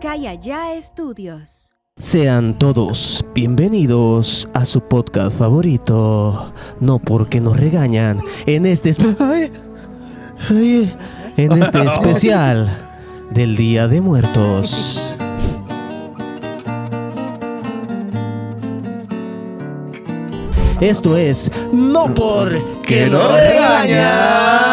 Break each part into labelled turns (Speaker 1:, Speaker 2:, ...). Speaker 1: Calla Ya Estudios.
Speaker 2: Sean todos bienvenidos a su podcast favorito. No porque nos regañan en este espe- ¡Ay! ¡Ay! en este especial del Día de Muertos. Esto es No porque nos regañan.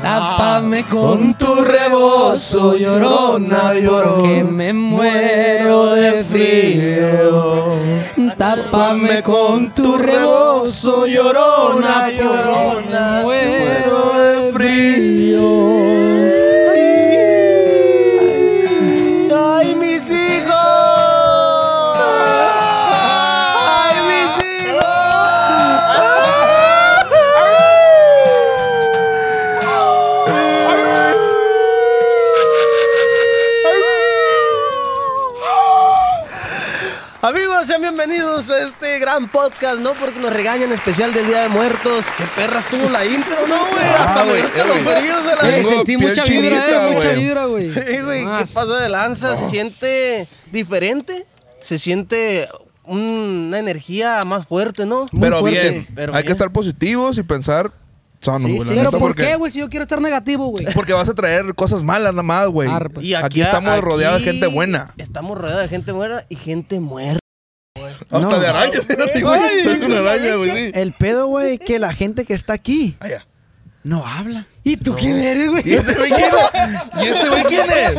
Speaker 3: Tápame
Speaker 2: Con tu rebozo llorona llorona
Speaker 3: porque me muero de frío. Tápame con tu rebozo llorona llorona muero de frío.
Speaker 2: ¡Ay, mis hijos! ¡Ay, mis hijos! Amigos, sean bienvenidos a este gran podcast, ¿no? Porque nos regañan especial del Día de Muertos. ¡Qué perra estuvo la intro, no, güey! Hasta
Speaker 4: Ah,
Speaker 2: me
Speaker 4: güey,
Speaker 2: dio
Speaker 4: eh,
Speaker 2: calofríos de la
Speaker 3: Eh,
Speaker 4: Tengo
Speaker 3: sentí
Speaker 4: piel
Speaker 3: mucha
Speaker 4: chinita,
Speaker 3: vibra, eh, mucha
Speaker 4: güey.
Speaker 3: vibra, güey.
Speaker 2: Eh, güey, ¿qué
Speaker 3: Más.
Speaker 2: pasa de lanza? ¿Se siente diferente? ¿Se siente una energía más fuerte, no?
Speaker 3: Muy
Speaker 4: Pero
Speaker 3: fuerte.
Speaker 4: bien,
Speaker 2: Pero
Speaker 4: hay
Speaker 2: bien.
Speaker 4: que estar positivos y pensar sano,
Speaker 2: Sí,
Speaker 4: güey. la
Speaker 2: sí.
Speaker 4: neta,
Speaker 3: Pero ¿por
Speaker 4: porque-
Speaker 3: qué, güey? Si yo quiero estar negativo, güey.
Speaker 4: Porque vas a traer cosas malas nada más, güey.
Speaker 3: Arre, pues.
Speaker 4: Aquí, estamos
Speaker 2: aquí
Speaker 4: rodeados de gente buena.
Speaker 2: Estamos rodeados de gente buena y gente muerta.
Speaker 4: Hasta de araña, fíjate, güey. Es una araña, güey, sí.
Speaker 5: El pedo, güey, que la gente que está aquí
Speaker 4: Allá.
Speaker 5: no habla.
Speaker 3: ¿Y tú quién eres, güey?
Speaker 4: ¿Y este güey quién es? ¿Y este güey quién es?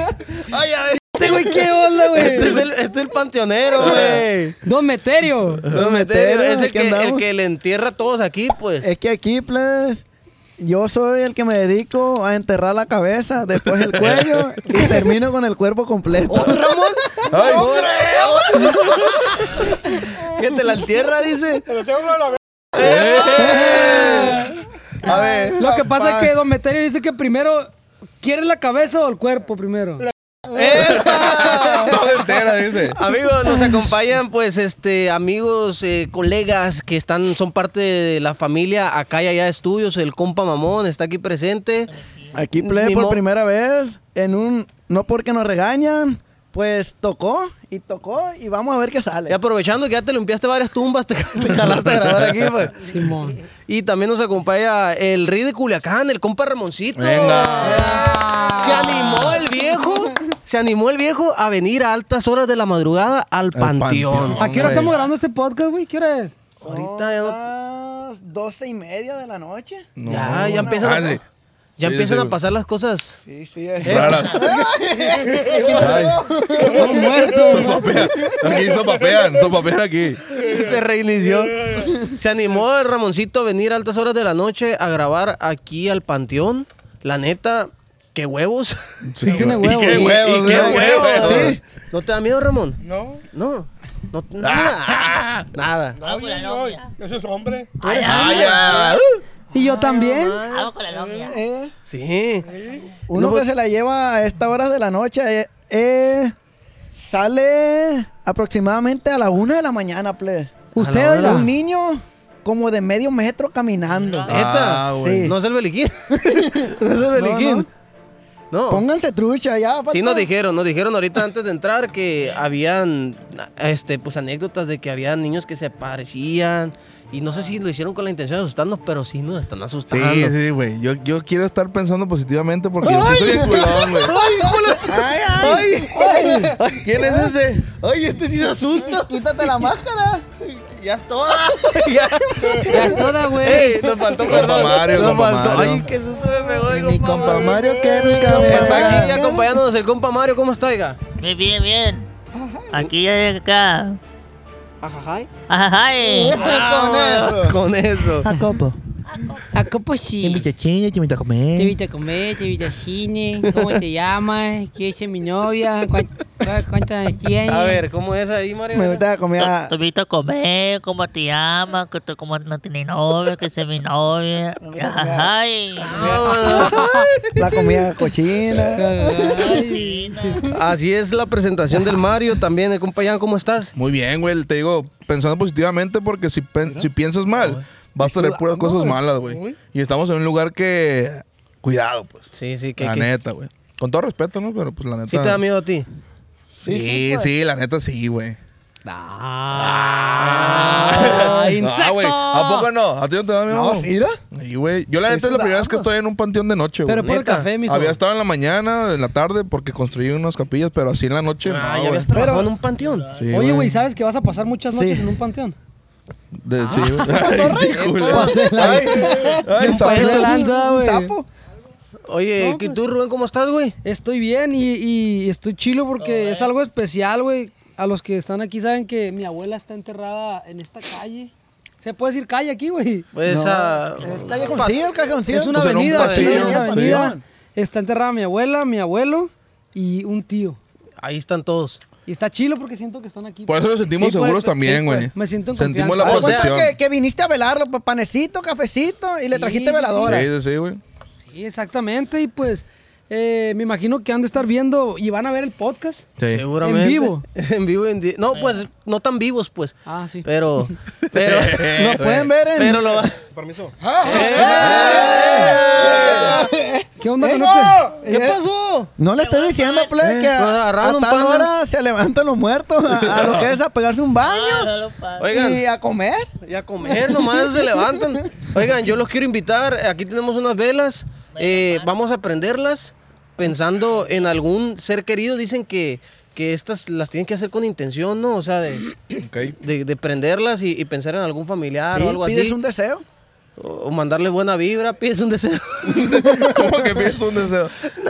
Speaker 2: ¡Ay, a ver!
Speaker 3: Este güey, ¿qué onda, güey?
Speaker 2: Este es el, este es el panteonero, güey.
Speaker 3: Don Meterio.
Speaker 2: No me
Speaker 5: meteros,
Speaker 2: es el
Speaker 5: aquí
Speaker 2: que, el
Speaker 5: andamos. Eh.
Speaker 2: que le entierra a todos aquí, pues.
Speaker 5: Es que aquí, plebes, yo soy el que me dedico a enterrar la cabeza, después el cuello y termino con el cuerpo completo.
Speaker 3: Oh,
Speaker 2: Ramón?
Speaker 4: Ay,
Speaker 2: que te la entierra, dice.
Speaker 5: A ver.
Speaker 3: Lo que pasa es que Don Meterio dice que primero ¿Quieres la cabeza o el cuerpo primero?
Speaker 5: Eh.
Speaker 4: toda entera, dice.
Speaker 2: Amigos, nos acompañan pues este amigos, eh, colegas que están son parte de la familia acá y allá estudios, el compa Mamón está aquí presente.
Speaker 5: Aquí, plebes,
Speaker 2: Ni
Speaker 5: por
Speaker 2: mo-
Speaker 5: primera vez, en un. No porque nos regañan, pues tocó y tocó y vamos a ver qué
Speaker 2: Y
Speaker 5: sale.
Speaker 2: aprovechando que ya te limpiaste varias tumbas, te, te jalaste a grabar aquí pues.
Speaker 3: Simón.
Speaker 2: Y también nos acompaña el rey de Culiacán, el compa Ramoncito. Eh.
Speaker 4: Venga.
Speaker 2: Se animó el viejo, se animó el viejo a venir a altas horas de la madrugada al
Speaker 4: panteón.
Speaker 2: panteón.
Speaker 3: ¿A qué hora estamos grabando este podcast, güey? ¿Qué hora es?
Speaker 2: Ahorita ya no-
Speaker 5: Son las doce y media de la noche.
Speaker 4: No.
Speaker 2: ya, ya empiezan, a,
Speaker 4: Dale.
Speaker 2: ya
Speaker 4: Sí,
Speaker 2: empiezan
Speaker 4: sí,
Speaker 2: a
Speaker 4: güey.
Speaker 2: pasar las cosas
Speaker 5: Sí, sí, es.
Speaker 3: Eh,
Speaker 4: Rara. Ay,
Speaker 3: Estamos muertos.
Speaker 4: sopapean. Aquí sopapean, sopapean aquí.
Speaker 2: Se reinició. Se animó el Ramoncito a venir a altas horas de la noche a grabar aquí al Panteón. La neta, qué huevos.
Speaker 4: Sí,
Speaker 3: tiene
Speaker 4: güey.
Speaker 3: huevos.
Speaker 4: Y qué
Speaker 3: Y- y
Speaker 4: huevos,
Speaker 2: qué
Speaker 4: güey.
Speaker 2: huevos,
Speaker 4: Sí.
Speaker 2: sí. ¿No te da miedo, Ramón?
Speaker 6: No,
Speaker 2: No. No, nada. Nada.
Speaker 7: Hago con la novia.
Speaker 6: eso es hombre.
Speaker 4: Ay,
Speaker 2: Uh.
Speaker 4: ya.
Speaker 3: Y yo también.
Speaker 7: Hago con la novia.
Speaker 5: Eh,
Speaker 2: Sí.
Speaker 5: Uno que se la lleva a estas horas de la noche eh, eh, sale aproximadamente a la una de la mañana, please.
Speaker 3: Usted,
Speaker 2: A la hora.
Speaker 5: Un niño como de medio metro caminando.
Speaker 2: Neta.
Speaker 4: Ah, güey.
Speaker 2: Sí. No es el Beliquín. no es el Beliquín. No.
Speaker 5: Pónganse trucha ya.
Speaker 2: Sí
Speaker 5: falta-
Speaker 2: nos dijeron, nos dijeron ahorita antes de entrar que habían este pues anécdotas de que había niños que se parecían y no sé si lo hicieron con la intención de asustarnos, pero sí nos están asustando.
Speaker 4: Sí, sí, güey. Yo, yo quiero estar pensando positivamente porque yo sí soy el culón, güey.
Speaker 5: Ay, ay, ay.
Speaker 4: ¿Quién es ese?
Speaker 2: Ay, este sí se asusta.
Speaker 5: Quítate la máscara.
Speaker 2: ya es toda. ya,
Speaker 3: Ya es toda, güey.
Speaker 2: Ey, nos faltó
Speaker 4: Compa
Speaker 2: perdón.
Speaker 4: Mario,
Speaker 2: nos
Speaker 4: compa
Speaker 2: faltó.
Speaker 4: Mario.
Speaker 2: Ay, qué susto me pegó de
Speaker 5: Mi
Speaker 2: compa
Speaker 5: compa
Speaker 2: Mario.
Speaker 5: Mario que nunca me
Speaker 2: Está aquí
Speaker 5: da.
Speaker 2: acompañándonos el compa Mario, ¿cómo está, oiga?
Speaker 7: Bien, bien, bien. Aquí ya llegué acá.
Speaker 2: Ajajay.
Speaker 7: Ajajay.
Speaker 2: Ah, Con eso.
Speaker 5: A Ah, copo.
Speaker 8: ¿A poco sí?
Speaker 5: chachín, te invito a
Speaker 8: Ah, Te
Speaker 5: comer.
Speaker 8: invito a comer, te invito al cine, ¿cómo te llamas? ¿Qué es mi novia? ¿Cuán- cu- ¿Cuántas tienes?
Speaker 2: A ver, ¿cómo es ahí, Mario?
Speaker 5: Me gusta comer.
Speaker 7: Te invito a comer, cómo te llamas, que tú como no tienes novia, que es mi novia. Ajajay.
Speaker 2: Vámonos.
Speaker 5: La comida cochina.
Speaker 2: Así es la presentación del Mario también. El compañero, ¿cómo estás?
Speaker 4: Muy bien, güey. Te digo, pensando positivamente porque si,
Speaker 2: "Ah,
Speaker 4: pen- si piensas mal, vas a tener puras cosas malas, güey. Y estamos en un lugar que cuidado, pues.
Speaker 2: Sí, sí, que.
Speaker 4: la
Speaker 2: que-
Speaker 4: neta, güey. Con todo respeto, ¿no? Pero pues la neta.
Speaker 2: ¿Sí te da miedo pues. a ti?
Speaker 4: Sí, sí, la neta sí, güey.
Speaker 3: ¡Ah!
Speaker 4: Ah,
Speaker 3: ¡Insecto!
Speaker 4: güey. ¿A poco no? ¿A ti no te da miedo?
Speaker 5: No, sí, ¿no?
Speaker 4: Sí, güey. Yo la neta es la primera vez que estoy en un panteón de noche, güey.
Speaker 8: Pero por el
Speaker 2: neta.
Speaker 8: café, mijo.
Speaker 4: Había estado en la mañana, en la tarde, porque construí unas capillas, pero así en la noche. no,
Speaker 2: Ah, ya
Speaker 4: güey.
Speaker 2: habías trabajado en un panteón.
Speaker 4: Sí,
Speaker 8: Oye, güey, ¿sabes que vas a pasar muchas noches
Speaker 5: Sí.
Speaker 8: en un panteón?
Speaker 4: De- sí, güey. Ay, qué culo. Ay, ay,
Speaker 8: Pasé de
Speaker 4: saperos.
Speaker 8: lanza,
Speaker 5: Un
Speaker 8: güey.
Speaker 5: sapo.
Speaker 2: Oye, ¿y tú, Rubén, cómo estás, güey?
Speaker 8: Estoy bien y, y estoy chilo porque es algo especial, güey. A los que están aquí saben que mi abuela está enterrada en esta calle. ¿Se puede decir calle aquí, güey?
Speaker 2: Pues, ah,
Speaker 5: El callejoncillo, el callejoncillo.
Speaker 8: Es una
Speaker 4: Pues en un
Speaker 8: avenida, es
Speaker 4: pasillo,
Speaker 8: una
Speaker 4: sí.
Speaker 8: avenida.
Speaker 5: Ah,
Speaker 8: Está enterrada mi abuela, mi abuelo y un tío.
Speaker 2: ahí están todos.
Speaker 8: Y está chilo porque siento que están aquí.
Speaker 4: Por eso nos sentimos
Speaker 5: Sí, pues,
Speaker 4: seguros
Speaker 5: sí,
Speaker 4: también,
Speaker 5: pues.
Speaker 4: güey.
Speaker 8: Me siento en
Speaker 4: Sentimos la
Speaker 5: Haz de
Speaker 2: confianza.
Speaker 5: cuenta
Speaker 4: protección.
Speaker 5: pues, que, que viniste a velarlo, pa- panecito, cafecito y le
Speaker 8: Sí,
Speaker 5: trajiste
Speaker 8: sí,
Speaker 5: veladora.
Speaker 4: Sí, sí, sí, güey.
Speaker 8: Sí, exactamente. Y pues eh, me imagino que han de estar viendo y van a ver el podcast.
Speaker 4: Sí.
Speaker 2: Seguramente.
Speaker 8: ¿En vivo?
Speaker 2: en vivo. en di- no, pues, no tan vivos, pues.
Speaker 8: Ah, sí.
Speaker 2: Pero, pero,
Speaker 5: Lo pueden ver en.
Speaker 2: pero lo va-
Speaker 8: ¿Qué onda
Speaker 5: ¡Eh,
Speaker 8: con
Speaker 5: no!
Speaker 8: este? ¿Qué
Speaker 5: Eh,
Speaker 8: pasó?
Speaker 5: No le estoy diciendo, plebe, que
Speaker 2: pues,
Speaker 5: a,
Speaker 2: agarraron
Speaker 5: a
Speaker 2: un
Speaker 5: tal
Speaker 2: pan,
Speaker 5: hora se levantan los muertos a, a lo que es a pegarse un baño
Speaker 7: No lo pago.
Speaker 2: Oigan.
Speaker 5: y a comer.
Speaker 2: Ya comer, nomás se levantan. Oigan, yo los quiero invitar. Aquí tenemos unas velas. Eh, vamos a prenderlas pensando en algún ser querido. Dicen que, que estas las tienen que hacer con intención, ¿no? O sea, de,
Speaker 4: Ok.
Speaker 2: de- de prenderlas y, y pensar en algún familiar
Speaker 5: Sí,
Speaker 2: o algo
Speaker 5: pides
Speaker 2: así.
Speaker 5: un deseo.
Speaker 2: O, o mandarle buena vibra, pides un deseo.
Speaker 4: ¿Cómo que pides un deseo?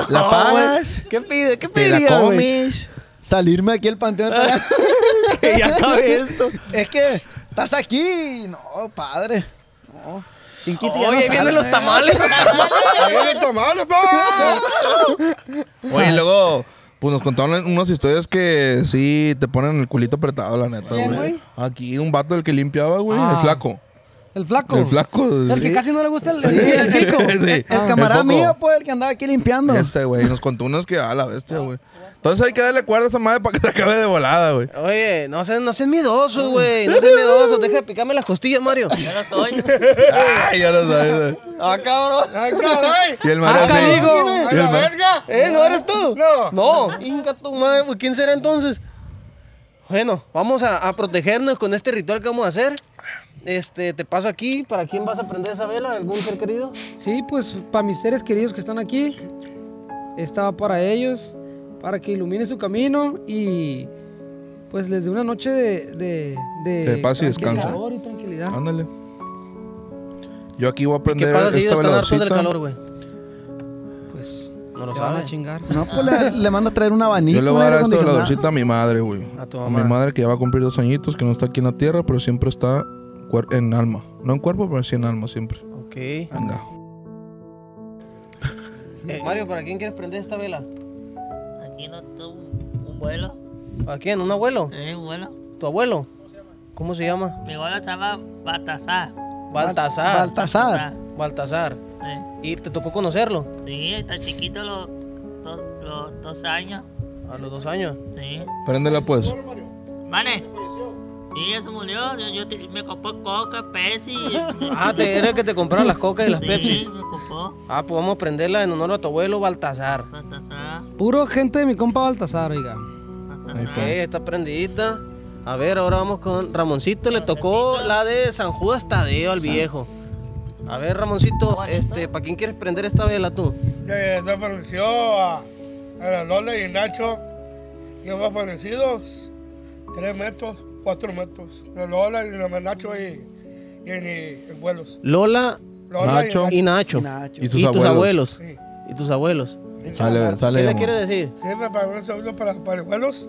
Speaker 4: la pagas,
Speaker 2: ¿Qué pide? ¿Qué
Speaker 4: te la
Speaker 2: pediría, güey?
Speaker 4: comes. Ah.
Speaker 5: Salirme aquí el panteón.
Speaker 2: Que ya acabe esto.
Speaker 5: es que estás aquí. No, padre. No. Inquiti, ya no
Speaker 2: Oye,
Speaker 5: sale.
Speaker 2: vienen los tamales.
Speaker 4: Oye, y luego, pues nos contaron unas historias que sí te ponen el culito apretado, la neta,
Speaker 8: ¿Quién,
Speaker 4: güey.
Speaker 8: güey?
Speaker 4: Aquí un vato del que limpiaba, güey,
Speaker 8: Ah.
Speaker 4: el flaco.
Speaker 8: El flaco.
Speaker 4: El flaco.
Speaker 8: El que
Speaker 4: sí.
Speaker 8: casi no le gusta el, el crico.
Speaker 4: Sí.
Speaker 5: El camarada
Speaker 4: foco.
Speaker 5: mío, pues, el que andaba aquí limpiando.
Speaker 4: Ese, güey. Nos contó unas que, ah, la bestia, güey. Entonces hay que darle cuerda a esa madre para que se acabe de volada, güey.
Speaker 2: Oye, no seas, no seas miedoso, güey. No seas miedoso. Deja de picarme las costillas, Mario.
Speaker 7: Yo no soy.
Speaker 4: Ay, ya lo sabes. güey.
Speaker 2: Ah, cabrón.
Speaker 4: Y el Mario
Speaker 8: Ah,
Speaker 4: así.
Speaker 8: canijo.
Speaker 4: Y el Mario-
Speaker 2: ¿Eh? ¿No eres tú? No. No. Inga tu madre, pues ¿quién será entonces? Bueno, vamos a, a protegernos con este ritual que vamos a hacer. Este, te paso aquí. ¿Para quién vas a prender esa vela? ¿Algún ser querido?
Speaker 8: Sí, pues para mis seres queridos que están aquí, estaba para ellos, para que ilumine su camino y pues les dé una noche de... De,
Speaker 4: De paz y
Speaker 8: de
Speaker 4: descanso.
Speaker 8: calor y tranquilidad.
Speaker 4: Ándale. Yo aquí voy a este
Speaker 2: ¿Qué
Speaker 4: prender
Speaker 2: pasa si
Speaker 4: esta
Speaker 2: ellos están hartos del
Speaker 4: veladorcita.
Speaker 2: calor, güey?
Speaker 8: Pues
Speaker 2: No lo
Speaker 8: se van a
Speaker 2: saben.
Speaker 8: chingar.
Speaker 5: No, pues le, le manda a traer un abanico.
Speaker 4: Yo le voy
Speaker 5: un
Speaker 4: a dar
Speaker 5: aire
Speaker 4: esta
Speaker 5: acondicionado.
Speaker 4: veladorcita a mi madre, güey.
Speaker 2: A tu
Speaker 4: mi
Speaker 2: mamá.
Speaker 4: madre que ya va a cumplir dos añitos, que no está aquí en la tierra, pero siempre está cuer- en alma. No en cuerpo, pero sí en alma, siempre.
Speaker 2: Ok. Eh,
Speaker 4: Venga.
Speaker 2: Mario, ¿para quién quieres prender esta vela?
Speaker 7: Aquí no tuvo un un vuelo.
Speaker 2: ¿A quién? ¿Un abuelo?
Speaker 7: Sí, un vuelo.
Speaker 2: ¿Tu abuelo? ¿Cómo se llama?
Speaker 7: Mi abuelo se llama Baltasar.
Speaker 2: Baltasar.
Speaker 5: Baltasar.
Speaker 2: Baltasar.
Speaker 7: Sí.
Speaker 2: ¿Y te tocó conocerlo?
Speaker 7: Sí, está chiquito los, dos- los dos años.
Speaker 2: A los dos años.
Speaker 7: Sí.
Speaker 4: Préndela, pues.
Speaker 7: ¿Vale? Sí, ya se murió. Yo, yo te- me compró coca, Pepsi.
Speaker 2: Ah, te, era el que te compraba las cocas y las
Speaker 7: sí,
Speaker 2: Pepsi.
Speaker 7: me compró
Speaker 2: Ah, pues vamos a prenderla en honor a tu abuelo Baltasar.
Speaker 7: Baltasar.
Speaker 8: Puro gente de mi compa Baltasar, oiga.
Speaker 4: Ahí
Speaker 2: Ok,
Speaker 4: está.
Speaker 2: está prendidita. A ver, ahora vamos con Ramoncito. Le tocó la de San Judas Tadeo al viejo. A ver, Ramoncito, este, ¿para quién quieres prender esta vela tú?
Speaker 6: que desapareció a, a la Lola y Nacho. Y ambos aparecidos, tres metros, cuatro metros. La Lola y la Nacho y, y en, en vuelos.
Speaker 2: Lola
Speaker 6: Lola y
Speaker 4: Nacho.
Speaker 2: y Nacho.
Speaker 5: Nacho.
Speaker 4: Y sus abuelos.
Speaker 6: Sí.
Speaker 2: Y tus abuelos.
Speaker 4: Sale, sale.
Speaker 2: ¿Qué le
Speaker 4: amor.
Speaker 2: quieres decir?
Speaker 6: Siempre para un saludo para, para los vuelos.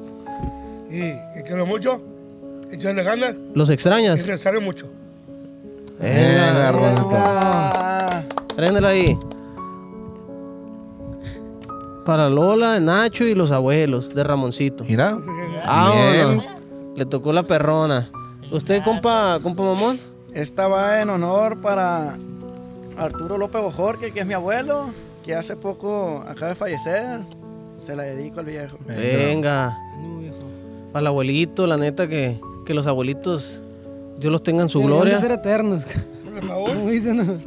Speaker 6: Y, y quiero mucho. Y yo le gana.
Speaker 2: ¿Los
Speaker 6: Y
Speaker 2: extrañas?
Speaker 6: se sale mucho.
Speaker 4: Eh,
Speaker 2: Eh,
Speaker 4: Venga, Rolito.
Speaker 5: Ah,
Speaker 2: Préndela ahí. Para Lola, Nacho y los abuelos de Ramoncito.
Speaker 4: Mira.
Speaker 2: Ah,
Speaker 4: Bien.
Speaker 2: bueno. Le tocó la perrona. ¿Usted, compa, compa mamón?
Speaker 5: Esta va en honor para Arturo López Bojorque, que es mi abuelo, que hace poco acaba de fallecer. Se la dedico al viejo.
Speaker 2: Venga. Para el abuelito, la neta que, que los abuelitos, Dios los tenga en su
Speaker 8: Deberían de
Speaker 2: gloria.
Speaker 8: ser eternos.
Speaker 6: Por favor.
Speaker 8: Como dicen. ¿no?
Speaker 4: Los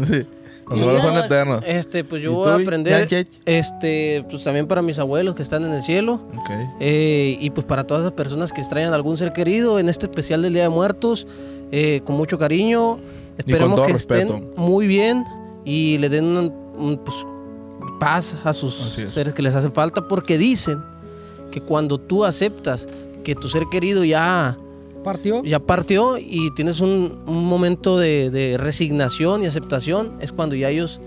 Speaker 4: duelos son eternos.
Speaker 2: Este, pues yo
Speaker 4: ¿Y
Speaker 2: voy a
Speaker 4: tú,
Speaker 2: aprender.
Speaker 4: Yanchech?
Speaker 2: Este, pues también para mis abuelos que están en el cielo.
Speaker 4: Ok.
Speaker 2: Eh, y pues para todas las personas que extrañan algún ser querido en este especial del Día de Muertos, eh, con mucho cariño. Esperemos
Speaker 4: todo
Speaker 2: que estén
Speaker 4: respeto.
Speaker 2: muy bien y le den un- un, pues, paz a sus
Speaker 4: Así es.
Speaker 2: seres que les hacen falta, porque dicen que cuando tú aceptas que tu ser querido ya,
Speaker 8: Partió.
Speaker 2: ya partió y tienes un, un momento de, de resignación y aceptación, es cuando ya ellos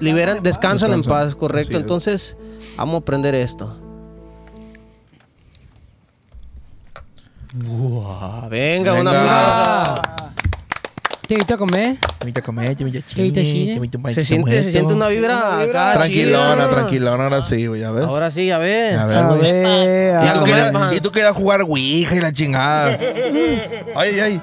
Speaker 2: liberan, descansan, en
Speaker 4: Descansan,
Speaker 2: paz, correcto.
Speaker 4: así es.
Speaker 2: Entonces, vamos a aprender esto. Guau, venga, un
Speaker 4: Venga.
Speaker 2: aplauso.
Speaker 9: ¿Te invito a comer?
Speaker 2: Se siente, se siente una vibra acá
Speaker 4: Tranquilona,
Speaker 2: chida.
Speaker 4: tranquilona, ahora sí, güey, ya ves.
Speaker 2: Ahora sí, ya ves.
Speaker 4: Ya ves,
Speaker 5: A
Speaker 4: güey.
Speaker 5: ver,
Speaker 2: Ya
Speaker 4: Y tú
Speaker 2: comer,
Speaker 4: querías-
Speaker 2: man.
Speaker 4: Y tú querías jugar Ouija y la chingada. ay, ay.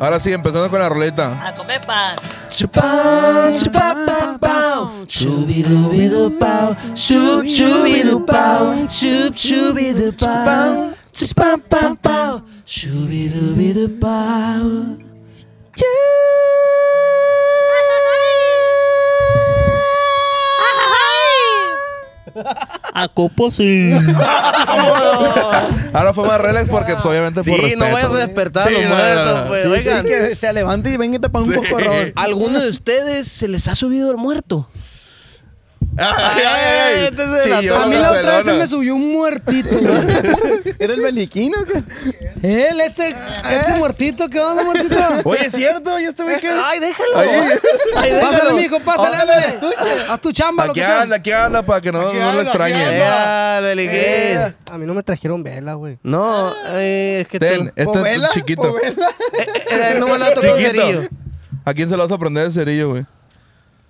Speaker 4: Ahora sí, empezando con la ruleta.
Speaker 7: A comer pan.
Speaker 3: Chupan, chupapapau, chubidubidupau, chup chubidupau, chup chubidupau, chupapapau, chubidubidupau.
Speaker 7: A copo sí.
Speaker 4: Ahora fue más relax porque, pues, obviamente,
Speaker 2: Sí,
Speaker 4: por
Speaker 2: no
Speaker 4: respeto.
Speaker 2: vayas a despertar a
Speaker 4: Sí,
Speaker 2: los
Speaker 4: no,
Speaker 2: muertos,
Speaker 4: no, no.
Speaker 2: pues.
Speaker 5: Sí, sí,
Speaker 2: Oigan,
Speaker 5: que se levante y venga y te ponga un cocorrón.
Speaker 2: ¿alguno de ustedes se les ha subido el muerto?
Speaker 4: Ay, ay, ay.
Speaker 2: Este se
Speaker 4: Chilló
Speaker 2: delató.
Speaker 8: A mí la otra vez se
Speaker 4: Barcelona.
Speaker 8: me subió un muertito. güey.
Speaker 5: ¿Era el beliquino? qué?
Speaker 8: Él, este, este muertito, ¿qué onda, muertito?
Speaker 4: Oye, es cierto,
Speaker 2: este
Speaker 4: yo estuve que.
Speaker 8: Ah,
Speaker 2: Ay, déjalo.
Speaker 4: Oye,
Speaker 8: Pásale, mijo, pásale,
Speaker 4: Ándale.
Speaker 8: ándale. Haz tu chamba, lo
Speaker 4: aquí
Speaker 8: que sea.
Speaker 4: anda, aquí anda para que no, no
Speaker 6: Aquí
Speaker 4: lo
Speaker 6: anda, aquí
Speaker 4: extrañen.
Speaker 6: anda.
Speaker 2: Ya, lo eliqué.
Speaker 8: Eh,
Speaker 9: A mí no me trajeron vela, güey.
Speaker 2: No,
Speaker 9: Ah.
Speaker 2: eh, es que
Speaker 4: Ten,
Speaker 2: te-
Speaker 4: este es chiquito.
Speaker 2: eh, eh, no me la tocó un
Speaker 4: Chiquito.
Speaker 2: cerillo.
Speaker 4: ¿A quién se lo vas a prender el cerillo, güey?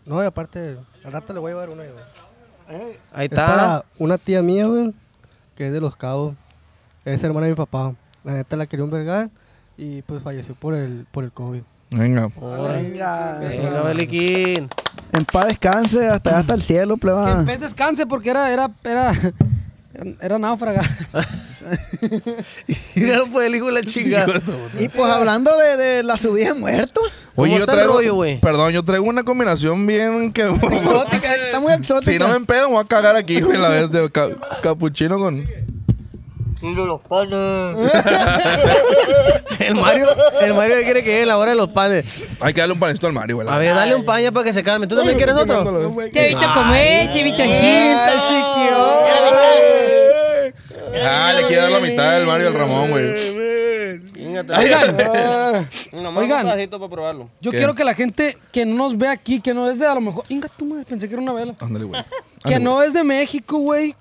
Speaker 9: No, y aparte, al rato le voy a llevar una, güey.
Speaker 2: Ahí
Speaker 9: Es para
Speaker 2: está.
Speaker 9: una tía mía, güey, que es de Los Cabos. Es hermana de mi papá. La neta la quería un vergar y pues falleció por el, por el COVID.
Speaker 4: Venga.
Speaker 2: Oh, Venga, Beliquín.
Speaker 5: En paz descanse, hasta, hasta el cielo,
Speaker 8: Que
Speaker 5: pleba.
Speaker 8: en pez descanse porque era, era, era, era náufraga.
Speaker 2: Mira, pues, película chinga.
Speaker 5: Y pues hablando de, de la subida de muertos,
Speaker 2: ¿Cómo
Speaker 4: Oye, yo
Speaker 2: está el
Speaker 4: traigo.
Speaker 2: rollo, güey?
Speaker 4: perdón, yo traigo una combinación bien que.
Speaker 5: exótica, está muy exótica.
Speaker 4: si no me empedo, me voy a cagar aquí, güey, la vez de ca- capuchino con.
Speaker 7: Tiro los panes.
Speaker 2: El Mario, el Mario que quiere que llegue la hora de los panes.
Speaker 4: Hay que darle un panecito al Mario, güey. la-
Speaker 2: A ver, dale un pan ya para que se calme. ¿Tú también quieres otro?
Speaker 9: Te invito a comer, te invito a
Speaker 4: Ah, le quiero dar la mitad del Mario al Ramón, güey.
Speaker 8: Oigan. un
Speaker 2: para probarlo.
Speaker 8: Yo
Speaker 4: ¿Qué?
Speaker 8: quiero que la gente que no nos ve aquí, que no es de a lo mejor. Inga, tu madre, pensé que era una vela.
Speaker 4: Ándale, güey.
Speaker 8: Que
Speaker 4: Ándale,
Speaker 8: no es de México, güey.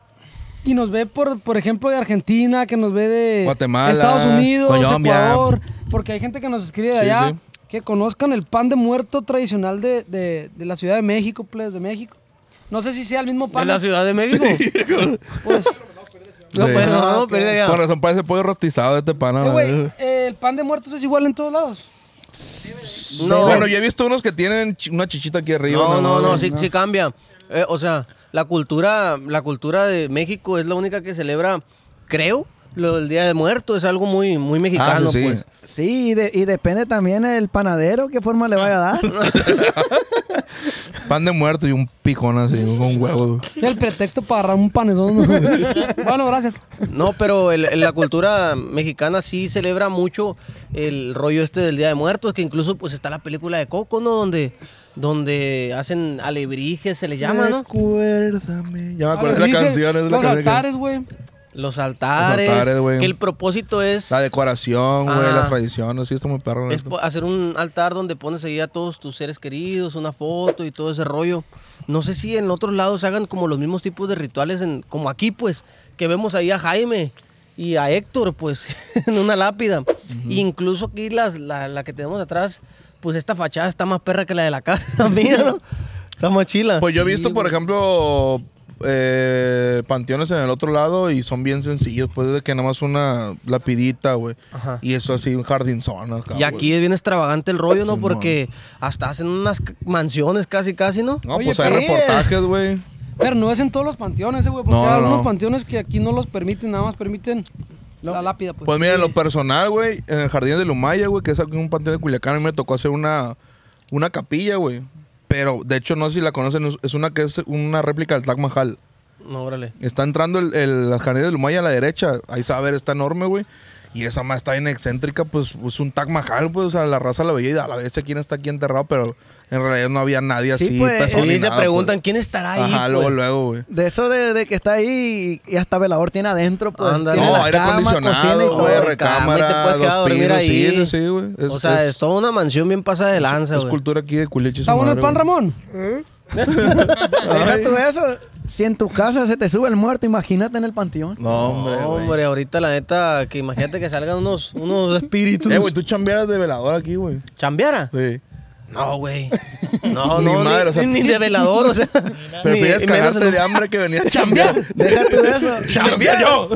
Speaker 8: Y nos ve, por, por ejemplo, de Argentina, que nos ve de
Speaker 4: Guatemala,
Speaker 8: Estados Unidos,
Speaker 4: Colombia.
Speaker 8: Ecuador. Porque hay gente que nos escribe de
Speaker 4: Sí,
Speaker 8: allá.
Speaker 4: sí.
Speaker 8: Que conozcan el pan de muerto tradicional de, de- de la Ciudad de México, pues, de México. No sé si sea el mismo
Speaker 2: ¿En
Speaker 8: pan.
Speaker 2: la Ciudad de México?
Speaker 8: Pues,
Speaker 4: güey.
Speaker 2: No,
Speaker 4: Sí.
Speaker 2: pues no, pero ya.
Speaker 4: Con razón parece pollo rostizado de este pana.
Speaker 8: eh,
Speaker 4: la
Speaker 8: güey,
Speaker 4: verdad.
Speaker 8: eh, el pan de muertos es igual en todos lados.
Speaker 2: No,
Speaker 4: Bueno, yo he visto unos que tienen chi- una chichita aquí arriba.
Speaker 2: no, no, no,
Speaker 4: Sí.
Speaker 2: sí, sí cambia. Eh, o sea, la cultura, la cultura de México es la única que celebra, creo, lo del Día de Muertos. Es algo muy, muy
Speaker 4: Ah,
Speaker 2: mexicano,
Speaker 4: sí, sí.
Speaker 2: pues.
Speaker 5: Sí, y, de- y depende también el panadero qué forma le vaya a dar.
Speaker 4: Pan de muerto y un picón así, con huevo.
Speaker 8: El pretexto para agarrar un panezón. bueno, gracias.
Speaker 2: No, pero el- el- la cultura mexicana sí celebra mucho el rollo este del Día de Muertos, que incluso pues está la película de Coco, ¿no? Donde, donde hacen alebrijes, se les
Speaker 4: Eh,
Speaker 2: llama, ¿no?
Speaker 4: Recuérdame. Ya me
Speaker 8: Ah,
Speaker 4: acuerdo
Speaker 8: los
Speaker 4: de la
Speaker 8: dije,
Speaker 4: canción. Es la
Speaker 8: Los
Speaker 4: canción que-
Speaker 8: altares, güey.
Speaker 2: Los altares,
Speaker 4: altares, güey.
Speaker 2: que el propósito es,
Speaker 4: La decoración, güey,
Speaker 2: Ah.
Speaker 4: las tradiciones. Sí, está muy perro. la
Speaker 2: es
Speaker 4: neta.
Speaker 2: po- hacer un altar donde pones ahí a todos tus seres queridos, una foto y todo ese rollo. No sé si en otros lados hagan como los mismos tipos de rituales, en, como aquí, pues, que vemos ahí a Jaime y a Héctor, pues, en una lápida. Incluso aquí las, la, la que tenemos atrás, pues esta fachada está más perra que la de la casa mía, ¿no? Está más chila.
Speaker 4: Pues yo he visto, por ejemplo, eh, panteones en el otro lado y son bien sencillos. Pues de que nada más una lapidita, güey.
Speaker 2: Ajá.
Speaker 4: Y eso así, un jardinzón acá,
Speaker 2: y aquí
Speaker 4: güey.
Speaker 2: es bien extravagante el rollo, ¿no?
Speaker 4: Pues, Simón.
Speaker 2: Porque hasta hacen unas c- mansiones casi, casi, ¿no?
Speaker 4: No,
Speaker 8: Oye,
Speaker 4: pues hay
Speaker 8: pero-
Speaker 4: reportajes, güey.
Speaker 8: Pero no es en todos los panteones, eh, güey. Porque
Speaker 4: No, no,
Speaker 8: hay algunos
Speaker 4: no.
Speaker 8: panteones que aquí no los permiten, nada más permiten la lápida, pues.
Speaker 4: Pues mira, en lo personal, güey, en el jardín de Lumaya, güey, que es aquí un panteón de Culiacán, a mí me tocó hacer una, una capilla, güey. Pero, de hecho, no sé si la conocen, es- es una que es una réplica del Taj Mahal.
Speaker 2: No, órale.
Speaker 4: Está entrando el, el, las jardines del Humaya a la derecha. Ahí se va a ver, está enorme, güey. Y esa más está bien excéntrica, pues, pues un Taj Mahal, pues, o sea, la raza la veía y a la vez quién está aquí enterrado, pero en realidad no había nadie
Speaker 5: Sí,
Speaker 4: así.
Speaker 5: pues,
Speaker 4: pezón
Speaker 5: sí,
Speaker 4: ni
Speaker 2: Y se
Speaker 4: nada,
Speaker 2: preguntan quién estará ahí.
Speaker 4: pues. Ajá, luego,
Speaker 2: pues?
Speaker 4: luego, güey.
Speaker 5: De eso de, de que está ahí y, y hasta velador tiene adentro, pues.
Speaker 2: Ándale.
Speaker 5: tiene
Speaker 4: No,
Speaker 5: la
Speaker 4: aire
Speaker 5: cama, cocina y
Speaker 4: acondicionado,
Speaker 5: todo.
Speaker 4: güey,
Speaker 2: re- cama, y te
Speaker 4: recámara,
Speaker 2: puedes quedar a
Speaker 4: dos
Speaker 2: dormir
Speaker 4: pisos,
Speaker 2: ahí.
Speaker 4: sí, pues, sí, güey. Es-
Speaker 2: o sea, es,
Speaker 4: es-
Speaker 2: toda una mansión bien pasada de lanza,
Speaker 4: es
Speaker 2: güey.
Speaker 4: cultura aquí de culiches.
Speaker 8: ¿Está bueno el pan, Ramón?
Speaker 5: Deja tú eso. Si en tu casa se te sube el muerto, imagínate en el panteón.
Speaker 4: No,
Speaker 2: No,
Speaker 4: hombre, güey.
Speaker 2: hombre, ahorita la neta, que imagínate que salgan unos, unos espíritus.
Speaker 4: Eh, güey, tú chambearas de velador aquí, güey.
Speaker 2: ¿Chambeara?
Speaker 4: Sí.
Speaker 2: No, güey. No,
Speaker 4: Ni
Speaker 2: no, ni,
Speaker 4: madre, o sea,
Speaker 2: ni de velador, o sea.
Speaker 4: Prefieres
Speaker 2: ni- menos en
Speaker 4: cagarte
Speaker 2: un-
Speaker 4: de hambre que venir a chambear.
Speaker 5: Deja tú eso.
Speaker 4: ¡Chambear yo!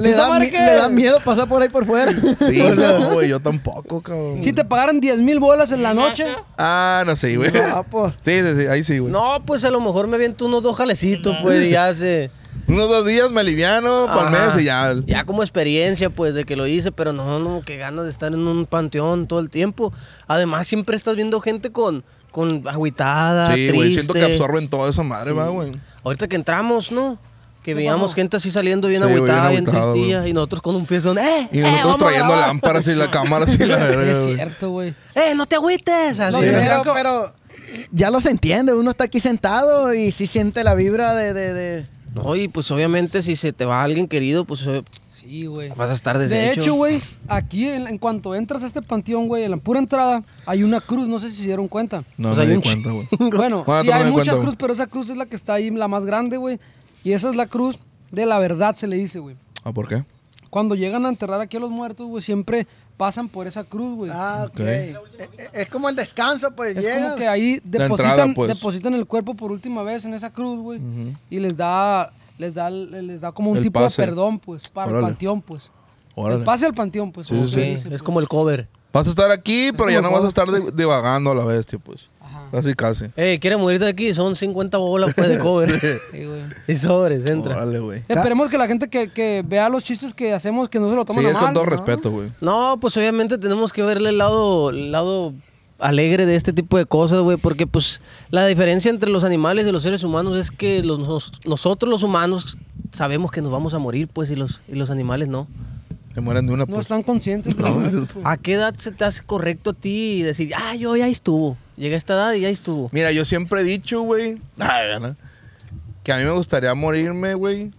Speaker 5: le, da, mi-
Speaker 8: Marquez!
Speaker 5: le da miedo pasar por ahí por fuera.
Speaker 4: Sí, no, güey, yo tampoco, cabrón.
Speaker 8: Si te pagaran 10 mil bolas en la noche,
Speaker 4: Ah, no sé, güey.
Speaker 5: No, pues.
Speaker 4: Sí, sí, sí, ahí sí, güey.
Speaker 2: No, pues a lo mejor me viento unos dos jalecitos, pues, y ya se...
Speaker 4: Unos dos días me aliviano, pa'l
Speaker 2: Ajá.
Speaker 4: mes y ya.
Speaker 2: Ya como experiencia, pues, de que lo hice, pero no, no, qué ganas de estar en un panteón todo el tiempo. Además, siempre estás viendo gente con, con agüitada,
Speaker 4: sí, güey,
Speaker 2: triste.
Speaker 4: siento que absorben toda esa madre, va, güey.
Speaker 2: Ahorita que entramos, ¿no? Que veíamos gente así saliendo bien
Speaker 4: Sí, güey, bien
Speaker 2: agüitada, bien,
Speaker 4: agüitada,
Speaker 2: tristilla,
Speaker 4: güey.
Speaker 2: y nosotros con un pie son, ¡eh!
Speaker 4: Y
Speaker 2: eh,
Speaker 4: nosotros
Speaker 2: vamos a
Speaker 4: trayendo
Speaker 2: grabar!
Speaker 4: lámparas y la cámara así, la verga,
Speaker 8: es
Speaker 4: güey.
Speaker 8: cierto, güey.
Speaker 2: ¡Eh, no te agüites! Así.
Speaker 8: No,
Speaker 5: Sí,
Speaker 8: sí,
Speaker 5: pero,
Speaker 8: era co-
Speaker 5: pero ya los entiende. Uno está aquí sentado y sí siente la vibra de... de, de-
Speaker 2: No, y pues obviamente si se te va alguien querido, pues eh,
Speaker 8: Sí, güey.
Speaker 2: vas a estar
Speaker 8: De
Speaker 2: deshecho.
Speaker 8: hecho, güey, aquí en, en cuanto entras a este panteón, güey, en la pura entrada hay una cruz, no sé si se dieron cuenta.
Speaker 4: No
Speaker 2: O sea,
Speaker 4: me di
Speaker 2: hay un
Speaker 4: cuenta, güey.
Speaker 8: Bueno,
Speaker 4: Bueno,
Speaker 8: sí
Speaker 4: tú no
Speaker 8: hay
Speaker 4: me
Speaker 8: mucha
Speaker 4: cuentas,
Speaker 8: cruz,
Speaker 4: güey.
Speaker 8: pero esa cruz es la que está ahí, la más grande, güey. Y esa es la cruz de la verdad, se le dice, güey.
Speaker 4: ¿Ah, por qué?
Speaker 8: Cuando llegan a enterrar aquí a los muertos, güey, siempre pasan por esa cruz, güey.
Speaker 5: Ah, ok.
Speaker 4: Ok.
Speaker 5: E- e- Es, como el descanso, pues.
Speaker 8: es
Speaker 5: llegan.
Speaker 8: como que ahí
Speaker 4: La
Speaker 8: depositan,
Speaker 4: entrada, pues.
Speaker 8: depositan el cuerpo por última vez en esa cruz, güey. Y les da, les da, les da como un
Speaker 4: El
Speaker 8: tipo
Speaker 4: pase.
Speaker 8: de perdón, pues, para
Speaker 4: Órale.
Speaker 8: el panteón, pues.
Speaker 4: Órale.
Speaker 8: El pase al panteón, pues. como
Speaker 4: sí,
Speaker 8: se
Speaker 4: sí.
Speaker 8: dice,
Speaker 2: Es
Speaker 8: pues.
Speaker 2: como el cover.
Speaker 4: Vas a estar aquí, pero
Speaker 8: como
Speaker 4: ya no
Speaker 8: el
Speaker 4: vas a estar
Speaker 8: juego.
Speaker 4: de- divagando a la bestia, pues.
Speaker 8: Ajá.
Speaker 4: Casi, casi.
Speaker 2: Eh, ¿quieres morirte aquí? Son 50 bolas pues, de cover.
Speaker 8: Sí, güey.
Speaker 2: y sobres, entra.
Speaker 4: Órale, güey.
Speaker 8: Esperemos que la gente que, que vea los chistes que hacemos, que no se lo tomen
Speaker 4: Sí,
Speaker 8: a
Speaker 4: es
Speaker 8: mal.
Speaker 4: con todo
Speaker 8: ¿no?
Speaker 4: respeto, güey.
Speaker 2: No, pues obviamente tenemos que verle el lado, el lado alegre de este tipo de cosas, güey, porque pues la diferencia entre los animales y los seres humanos es que los- nos- nosotros los humanos sabemos que nos vamos a morir, pues, y los, y los animales no.
Speaker 4: Se mueren de una,
Speaker 8: No
Speaker 4: pues.
Speaker 8: están conscientes. güey.
Speaker 2: ¿A qué edad se te hace correcto a ti decir, ah, yo ya estuvo? Llegué a esta edad y ya estuvo.
Speaker 4: Mira, yo siempre he dicho, güey, ay, gana, que a mí me gustaría morirme, güey,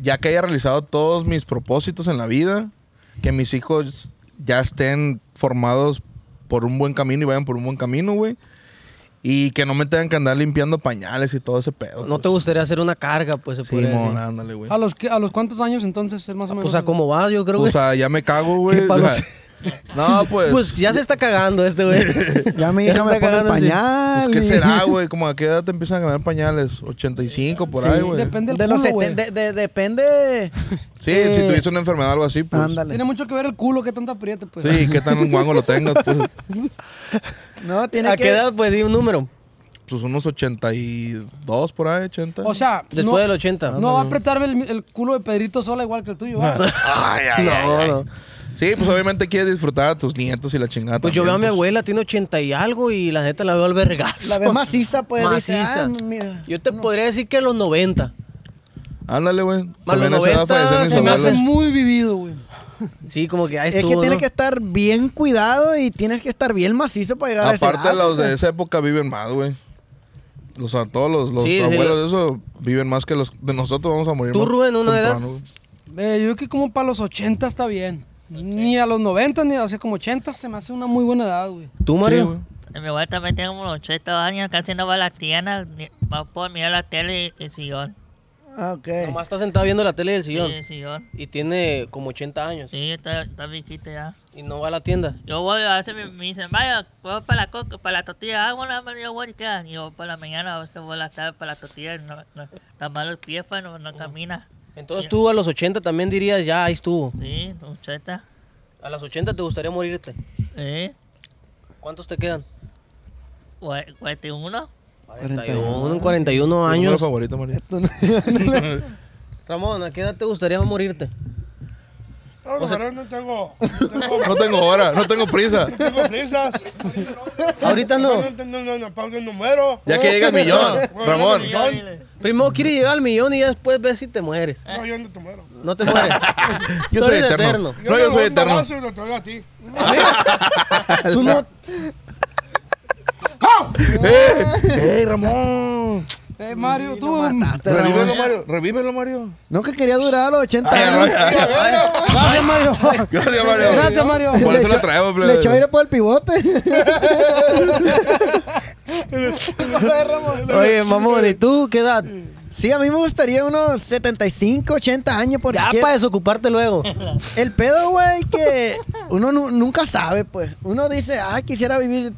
Speaker 4: ya que haya realizado todos mis propósitos en la vida, que mis hijos ya estén formados por un buen camino y vayan por un buen camino, güey, y que no me tengan que andar limpiando pañales y todo ese pedo.
Speaker 2: No te
Speaker 4: pues.
Speaker 2: gustaría hacer una carga, pues, se
Speaker 4: Sí,
Speaker 2: podría decir.
Speaker 4: mon, ándale, güey.
Speaker 8: ¿A los, que- ¿A los cuántos años entonces es más o menos?
Speaker 2: Pues a cómo vas, yo creo
Speaker 4: O
Speaker 2: que...
Speaker 4: sea, ya me cago, güey.
Speaker 2: Qué palos.
Speaker 4: No, pues.
Speaker 2: Pues ya se está cagando este güey.
Speaker 5: Ya mi hija
Speaker 2: Ya está
Speaker 5: me pone el
Speaker 2: cagando, sí.
Speaker 5: pañal.
Speaker 4: pues, ¿Qué
Speaker 5: y-
Speaker 4: será, güey? Como a qué edad te empiezan a ganar pañales? 85 por ahí, güey.
Speaker 8: Depende del
Speaker 5: De los
Speaker 8: culo, güey.
Speaker 5: 70, de- de- depende.
Speaker 4: Sí,
Speaker 5: Eh,
Speaker 4: si tuviese una enfermedad o algo así, pues.
Speaker 5: Ándale.
Speaker 8: Tiene mucho que ver el culo, que tanto apriete, pues.
Speaker 4: Sí, qué tan guango lo tengas, pues,
Speaker 5: No, tiene
Speaker 2: ¿A
Speaker 5: que.
Speaker 2: qué edad? Pues di un número.
Speaker 4: pues unos 82 por ahí, 80.
Speaker 8: O sea,
Speaker 2: Después
Speaker 8: no,
Speaker 2: del 80.
Speaker 8: no va a apretarme el, el culo de Pedrito Sola igual que el tuyo, ¿va?
Speaker 4: Ay, ay, ay, ay. Sí, pues obviamente quieres disfrutar a tus nietos y la chingada.
Speaker 2: Pues yo veo a mi
Speaker 4: también, pues.
Speaker 2: abuela, tiene 80 y algo y la neta la veo al vergazo.
Speaker 5: La vez maciza, pues. dice,
Speaker 2: Maciza.
Speaker 5: ah, mira.
Speaker 2: Yo te podría decir que a los 90.
Speaker 4: pues, Ándale, güey.
Speaker 2: Más los
Speaker 4: También a esa edad
Speaker 2: 90
Speaker 4: fallecen mis
Speaker 8: Se me hace
Speaker 4: abuelos.
Speaker 8: muy vivido, güey.
Speaker 2: Sí, como que ahí
Speaker 5: Es que
Speaker 2: estuvo,
Speaker 5: tiene
Speaker 2: ¿no?
Speaker 5: que estar bien cuidado y tienes que estar bien macizo para llegar a esa
Speaker 4: Aparte,
Speaker 5: edad,
Speaker 4: los de
Speaker 5: pues.
Speaker 4: esa época viven más, güey. O sea, todos los, los
Speaker 2: Sí, sí,
Speaker 4: abuelos
Speaker 2: lo-
Speaker 4: de eso viven más que los de nosotros. Vamos a morir
Speaker 2: ¿Tú,
Speaker 4: más
Speaker 2: Rubén, una edad?
Speaker 4: temprano, güey.
Speaker 8: Eh, yo creo que como para los 80 está bien. Ni a los 90, ni hace como 80 se me hace una muy buena edad, güey.
Speaker 2: ¿Tú, Mario?
Speaker 7: Mi abuela también tiene como 80 años, casi no va a la tienda, ni- va por mirar la tele y el sillón.
Speaker 5: Ah, ok.
Speaker 2: Nomás está sentado viendo la tele del
Speaker 7: Sí,
Speaker 2: sillón.
Speaker 7: el sillón.
Speaker 2: Y tiene como 80 años.
Speaker 7: Sí, está, está viejita ya.
Speaker 2: Y no va a la tienda.
Speaker 7: Yo voy, a veces me, me dicen, vaya, voy para la coca, para la tortilla, ah, bueno, hombre, yo voy, ¿qué? Y yo por la mañana, a veces voy a la tarde para la tortilla, y no, no, nada más los pies, pues, no, no camina.
Speaker 2: Entonces tú a los 80 también dirías, ya ahí estuvo.
Speaker 7: Sí, 80.
Speaker 2: A los 80 te gustaría morirte.
Speaker 7: Sí,
Speaker 2: ¿Cuántos te quedan?
Speaker 7: Cua- 41.
Speaker 2: 41, 41
Speaker 4: ¿Tu número
Speaker 2: años.
Speaker 4: favorito, María? pues.
Speaker 2: Ramón, ¿a qué edad te gustaría morirte?
Speaker 6: No, camarón, no tengo. No tengo,
Speaker 4: No tengo hora, no tengo prisa.
Speaker 6: no tengo prisas.
Speaker 2: Ahorita no.
Speaker 6: No tengo no, no, pago el número.
Speaker 4: Ya que llega el millón,
Speaker 6: Bueno,
Speaker 4: Ramón.
Speaker 6: ya
Speaker 7: Yo,
Speaker 6: Don.
Speaker 7: dile.
Speaker 2: Primero quiere llegar al millón y ya después ves si te mueres.
Speaker 6: No, yo no te muero.
Speaker 2: No te mueres.
Speaker 4: Yo
Speaker 2: Tú
Speaker 4: soy
Speaker 2: eres
Speaker 4: eterno.
Speaker 6: Yo
Speaker 4: No, yo
Speaker 6: le
Speaker 4: soy
Speaker 6: doy un
Speaker 4: eterno.
Speaker 6: balazo y lo traigo a ti.
Speaker 2: Tú no.
Speaker 4: ¡Eh! ¡Ey, Ramón!
Speaker 8: Eh, Mario, tú.
Speaker 4: Revívelo, Mario. Revívelo, Mario.
Speaker 5: No que quería durar a los 80
Speaker 4: Ay,
Speaker 5: años.
Speaker 4: ay, ay, ay.
Speaker 8: Gracias, Mario.
Speaker 4: Gracias, Mario.
Speaker 8: Gracias, Mario.
Speaker 4: Por eso
Speaker 5: Le
Speaker 4: lo traemos,
Speaker 5: Le echó
Speaker 4: plebe.
Speaker 5: aire por el pivote.
Speaker 3: Oye, mamón, ¿y tú qué edad?
Speaker 5: Sí, a mí me gustaría unos 75, 80 años porque
Speaker 2: Ya para desocuparte luego.
Speaker 5: el pedo, güey, que uno nu- nunca sabe, pues. Uno dice, ah, quisiera vivir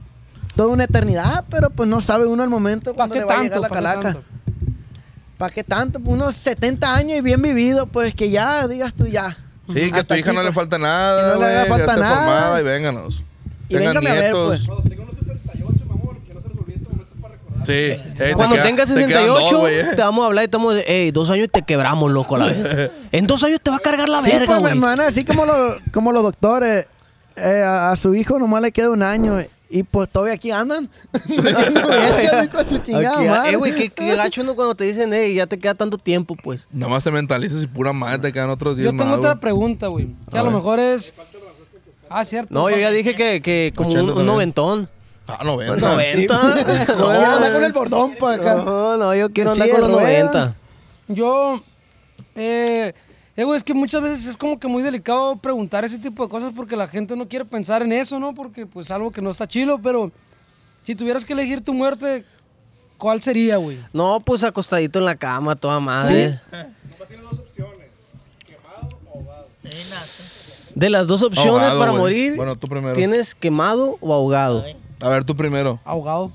Speaker 5: toda una eternidad, pero pues no sabe uno al momento
Speaker 8: ¿Para
Speaker 5: cuando
Speaker 8: qué
Speaker 5: le va a llegar
Speaker 8: tanto?
Speaker 5: la
Speaker 8: ¿Para qué
Speaker 5: calaca.
Speaker 8: tanto?
Speaker 5: ¿Para qué tanto? Unos 70 años y bien vivido, pues que ya, digas tú ya.
Speaker 4: Sí, que a tu
Speaker 5: Hasta
Speaker 4: hija
Speaker 5: aquí,
Speaker 4: no le
Speaker 5: pues.
Speaker 4: falta nada.
Speaker 5: Que no le haga
Speaker 4: güey, ya
Speaker 5: falta
Speaker 4: está
Speaker 5: nada.
Speaker 4: formada y vénganos.
Speaker 5: Y
Speaker 4: Tengan
Speaker 5: véngame a ver,
Speaker 4: nietos.
Speaker 5: pues.
Speaker 4: Sí. Ey,
Speaker 2: Cuando
Speaker 4: te queda-
Speaker 2: tengas
Speaker 4: te quedan dos,
Speaker 2: 68,
Speaker 4: güey, eh.
Speaker 2: te vamos a hablar y estamos. Ey, dos años y te quebramos, loco, la vez. En dos años te va a cargar la
Speaker 5: Sí,
Speaker 2: verga,
Speaker 5: pues,
Speaker 2: güey.
Speaker 5: hermana, así como, los- como los doctores, eh, a, a su hijo nomás le queda un año y pues todavía aquí andan. Ya con su chingada
Speaker 2: Aquí,
Speaker 5: madre.
Speaker 2: eh, güey, qué, qué gacho uno cuando te dicen, ey, ya te queda tanto tiempo, pues.
Speaker 4: Nada más te mentalizas y pura madre te quedan otros 10
Speaker 8: Yo
Speaker 4: más.
Speaker 8: tengo otra
Speaker 4: güey.
Speaker 8: pregunta, güey. Que a, lo mejor es. Ah, cierto.
Speaker 2: No, yo ya dije que, que como un,
Speaker 4: Ochenta
Speaker 2: un
Speaker 4: también.
Speaker 2: noventón.
Speaker 4: Ah, 90.
Speaker 2: Pues, ¿Noventa?
Speaker 5: No,
Speaker 2: No,
Speaker 5: anda con el bordón pues. para acá.
Speaker 2: No, no, yo quiero andar
Speaker 5: Sí,
Speaker 2: con los
Speaker 5: rueda.
Speaker 2: 90.
Speaker 8: Yo. Eh, eh, güey, es que muchas veces es como que muy delicado preguntar ese tipo de cosas porque la gente no quiere pensar en eso, ¿no? Porque pues algo que no está chilo, pero si tuvieras que elegir tu muerte, ¿cuál sería, güey?
Speaker 2: No, pues acostadito en la cama, toda madre.
Speaker 7: Sí, no.
Speaker 2: De las dos opciones
Speaker 4: Ahogado,
Speaker 2: para
Speaker 4: güey.
Speaker 2: morir,
Speaker 4: Bueno, tú primero.
Speaker 2: tienes quemado o ahogado.
Speaker 4: A ver, tú primero.
Speaker 8: Ahogado.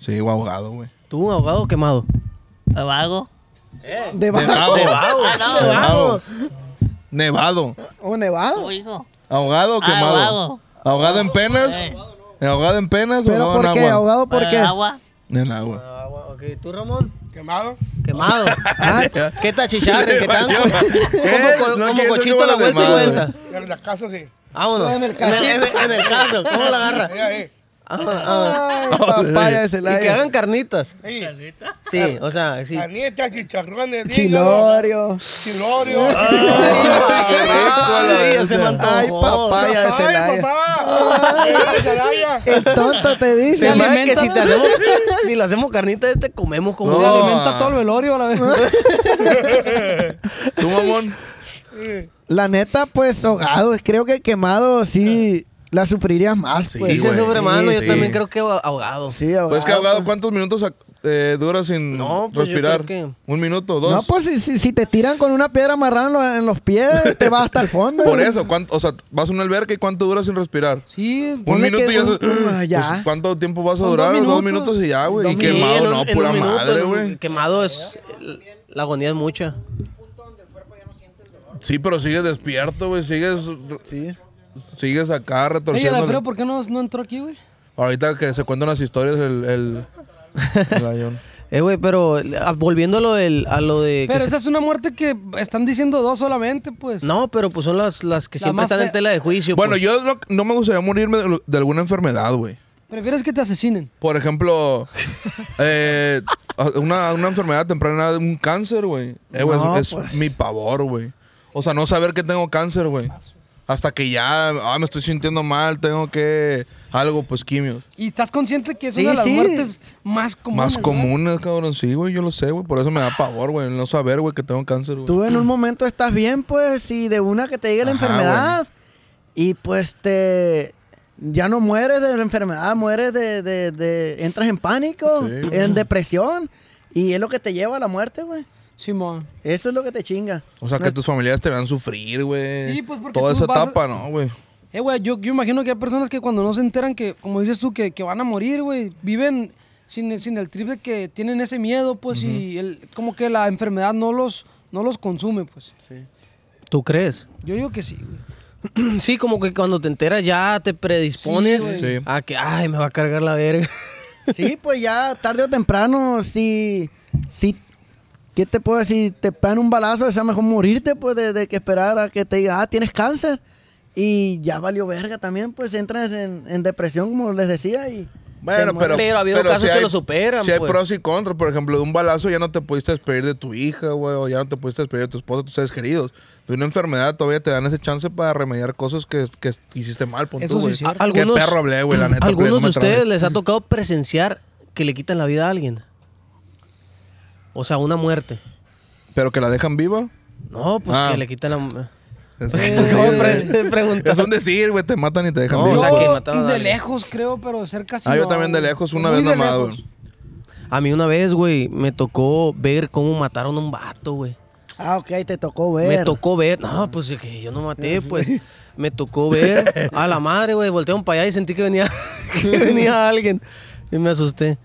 Speaker 4: Sí, güey, ahogado, güey.
Speaker 2: ¿Tú, ahogado o quemado?
Speaker 7: Vago.
Speaker 5: Debajo.
Speaker 4: Nevado.
Speaker 7: Ah, no,
Speaker 4: Nevado. Nevado.
Speaker 5: O nevado.
Speaker 7: tu hijo.
Speaker 4: Ahogado o
Speaker 7: Ah,
Speaker 4: quemado.
Speaker 7: ahogado.
Speaker 4: Ahogado en penas.
Speaker 7: Eh.
Speaker 4: Ahogado en penas o
Speaker 5: ¿Pero
Speaker 4: ahogado
Speaker 5: por
Speaker 4: en
Speaker 5: qué?
Speaker 4: agua.
Speaker 5: ¿Ahogado por
Speaker 7: Para
Speaker 5: qué?
Speaker 7: el agua.
Speaker 4: En el agua.
Speaker 2: Agua, Ah, ok. ¿Tú, Ramón?
Speaker 6: Quemado.
Speaker 2: Quemado. Ah, ¿Qué tachicharre? ¿Qué tanto?
Speaker 4: ¿Qué?
Speaker 2: Como, co-
Speaker 4: No
Speaker 2: como
Speaker 4: quiere ser
Speaker 2: cochito
Speaker 4: como
Speaker 2: a la
Speaker 4: los
Speaker 2: vuelta y
Speaker 4: demás.
Speaker 2: vuelta.
Speaker 6: En la casa sí.
Speaker 2: Vámonos. En el caso. En el, en el caso. ¿Cómo la agarra?
Speaker 6: Ahí, ahí.
Speaker 2: Ah, ah.
Speaker 5: Ay, papaya de
Speaker 2: Y que
Speaker 5: Celaya.
Speaker 2: hagan carnitas.
Speaker 6: Sí. Ah,
Speaker 2: Sí, o sea, sí.
Speaker 6: Canita, chicharrones, hígado,
Speaker 5: Chilorio.
Speaker 6: Chilorio.
Speaker 2: Ah. Ay, ya se me antojó.
Speaker 5: Ay, papaya de
Speaker 6: ¡Ay,
Speaker 5: Celaya.
Speaker 2: Ah.
Speaker 6: papá! Ay, Celaya.
Speaker 5: El tonto
Speaker 2: Se
Speaker 5: te dice.
Speaker 2: me hace que si te hacemos, si le hacemos carnita, te comemos como.
Speaker 4: No.
Speaker 8: Se alimenta todo el velorio a la vez.
Speaker 4: Tú, mamón.
Speaker 5: La neta, pues ahogado. Creo que quemado sí la sufrirías más.
Speaker 4: Sí,
Speaker 5: pues.
Speaker 2: Sí, se
Speaker 4: güey.
Speaker 2: sufre mano, yo
Speaker 4: sí.
Speaker 2: también creo que ahogado.
Speaker 5: Sí, ahogado.
Speaker 4: Pues que ahogado, ¿cuántos minutos eh, dura sin
Speaker 2: No, pues yo
Speaker 4: respirar?
Speaker 2: creo que-
Speaker 4: Un minuto, dos.
Speaker 5: No, pues si, si- si te tiran con una piedra amarrada en los, en los pies, te vas hasta el fondo.
Speaker 4: Por eso, ¿cuánto- o sea, vas a una alberca y cuánto dura sin respirar?
Speaker 8: Sí,
Speaker 4: Un
Speaker 5: Ponle que
Speaker 4: minuto y ya.
Speaker 5: un-
Speaker 4: se-
Speaker 5: ah, ya.
Speaker 4: pues, ¿Cuánto tiempo vas a
Speaker 8: Son
Speaker 4: durar?
Speaker 8: dos
Speaker 4: Dos
Speaker 8: minutos.
Speaker 4: minutos y ya, güey. Y
Speaker 2: Sí,
Speaker 4: quemado,
Speaker 2: en un-
Speaker 4: no,
Speaker 2: en un
Speaker 4: pura
Speaker 2: minuto,
Speaker 4: madre,
Speaker 2: en un-
Speaker 4: güey.
Speaker 2: Quemado es. La agonía es mucha.
Speaker 4: Sí, pero sigues despierto, güey. Sigues. Sigues acá
Speaker 8: Oye,
Speaker 4: retorciendo.
Speaker 8: la frío, ¿por qué no, no entró aquí, güey?
Speaker 4: Ahorita que se cuentan las historias, el. el... el avión.
Speaker 2: Eh, güey, pero ah, volviendo a lo, del- a lo de. que
Speaker 8: Pero
Speaker 2: se-
Speaker 8: esa es una muerte que están diciendo dos solamente, pues.
Speaker 2: No, pero pues son las, las que
Speaker 8: La
Speaker 2: siempre
Speaker 8: más
Speaker 2: están en
Speaker 8: fea.
Speaker 2: tela de juicio.
Speaker 4: bueno,
Speaker 2: pues.
Speaker 4: yo no, no me gustaría morirme de, de alguna enfermedad, güey.
Speaker 8: Prefieres que te asesinen.
Speaker 4: Por ejemplo, eh, una, una enfermedad temprana, un cáncer, güey. Eh, güey,
Speaker 5: No,
Speaker 4: es, es
Speaker 5: pues.
Speaker 4: mi pavor, güey. O sea, no saber que tengo cáncer, güey. Hasta que ya, ah, me estoy sintiendo mal, tengo que algo, pues quimios.
Speaker 8: Y estás consciente que es
Speaker 5: Sí,
Speaker 8: una de las
Speaker 5: sí.
Speaker 8: muertes más comunes.
Speaker 4: Más
Speaker 8: ¿no?
Speaker 4: comunes, cabrón, sí, güey, yo lo sé, güey. Por eso me da pavor, güey, no saber, güey, que tengo cáncer, güey.
Speaker 5: Tú en un momento estás bien, pues, y de una que te llegue la
Speaker 4: Ajá,
Speaker 5: enfermedad, y pues te. Ya no mueres de la enfermedad, mueres de. de- de- entras en pánico,
Speaker 4: Sí.
Speaker 5: en depresión, y es lo que te lleva a la muerte, güey.
Speaker 8: Simón.
Speaker 5: Eso es lo que te chinga.
Speaker 4: O sea, que tus familiares te vean sufrir, güey.
Speaker 8: Sí, pues, porque
Speaker 4: Toda
Speaker 8: tú
Speaker 4: esa
Speaker 8: vas a-
Speaker 4: etapa, ¿no, güey?
Speaker 8: Eh, güey, yo, yo imagino que hay personas que cuando no se enteran que, como dices tú, que, que van a morir, güey, viven sin, sin el trip de que tienen ese miedo, pues, y el- como que la enfermedad no los, no los consume, pues.
Speaker 2: ¿Tú crees?
Speaker 8: Yo digo que sí, güey.
Speaker 2: Sí, como que cuando te enteras ya te predispones
Speaker 4: Sí, güey. Sí.
Speaker 2: a que, ay, me va a cargar la verga.
Speaker 5: Sí, pues ya tarde o temprano, si, si ¿Qué te puedo decir? Te pegan un balazo, es mejor morirte, pues, de, de que esperar a que te diga, ah, tienes cáncer. Y ya valió verga también, pues, entras en, en depresión, como les decía, y... te
Speaker 4: Bueno, pero.
Speaker 5: mueres.
Speaker 2: Pero ha habido casos que lo superan,
Speaker 4: Si hay
Speaker 2: pues.
Speaker 4: pros y contras, por ejemplo, de un balazo ya no te pudiste despedir de tu hija, güey, o ya no te pudiste despedir de tu esposa, de tus seres queridos. De una enfermedad todavía te dan ese chance para remediar cosas que, que hiciste mal, pon tú,
Speaker 8: Eso sí
Speaker 4: güey.
Speaker 8: es
Speaker 2: A-
Speaker 8: cierto.
Speaker 4: Qué perro hablé, güey, la neta. pues,
Speaker 2: Algunos de
Speaker 4: me trabé.
Speaker 2: ustedes les ha tocado presenciar que le quitan la vida a alguien. O sea, una muerte.
Speaker 4: Pero que la dejan viva.
Speaker 2: No, pues
Speaker 4: Ah.
Speaker 2: que le quitan la.
Speaker 4: Es,
Speaker 2: ¿Cómo pre- preguntar?
Speaker 4: es un decir, güey, te matan y te dejan
Speaker 2: No,
Speaker 4: viva.
Speaker 2: o sea,
Speaker 8: Yo
Speaker 2: que mataron a
Speaker 8: de
Speaker 2: alguien.
Speaker 8: lejos, creo, pero cerca sí.
Speaker 4: Ah, yo
Speaker 8: no,
Speaker 4: también de
Speaker 8: güey.
Speaker 4: lejos, una
Speaker 8: Muy
Speaker 4: vez
Speaker 8: de
Speaker 4: nomás,
Speaker 8: lejos.
Speaker 4: güey.
Speaker 2: A mí una vez, güey, me tocó ver cómo mataron a un vato, güey.
Speaker 5: Ah, ok, te tocó ver.
Speaker 2: Me tocó ver. No, pues es que yo no maté, pues. Me tocó ver a la madre, güey. Voltearon para allá y sentí que venía, que venía alguien. Y me asusté.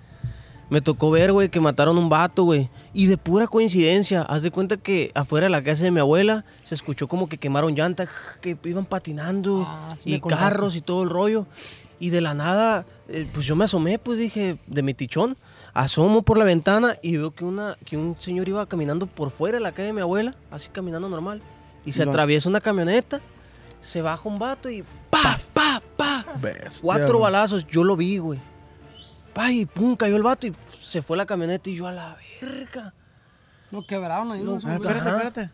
Speaker 2: Me tocó ver, güey, que mataron a un vato, güey. Y de pura coincidencia, haz de cuenta que afuera de la casa de mi abuela se escuchó como que quemaron llantas, que iban patinando
Speaker 8: Ah, sí me
Speaker 2: y
Speaker 8: contaste.
Speaker 2: carros y todo el rollo. Y de la nada, eh, pues yo me asomé, pues dije, de mi tichón, asomo por la ventana y veo que, una, que un señor iba caminando por fuera de la calle de mi abuela, así caminando normal. Y se
Speaker 5: Lo-
Speaker 2: atraviesa una camioneta, se baja un vato y ¡pa, pa, pa!
Speaker 4: Bestia,
Speaker 2: Cuatro
Speaker 4: güey.
Speaker 2: balazos, yo lo vi, güey. Pa, y pum, cayó el vato y se fue la camioneta y yo a la verga.
Speaker 8: Lo quebraron ahí.
Speaker 2: Lo-
Speaker 8: ¿no?
Speaker 5: Ah, espérate,
Speaker 2: Ajá.
Speaker 5: espérate.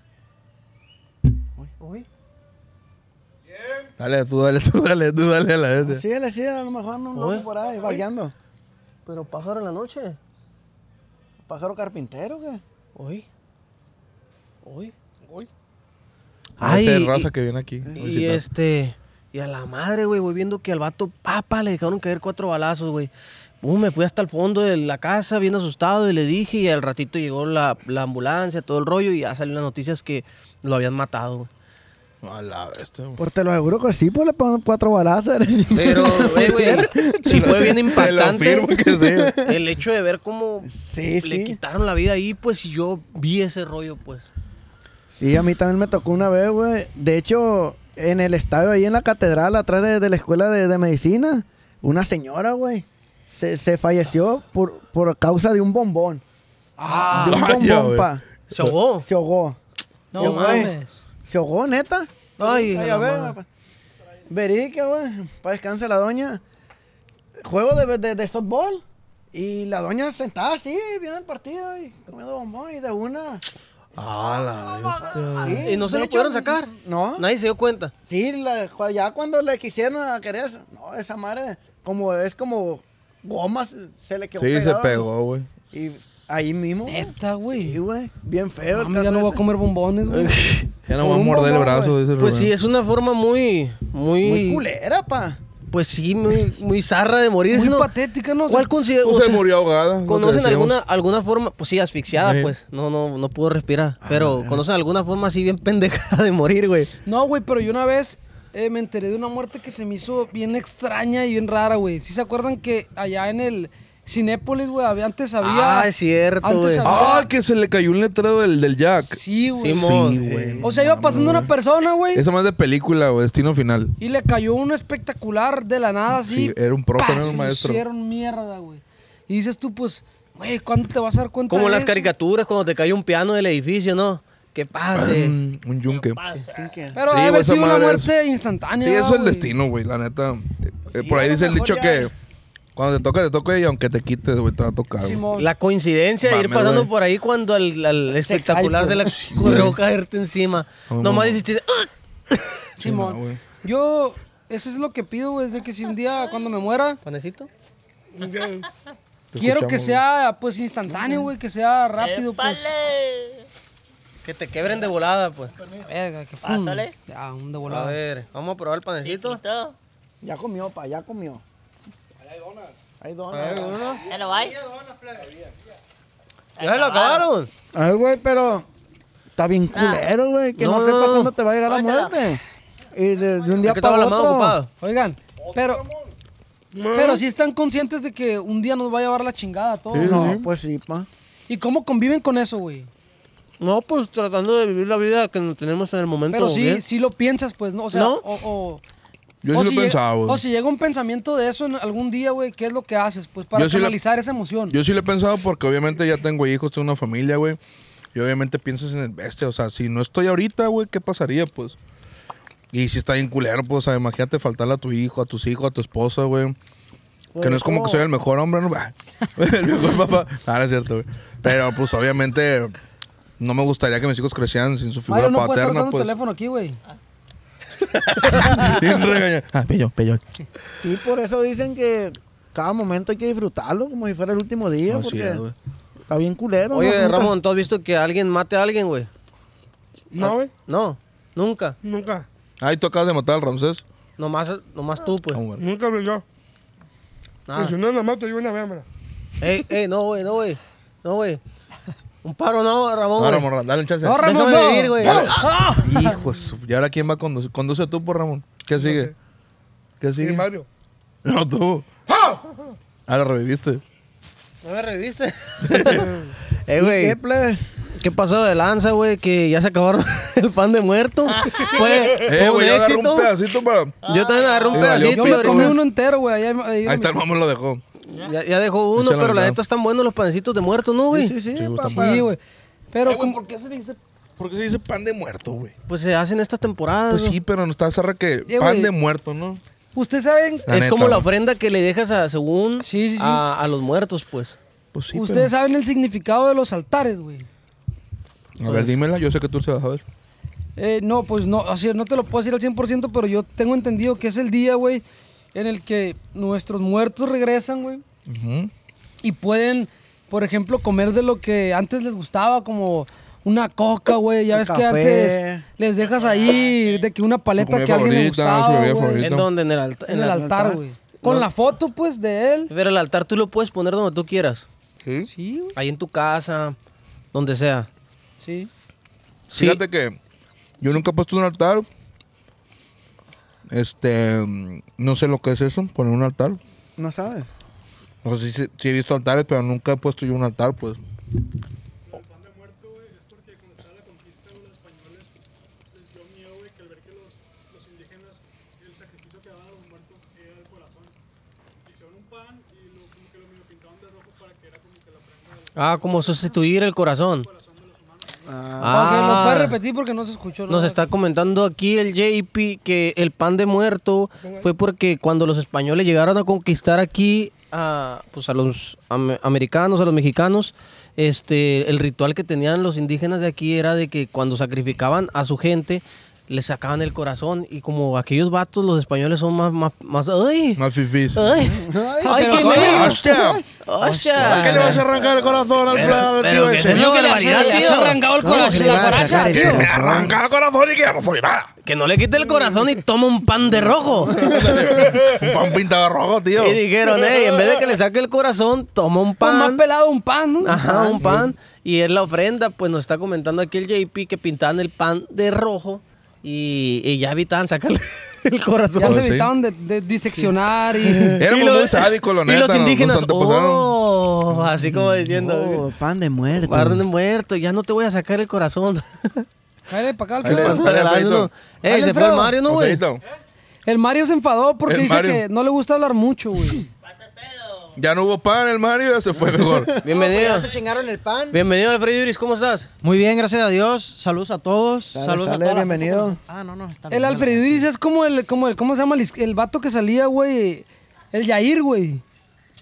Speaker 4: Dale, tú dale, tú dale, tú dale a la vez.
Speaker 5: Síguele, síguele, a lo mejor no un
Speaker 2: Oye.
Speaker 5: loco por ahí, vagueando.
Speaker 2: Pero pájaro en la noche.
Speaker 5: ¿Pájaro carpintero qué?
Speaker 2: Hoy. Hoy.
Speaker 6: Uy.
Speaker 4: Ay,
Speaker 2: Ay,
Speaker 4: raza
Speaker 2: y-
Speaker 4: que viene aquí.
Speaker 2: Y
Speaker 4: visita.
Speaker 2: este, y a la madre, güey, voy viendo que al vato, papa, le dejaron caer cuatro balazos, güey. Pum, me fui hasta el fondo de la casa, bien asustado, y le dije, y al ratito llegó la, la ambulancia, todo el rollo, y ya salieron las noticias que lo habían matado, güey.
Speaker 4: A la bestia, güey.
Speaker 5: Pues te lo aseguro que sí, pues le ponen cuatro balazos.
Speaker 2: Pero, eh, güey, güey, sí fue bien
Speaker 4: Te lo
Speaker 2: impactante
Speaker 4: afirmo que sí.
Speaker 2: el hecho de ver cómo
Speaker 5: Sí,
Speaker 2: le
Speaker 5: sí.
Speaker 2: quitaron la vida ahí, pues, y yo vi ese rollo, pues.
Speaker 5: Sí, a mí también me tocó una vez, güey. De hecho, en el estadio, ahí en la catedral, atrás de, de la escuela de, de medicina, una señora, güey, se, se falleció por, por causa de un bombón. de un
Speaker 4: Ah. vaya,
Speaker 5: bombón,
Speaker 4: güey.
Speaker 5: pa.
Speaker 2: Se ahogó.
Speaker 5: Se ahogó.
Speaker 2: No
Speaker 5: Se ahogó, Oh, güey.
Speaker 2: mames.
Speaker 5: Se ahogó, neta.
Speaker 2: Ay,
Speaker 5: Ay,
Speaker 2: la
Speaker 5: a ver,
Speaker 2: madre.
Speaker 5: pa- Verica, güey. Pa' descanse la doña. Juego de, de, de softball. Y la doña sentada así, viendo el partido y comiendo bombón y de una.
Speaker 4: A Ah, la bestia.
Speaker 5: Sí,
Speaker 2: ¿Y no se
Speaker 5: de
Speaker 2: lo
Speaker 5: hecho,
Speaker 2: pudieron sacar?
Speaker 5: No.
Speaker 2: Nadie se dio cuenta.
Speaker 5: Sí, la- cu- ya cuando le quisieron a querer. No, esa madre, como es como goma, se se le quedó.
Speaker 4: Sí, se
Speaker 5: pegado.
Speaker 4: pegó, güey.
Speaker 5: Y ahí mismo. güey.
Speaker 8: Neta, güey.
Speaker 5: Sí, güey. Bien feo. el
Speaker 8: Mami, ya
Speaker 5: caso
Speaker 8: no voy a
Speaker 5: ese.
Speaker 8: comer bombones, güey.
Speaker 4: Ya no
Speaker 5: Por
Speaker 4: va a
Speaker 5: un
Speaker 4: morder el
Speaker 5: bombón,
Speaker 4: brazo,
Speaker 5: güey.
Speaker 4: dice
Speaker 2: Pues sí,
Speaker 4: Rubén.
Speaker 2: es una forma muy, muy,
Speaker 5: Muy culera, pa.
Speaker 2: pues sí, muy, muy zarra de morir.
Speaker 8: Muy
Speaker 2: sino-
Speaker 8: patética, ¿no?
Speaker 2: ¿Cuál considera?
Speaker 4: Pues
Speaker 2: o
Speaker 4: se
Speaker 2: sea,
Speaker 4: murió ahogada. lo que
Speaker 2: ¿Conocen
Speaker 4: decíamos.
Speaker 2: alguna, alguna forma? Pues sí, asfixiada,
Speaker 4: Sí.
Speaker 2: pues. No, no, no pudo respirar. pero ¿conocen alguna forma así bien pendejada de morir, güey?
Speaker 8: No, güey, pero yo una vez eh, me enteré de una muerte que se me hizo bien extraña y bien rara, güey. ¿Sí se acuerdan que allá en el Cinépolis, güey, había, antes había...
Speaker 2: Ah, es cierto,
Speaker 8: antes
Speaker 2: güey.
Speaker 8: había-
Speaker 4: Ah, que se le cayó un letrero del, del Jack.
Speaker 8: Sí, güey.
Speaker 2: Simón.
Speaker 4: Sí, güey.
Speaker 8: O sea, iba pasando una persona, güey,
Speaker 4: Esa más de película o destino final.
Speaker 8: y le cayó uno espectacular de la nada, así.
Speaker 4: Sí, era un profe, no
Speaker 8: ¡pah!
Speaker 4: era un
Speaker 8: Se lo
Speaker 4: maestro.
Speaker 8: hicieron mierda, güey. Y dices tú, pues, güey, ¿cuándo te vas a dar cuenta
Speaker 2: Como
Speaker 8: de
Speaker 2: las
Speaker 8: eso?
Speaker 2: caricaturas cuando te cae un piano del edificio, ¿no? Que pase.
Speaker 4: Mm, un yunque.
Speaker 5: Sin que-
Speaker 4: Sí,
Speaker 8: Pero debe
Speaker 4: güey,
Speaker 8: haber
Speaker 4: esa
Speaker 8: sido una
Speaker 4: madre
Speaker 8: muerte instantánea,
Speaker 4: Sí, eso es el
Speaker 8: güey.
Speaker 4: destino, güey, la neta. Eh,
Speaker 5: Sí,
Speaker 4: por ahí
Speaker 5: a lo
Speaker 4: dice el
Speaker 5: mejor
Speaker 4: dicho
Speaker 5: ya-
Speaker 4: que cuando te toca, te toca y aunque te quites, güey, te va a tocar. güey.
Speaker 8: Simón.
Speaker 2: La coincidencia de ir
Speaker 4: Mames,
Speaker 2: pasando
Speaker 4: güey.
Speaker 2: por ahí cuando al, al espectacular se
Speaker 5: cae,
Speaker 2: le ocurrió caerte encima.
Speaker 4: No,
Speaker 2: Nomás
Speaker 4: no.
Speaker 2: hiciste... "Ah".
Speaker 8: Simón.
Speaker 4: no, güey.
Speaker 8: Yo, eso es lo que pido, güey, es de que si un día cuando me muera,
Speaker 2: ¿Panecito?
Speaker 4: Te
Speaker 8: quiero que
Speaker 4: escuchamos,
Speaker 8: sea pues instantáneo, güey, que sea rápido, pues.
Speaker 7: ¡Épale!
Speaker 2: Que te quebren de volada, pues.
Speaker 8: Verga, que fum.
Speaker 7: Pásale.
Speaker 8: Ya, un de
Speaker 2: A
Speaker 8: volada.
Speaker 2: ver, vamos a probar el panecito.
Speaker 7: Chiquito.
Speaker 5: Ya comió, pa, ya comió. Hay donas. Hay donas.
Speaker 7: Ya no hay.
Speaker 2: ¿Ya se lo acabaron?
Speaker 5: Ay, güey, pero está bien culero, güey. Que no,
Speaker 2: Ah. No,
Speaker 5: sepa
Speaker 2: no.
Speaker 5: cuándo te va a llegar la
Speaker 7: Guárdala.
Speaker 5: muerte. Y de, de un día
Speaker 2: Es que estaba
Speaker 5: para
Speaker 2: la mano
Speaker 5: otro.
Speaker 2: ocupada.
Speaker 8: Oigan, pero pero si están conscientes de que un día nos va a llevar la chingada a todos.
Speaker 5: No, pues sí, pa.
Speaker 8: ¿Y cómo conviven con eso, güey?
Speaker 2: No, pues tratando de vivir la vida que tenemos en el momento.
Speaker 8: Pero sí,
Speaker 2: bien.
Speaker 8: sí lo piensas, pues, ¿no? O sea,
Speaker 2: ¿No?
Speaker 8: o... o-
Speaker 4: Yo
Speaker 8: o
Speaker 4: sí lo
Speaker 8: llega-
Speaker 4: pensaba, güey.
Speaker 8: O si llega un pensamiento de eso en algún día, güey, ¿qué es lo que haces? Pues para
Speaker 4: Yo sí lo-
Speaker 8: canalizar esa emoción.
Speaker 4: Yo sí lo he pensado porque obviamente ya tengo hijos, tengo una familia, güey. Y obviamente piensas en el bestia. O sea, si no estoy ahorita, güey, ¿qué pasaría, pues? Y si está bien culero, pues, o sea, imagínate faltarle a tu hijo, a tus hijos, a tu esposa, güey. Que
Speaker 5: Güey,
Speaker 4: no es como
Speaker 5: ¿cómo?
Speaker 4: que soy el mejor hombre, ¿no? Ah, el mejor papá. Ah, no es cierto, güey. Pero, pues, obviamente, no me gustaría que mis hijos crecieran sin su figura
Speaker 8: Mario, no puedes estar
Speaker 4: paterna,
Speaker 8: usando
Speaker 4: pues.
Speaker 8: el teléfono aquí, güey.
Speaker 4: Bien regañado. Ah, pellón, pellón.
Speaker 5: Sí, por eso dicen que cada momento hay que disfrutarlo como si fuera el último día,
Speaker 4: Así
Speaker 5: porque
Speaker 4: es, güey.
Speaker 5: está bien culero. ¿no?
Speaker 2: Oye,
Speaker 5: Nunca-
Speaker 2: Ramón, ¿tú has visto que alguien mate a alguien, güey? Ah,
Speaker 6: No, güey.
Speaker 2: No, nunca.
Speaker 6: Nunca.
Speaker 4: Ay, tú acabas de matar al Ramsés.
Speaker 2: Nomás, nomás tú, pues.
Speaker 4: Vamos a ver.
Speaker 6: Nunca brilló.
Speaker 2: Nada.
Speaker 6: Y si no, la mato yo una vez, mira.
Speaker 2: Ey, ey, no, güey, no, güey. No, güey. Un paro no, Ramón.
Speaker 4: No,
Speaker 2: güey.
Speaker 4: Ramón, dale un chance.
Speaker 8: No, Ramón,
Speaker 2: Déjame
Speaker 8: no. Ah.
Speaker 2: vivir, güey.
Speaker 8: No.
Speaker 4: Ah. Hijo, de su- ¿y ahora quién va a conducir? Conduce tú por Ramón. ¿Qué sigue? ¿Qué
Speaker 6: Y
Speaker 4: sigue?
Speaker 6: Mario.
Speaker 4: No, tú. Ah, lo reviviste.
Speaker 2: No me reviste.
Speaker 5: ¿Y
Speaker 2: eh, güey.
Speaker 5: qué, plebe?
Speaker 2: ¿Qué pasó de lanza, güey? Que ya se acabaron el pan de muerto. Fue
Speaker 4: Eh,
Speaker 2: fue un
Speaker 4: güey, yo agarré
Speaker 2: éxito.
Speaker 4: un pedacito para.
Speaker 2: Yo también agarré un
Speaker 4: Sí, valió
Speaker 2: pedacito.
Speaker 4: pito,
Speaker 8: Yo me
Speaker 2: pero-
Speaker 8: comí uno entero, güey. Ahí, ahí-
Speaker 4: Ahí está, el mamón lo dejó.
Speaker 2: Ya, ya dejó uno,
Speaker 4: Echa la
Speaker 2: pero la
Speaker 4: mitad.
Speaker 2: neta están buenos los panecitos de muerto, ¿no, güey?
Speaker 5: Sí, sí,
Speaker 4: Sí, gusta
Speaker 5: papá.
Speaker 8: Sí, güey. Pero
Speaker 4: Eh, güey,
Speaker 8: como-
Speaker 4: ¿por qué se dice, por qué se dice pan de muerto, güey?
Speaker 2: Pues se hacen estas temporadas.
Speaker 4: Pues
Speaker 2: ¿no?
Speaker 4: sí, pero no está cerra que
Speaker 8: Eh,
Speaker 4: pan
Speaker 8: güey.
Speaker 4: de muerto, ¿no?
Speaker 8: ustedes saben,
Speaker 4: La
Speaker 2: es
Speaker 4: neta,
Speaker 2: como la
Speaker 4: güey.
Speaker 2: ofrenda que le dejas a, según
Speaker 8: Sí, sí, sí.
Speaker 2: A, a los muertos, pues.
Speaker 4: Pues sí.
Speaker 8: ustedes saben el significado de los altares, güey.
Speaker 4: pero- A ver, dímela, yo sé que tú se vas a ver.
Speaker 8: Eh, no, pues no, o sea, no te lo puedo decir al 100%, pero yo tengo entendido que es el día, güey, en el que nuestros muertos regresan, güey,
Speaker 4: Ujú.
Speaker 8: y pueden, por ejemplo, comer de lo que antes les gustaba, como una coca, güey, ya
Speaker 5: Un
Speaker 8: ves que
Speaker 5: café.
Speaker 8: antes les dejas
Speaker 4: Ah,
Speaker 8: ahí de que una paleta
Speaker 4: comida
Speaker 8: que a alguien le
Speaker 4: favorita, su
Speaker 8: gustaba,
Speaker 4: bebida
Speaker 8: güey,
Speaker 4: favorita.
Speaker 2: ¿En
Speaker 4: Ahorita-
Speaker 2: dónde? En el, alta-
Speaker 8: en el altar, güey. Con la foto, pues, de él.
Speaker 2: Pero el altar tú lo puedes poner donde tú quieras.
Speaker 4: Sí.
Speaker 8: Sí, güey,
Speaker 2: Ahí en tu casa, donde sea.
Speaker 8: sí.
Speaker 4: Fíjate que yo nunca he puesto un altar. Este, mm, no sé lo que es eso, poner un altar.
Speaker 5: No sabes.
Speaker 4: O sea, sí, sí- sí he visto altares, pero nunca he puesto yo un altar, pues.
Speaker 2: Ah, como sustituir el corazón.
Speaker 8: Ok, lo
Speaker 2: Ah.
Speaker 8: puedes repetir porque no se escuchó. ¿no?
Speaker 2: Nos está comentando aquí el JP que el pan de muerto fue porque cuando los españoles llegaron a conquistar aquí a, pues a los am- americanos, a los mexicanos, este, el ritual que tenían los indígenas de aquí era de que cuando sacrificaban a su gente, les sacaban el corazón y como aquellos vatos, los españoles son más, más, más, ¡ay!
Speaker 4: Más fifís.
Speaker 2: ¡Ay! ¡Ay, qué medio!
Speaker 4: ¡Hostia!
Speaker 2: ¡Hostia!
Speaker 4: ¿A qué le vas a arrancar el corazón al, al tío ese?
Speaker 2: Es una barbaridad, tío.
Speaker 5: ¿Cómo se le va a sacar el
Speaker 4: Que me
Speaker 5: corazón?
Speaker 4: arranca el corazón y que ya no soy nada.
Speaker 2: Que no le quite el corazón y toma un pan de rojo.
Speaker 4: Un pan pintado rojo, tío.
Speaker 2: Y dijeron, hey, en vez de que le saque el corazón, toma un
Speaker 8: Pues más
Speaker 2: pan. Ah,
Speaker 8: pelado un pan, ¿no?
Speaker 2: Ajá, un pan. Y es la ofrenda, pues nos está comentando aquí el JP que pintaban el pan de rojo y, y ya evitaban sacarle el corazón.
Speaker 8: Ya
Speaker 4: Pues
Speaker 8: se
Speaker 4: sí.
Speaker 8: evitaban de, de diseccionar y...
Speaker 4: Éramos
Speaker 2: Y los-
Speaker 4: muy sádicos, la
Speaker 2: y
Speaker 4: neta,
Speaker 2: los
Speaker 4: nos- nos
Speaker 2: indígenas,
Speaker 4: antepasaron.
Speaker 2: oh, así como diciendo,
Speaker 5: Oh, pan de muerto.
Speaker 2: guarden de muerto, ya no te voy a sacar el corazón.
Speaker 8: Cállate para acá,
Speaker 4: Ahí le
Speaker 8: Alfredo.
Speaker 4: vas. Dale, Alfredito.
Speaker 2: Ey,
Speaker 8: Dale,
Speaker 2: se fue el
Speaker 8: Alfredo.
Speaker 2: Mario, ¿no, güey?
Speaker 4: Alfredito,
Speaker 8: El Mario se enfadó porque
Speaker 4: El
Speaker 8: dice
Speaker 4: Mario.
Speaker 8: que no le gusta hablar mucho, güey.
Speaker 4: Ya no hubo pan, el Mario ya se fue mejor.
Speaker 2: Bienvenido.
Speaker 10: chingaron el pan.
Speaker 2: Bienvenido, Alfredo Yuris, ¿cómo estás?
Speaker 10: pues, Muy bien, gracias a Dios. Saludos a todos.
Speaker 5: Dale,
Speaker 10: Saludos
Speaker 5: sale,
Speaker 10: a todos.
Speaker 5: bienvenido.
Speaker 10: Ah, no, no. está
Speaker 8: El
Speaker 10: bien.
Speaker 8: Alfredo Iris es como el, como el, ¿cómo se llama? El, is- el vato que salía, güey. El Yair, güey.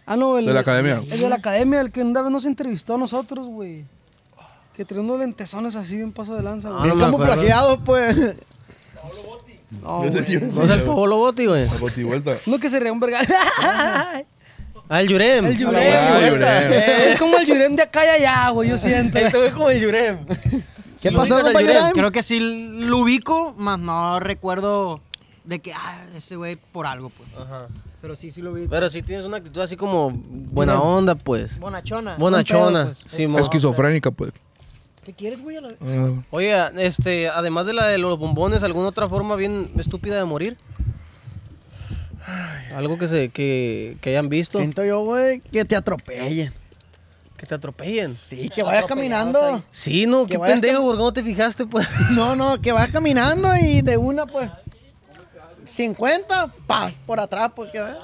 Speaker 8: Ah, no, el.
Speaker 4: De la academia.
Speaker 8: El de la academia, el que una vez nos entrevistó a nosotros, güey. Que tenía unos lentezones así, un paso de lanza,
Speaker 2: Ah,
Speaker 8: güey.
Speaker 5: Es
Speaker 2: no me
Speaker 5: como
Speaker 2: acuerdo.
Speaker 5: plagiado, pues.
Speaker 8: No,
Speaker 4: Ese
Speaker 8: güey.
Speaker 4: tío-
Speaker 2: No es el Polo Boti, güey.
Speaker 4: La botivuelta.
Speaker 8: Uno que se reía un vergal.
Speaker 2: Ah, el Yurem.
Speaker 8: el Yurem,
Speaker 4: Ah,
Speaker 8: güey.
Speaker 4: Yurem.
Speaker 8: Es como el Yurem de acá y allá, güey, yo siento.
Speaker 2: como el Yurem.
Speaker 5: ¿Qué
Speaker 2: Lo
Speaker 5: pasó,
Speaker 2: ubicas al
Speaker 5: compañero?
Speaker 2: Yurem.
Speaker 10: Creo que sí lo ubico, más no recuerdo de que, ah, ese güey por algo, pues.
Speaker 2: Ajá.
Speaker 10: Pero sí, sí lo ubico.
Speaker 2: Pero si tienes una actitud así como buena onda, pues.
Speaker 10: Bonachona.
Speaker 2: Bonachona.
Speaker 10: Buen pedo, pues.
Speaker 2: Simón.
Speaker 4: Esquizofrénica, pues.
Speaker 10: ¿Qué quieres, güey? A la-
Speaker 4: Ah,
Speaker 2: Oye, este, además de la de los bombones, ¿alguna otra forma bien estúpida de morir? Algo que se que, que hayan visto,
Speaker 5: Siento yo, güey, que te atropellen.
Speaker 2: que te atropellen.
Speaker 5: Sí, que vayas caminando.
Speaker 2: Sí, no, qué
Speaker 5: vaya-
Speaker 2: pendejo, ¿por qué no te fijaste, pues?
Speaker 5: No, no, que vas caminando y de una, pues. 50, paz, por atrás, porque. ¿eh?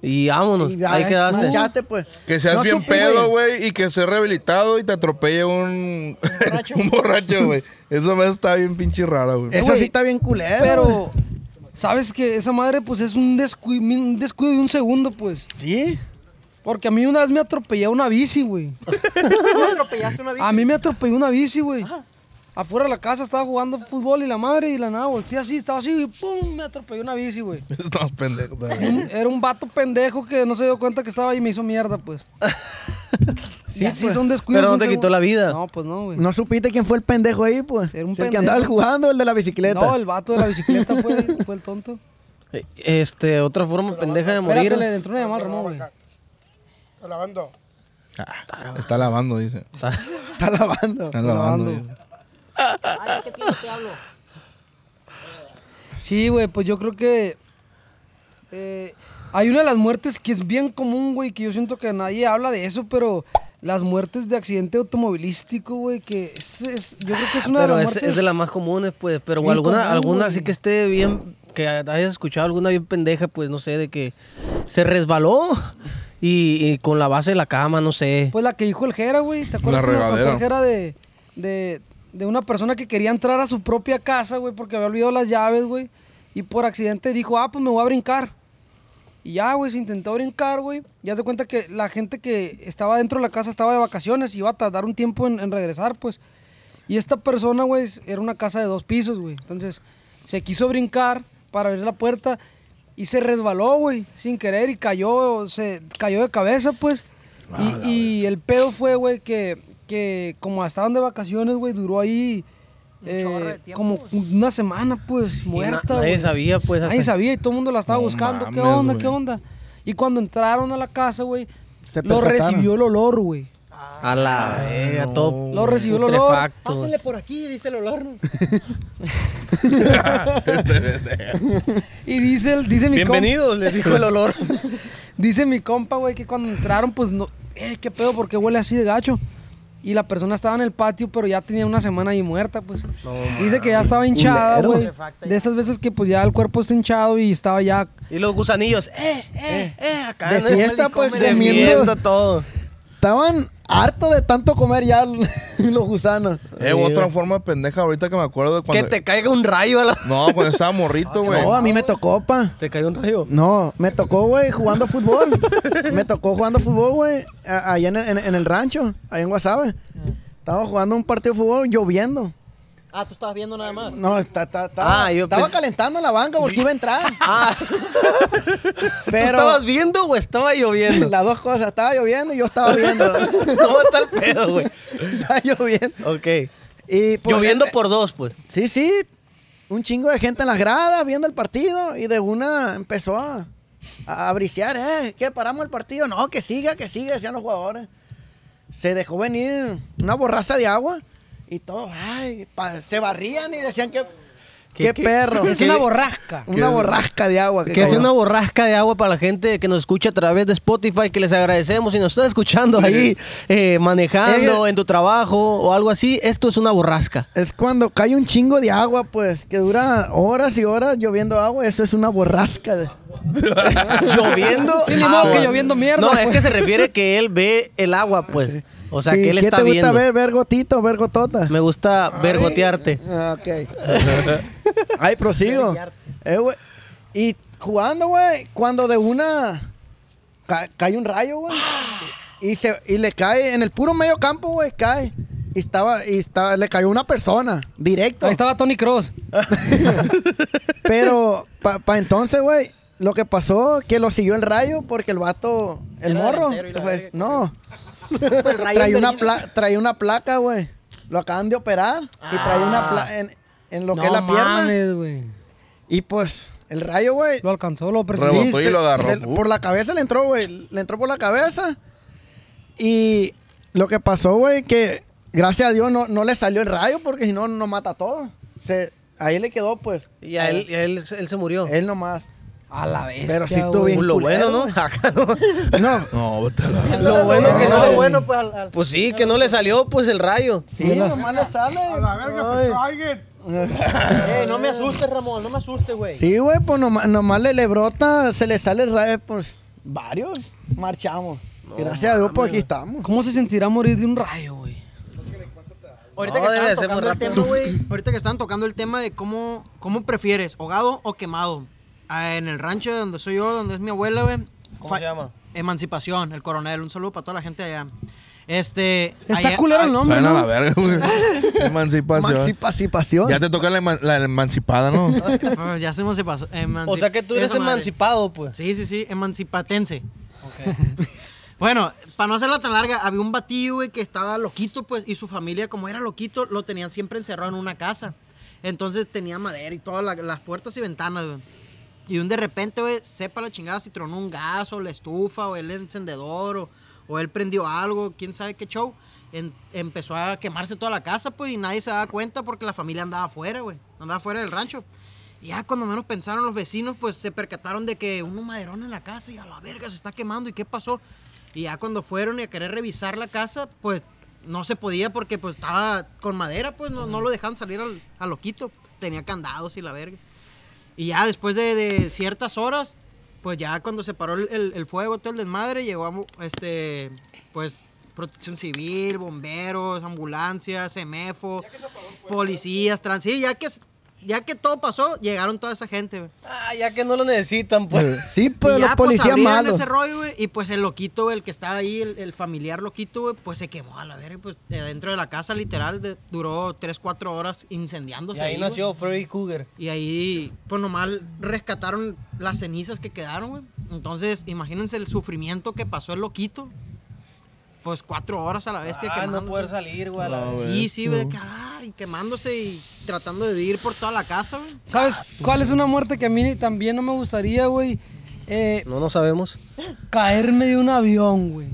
Speaker 2: Y vámonos.
Speaker 5: pues, Y ya
Speaker 2: ahí
Speaker 5: ves,
Speaker 2: quedaste.
Speaker 5: manchaste, pues.
Speaker 4: Que seas
Speaker 5: No
Speaker 4: bien
Speaker 5: supe,
Speaker 4: pedo, güey, y que seas rehabilitado y te atropelle un borracho, un borracho, güey. Eso me está bien pinche rara, güey.
Speaker 5: Eso
Speaker 8: Güey,
Speaker 5: sí está bien culero. güey.
Speaker 8: Pero, ¿sabes que Esa madre, pues, es un descuido, un descuido de un segundo, pues.
Speaker 5: Sí.
Speaker 8: Porque a mí una vez me atropelló una bici, güey.
Speaker 10: ¿Tú atropellaste una bici?
Speaker 8: A mí me atropelló una bici, güey. Afuera de la casa estaba jugando fútbol y la madre y la nada volteé así, estaba así y ¡pum! Me atropelló una bici, güey.
Speaker 4: Estamos pendejos.
Speaker 8: Era un- Era un vato pendejo que no se dio cuenta que estaba ahí y me hizo mierda, pues. sí, así son descuidos.
Speaker 2: pues. Pero no
Speaker 8: un
Speaker 2: te
Speaker 8: segundo.
Speaker 2: quitó la vida.
Speaker 8: No, pues no, güey.
Speaker 5: No supiste quién fue el pendejo ahí, pues.
Speaker 8: Era un
Speaker 5: el que
Speaker 8: pendejo.
Speaker 5: andaba jugando, el de la bicicleta.
Speaker 8: No, el vato de la bicicleta fue, fue el tonto.
Speaker 2: Eh, Este, otra forma pendeja de morir.
Speaker 8: Espérate, le entró una llamada al Ramón, güey.
Speaker 6: Estoy lavando.
Speaker 4: Ah, está lavando, dice.
Speaker 2: Ah,
Speaker 5: Está lavando.
Speaker 4: Está lavando. dice.
Speaker 10: Ay, ¿qué tiempo te hablo?
Speaker 8: Sí, güey, pues yo creo que. eh, hay una de las muertes que es bien común, güey, que yo siento que nadie habla de eso, pero las muertes de accidente automovilístico, güey, que es, es- yo creo que es una
Speaker 2: pero
Speaker 8: de las
Speaker 2: es,
Speaker 8: muertes.
Speaker 2: es de las más comunes, pues. Pero
Speaker 8: Sí,
Speaker 2: alguna,
Speaker 8: común,
Speaker 2: alguna
Speaker 8: güey.
Speaker 2: sí que esté bien, que hayas escuchado alguna bien pendeja, pues no sé, de que se resbaló y, y con la base de la cama, no sé.
Speaker 8: Pues la que dijo el Jera, güey, ¿te acuerdas?
Speaker 4: La
Speaker 8: que nos contó
Speaker 4: regadera.
Speaker 8: el Jera de, de, de una persona que quería entrar a su propia casa, güey, porque había olvidado las llaves, güey, y por accidente dijo, ah, pues me voy a brincar. Y ya, güey, se intentó brincar, güey. Ya se cuenta que la gente que estaba dentro de la casa estaba de vacaciones y iba a tardar un tiempo en, en regresar, pues. Y esta persona, güey, es- era una casa de dos pisos, güey. Entonces, se quiso brincar para abrir la puerta y se resbaló, güey, sin querer y cayó, se cayó de cabeza, pues. Y, y el pedo fue, güey, que, que como estaban de vacaciones, güey, duró ahí eh,
Speaker 10: chorro de tiempo,
Speaker 8: como una semana, pues,
Speaker 2: Y na-
Speaker 8: muerta,
Speaker 2: nadie
Speaker 8: güey.
Speaker 2: sabía, pues.
Speaker 8: Nadie
Speaker 2: hasta-
Speaker 8: sabía y todo el mundo la estaba
Speaker 4: No
Speaker 8: buscando. ¿Qué
Speaker 4: mames,
Speaker 8: onda?
Speaker 4: güey.
Speaker 8: ¿Qué onda? Y cuando entraron a la casa, güey,
Speaker 5: Se
Speaker 8: lo
Speaker 5: percataron.
Speaker 8: recibió el olor, güey.
Speaker 2: A la verga, todo.
Speaker 8: Ah, Lo recibió el olor. pues.
Speaker 2: putrefacto.
Speaker 10: Pásenle por aquí, dice el olor. ¿no?
Speaker 8: Y dice, el- dice mi
Speaker 2: Bienvenidos, les dijo el olor.
Speaker 8: compa, dice mi compa, güey, que cuando entraron, pues no, eh, qué pedo, ¿por qué huele así de gacho? Y la persona estaba en el patio, pero ya tenía una semana ahí muerta, pues. dice que ya estaba hinchada,
Speaker 5: Culero.
Speaker 8: güey. De esas veces que pues ya el cuerpo está hinchado y estaba ya
Speaker 2: y los gusanillos, eh, eh, eh, acá.
Speaker 5: De
Speaker 2: ¿no?
Speaker 5: fiesta, pues,
Speaker 2: de
Speaker 5: comiendo.
Speaker 2: fiesta todo.
Speaker 5: Estaban hartos de tanto comer ya los gusanos.
Speaker 4: Eh, otra forma pendeja ahorita que me acuerdo de
Speaker 2: Que
Speaker 4: cuando.
Speaker 2: te caiga un rayo a la...
Speaker 4: No, cuando estaba morrito, güey.
Speaker 5: No, a mí me tocó, pa.
Speaker 2: ¿Te cayó un rayo?
Speaker 5: No, me tocó, güey, jugando fútbol. me tocó jugando fútbol, güey, a- allá en, el- en- en el rancho, allá en Guasave. Estaba jugando un partido de fútbol lloviendo.
Speaker 10: Ah, tú estabas viendo nada más.
Speaker 5: No, está, está, estaba-
Speaker 2: Ah, yo
Speaker 5: estaba
Speaker 2: pens-
Speaker 5: calentando la banca porque iba a entrar.
Speaker 2: Ah, ¿tú
Speaker 5: Pero
Speaker 2: estabas viendo o estaba lloviendo?
Speaker 5: las dos cosas, estaba lloviendo y yo estaba viendo.
Speaker 2: ¿Cómo está el pedo, güey?
Speaker 5: estaba lloviendo.
Speaker 2: Ok.
Speaker 5: Y, pues,
Speaker 2: Lloviendo
Speaker 5: eh,
Speaker 2: por dos, pues.
Speaker 5: Sí, sí. Un chingo de gente en las gradas viendo el partido y de una empezó a, a briciar, ¿eh? ¿Qué paramos el partido? No, que siga, que siga, decían los jugadores. Se dejó venir una borraza de agua y todos, ay, pa- se barrían y decían que. ¡Qué,
Speaker 2: qué-
Speaker 5: perro!
Speaker 8: es una borrasca.
Speaker 5: Una borrasca de agua.
Speaker 2: Que es
Speaker 5: cayó.
Speaker 2: una borrasca de agua para la gente que nos escucha a través de Spotify, que les agradecemos si nos están escuchando ahí, eh, manejando, en tu trabajo o algo así. Esto es una borrasca.
Speaker 5: Es cuando cae un chingo de agua, pues, que dura horas y horas lloviendo agua. Eso es una borrasca. de-
Speaker 2: lloviendo. Ah,
Speaker 8: Sí, ni
Speaker 2: agua.
Speaker 8: modo que lloviendo mierda,
Speaker 2: No, es
Speaker 8: pues.
Speaker 2: que se refiere que él ve el agua, pues. O sea,
Speaker 5: ¿Y
Speaker 2: que él
Speaker 5: ¿Qué
Speaker 2: está
Speaker 5: te gusta
Speaker 2: viendo.
Speaker 5: ver? ¿Ver gotito, ver gotota?
Speaker 2: Me gusta vergotearte.
Speaker 5: Ah, Ok. Ahí prosigo. Eh, güey. y jugando, güey, cuando de una ca- cae un rayo, güey. Y, se, y le cae en el puro medio campo, güey, cae. Y estaba, y estaba, le cayó una persona, directo.
Speaker 8: Ahí estaba Tony Cross.
Speaker 5: Pero para entonces, güey, lo que pasó que lo siguió el rayo porque el vato, el
Speaker 10: Era
Speaker 5: morro,
Speaker 10: delantero y la
Speaker 5: pues,
Speaker 10: verga.
Speaker 5: no.
Speaker 10: Fue el rayo
Speaker 5: Traía una,
Speaker 10: Berlín.
Speaker 5: pla- traía una placa, güey. Lo acaban de operar y traía una placa en, en lo que es la pierna.
Speaker 8: Ah. mames, güey.
Speaker 5: Y pues, el rayo, güey.
Speaker 8: Lo alcanzó, lo persiguió.
Speaker 4: Rebotó y
Speaker 5: se-
Speaker 4: lo agarró.
Speaker 5: se- por la cabeza le entró, güey. Le entró por la cabeza. Y lo que pasó, güey, que gracias a Dios no, no le salió el rayo porque si no, no mata a todos. Se, ahí le quedó, pues.
Speaker 2: Y a él, y a él, él se murió.
Speaker 5: Él nomás.
Speaker 8: A la bestia,
Speaker 5: Pero sí estuvo
Speaker 8: güey.
Speaker 5: bien
Speaker 2: lo
Speaker 5: culero,
Speaker 2: bueno, ¿no?
Speaker 5: güey.
Speaker 2: Acá no.
Speaker 5: No.
Speaker 4: No, vete a la-
Speaker 2: Lo bueno que no
Speaker 10: Lo
Speaker 2: le
Speaker 10: bueno, pues, al- al-
Speaker 2: Pues sí, que no le salió pues el rayo.
Speaker 5: Sí, nomás le sale.
Speaker 6: A la verga,
Speaker 5: Ay.
Speaker 6: pues alguien.
Speaker 10: Eh, no me asustes, Ramón, no me asustes, güey.
Speaker 5: Sí, güey, pues nomás, nomás le, le brota, se le sale el rayo, pues. Varios marchamos. Gracias a Dios, pues aquí estamos.
Speaker 8: ¿Cómo se sentirá morir de un rayo, güey?
Speaker 10: Ahorita,
Speaker 2: No,
Speaker 10: que
Speaker 2: debe de
Speaker 10: estaban
Speaker 2: ser muy
Speaker 10: tocando el
Speaker 2: rápido.
Speaker 10: tema, güey, ahorita que estaban tocando el tema de cómo, cómo prefieres, ahogado o quemado. Ah, en el rancho donde soy yo, donde es mi abuela, güey.
Speaker 2: ¿Cómo
Speaker 10: fa-
Speaker 2: se llama?
Speaker 10: Emancipación, el coronel. Un saludo para toda la gente allá. Este.
Speaker 8: Está
Speaker 10: allá-
Speaker 8: culero el
Speaker 10: ay-
Speaker 8: nombre,
Speaker 4: Saben a
Speaker 8: ¿no?
Speaker 4: la verga, güey. Emancipación.
Speaker 5: Emancipación.
Speaker 4: Ya te toca la, eman- la emancipada, ¿no?
Speaker 10: Ah, ya se emancipó.
Speaker 2: O sea que tú eres emancipado, pues.
Speaker 10: Sí, sí, sí, emancipatense. bueno, para no hacerla tan larga, había un batillo, güey, que estaba loquito, pues, y su familia, como era loquito, lo tenían siempre encerrado en una casa. Entonces tenía madera y todas la- las puertas y ventanas, güey. Y un de repente, güey, sepa la chingada si tronó un gas o la estufa o el encendedor o, o él prendió algo, quién sabe qué show. En- empezó a quemarse toda la casa, pues, y nadie se daba cuenta porque la familia andaba afuera, güey. Andaba afuera del rancho. Y ya cuando menos pensaron los vecinos, pues se percataron de que un maderón en la casa y a la verga se está quemando y qué pasó. Y ya cuando fueron y a querer revisar la casa, pues no se podía porque pues estaba con madera, pues no, no lo dejaban salir al, a loquito. Tenía candados y la verga. Y ya después de, de ciertas horas, pues ya cuando se paró el, el- el fuego, todo el desmadre, llegó a mu- este, pues protección civil, bomberos, ambulancias, CEMEFO, policías, trans... Sí, ya que, ya que todo pasó, llegaron toda esa gente, güey.
Speaker 2: Ah, ya que no lo necesitan, pues.
Speaker 5: Sí, pues
Speaker 10: Y ya,
Speaker 5: los
Speaker 10: pues,
Speaker 5: policías
Speaker 10: abrieron
Speaker 5: malos.
Speaker 10: ese rollo, güey, y pues el loquito, güey, el que estaba ahí, el, el familiar loquito, güey, pues se quemó a la verga, pues de dentro de la casa, literal, de- duró 3, 4 horas
Speaker 2: Y
Speaker 10: incendiándose.
Speaker 2: ahí
Speaker 10: güey.
Speaker 2: nació Freddy Cougar.
Speaker 10: Y ahí, pues nomás rescataron las cenizas que quedaron, güey. Entonces, imagínense el sufrimiento que pasó el loquito. Pues cuatro horas a la bestia
Speaker 2: Ah, no
Speaker 10: quemándose.
Speaker 2: poder salir, güey. a la vez.
Speaker 10: Sí, sí, güey, de que, ay, quemándose y tratando de vivir por toda la casa, güey.
Speaker 8: ¿Sabes cuál es una muerte que a mí ni- también no me gustaría, güey? Eh,
Speaker 2: No, no sabemos.
Speaker 8: caerme de un avión, güey.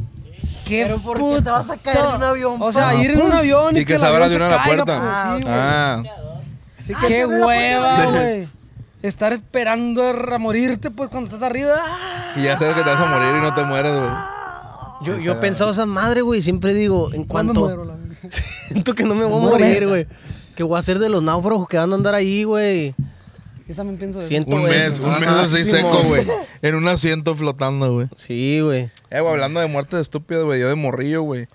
Speaker 8: ¿Qué
Speaker 10: Pero ¿por qué te vas a caer de un avión,
Speaker 8: O sea, ir en un avión y,
Speaker 4: Ah, Y que
Speaker 8: el
Speaker 4: se abra
Speaker 8: avión
Speaker 4: de una la
Speaker 8: caiga,
Speaker 4: puerta.
Speaker 8: pues, sí, güey.
Speaker 4: Ah,
Speaker 8: Qué hueva, güey. Estar esperando a morirte, pues, cuando estás arriba. ¡Ah!
Speaker 4: y ya sabes que te vas a morir y no te mueres, güey.
Speaker 2: Yo, yo he pensado esa madre, güey. Siempre digo, en
Speaker 8: No me muero,
Speaker 2: cuanto.
Speaker 8: la verga.
Speaker 2: Siento que no me voy a morir, güey. Que voy a ser de los náufragos que van a andar ahí, güey.
Speaker 8: Yo también pienso eso.
Speaker 2: Siento
Speaker 4: Un mes,
Speaker 2: eso.
Speaker 4: un mes
Speaker 2: Ajá,
Speaker 4: así
Speaker 2: Simón.
Speaker 4: seco, güey. En un asiento flotando, güey.
Speaker 2: Sí, güey.
Speaker 4: Eh, güey, hablando de muertes estúpidas, güey, yo de morrillo, güey,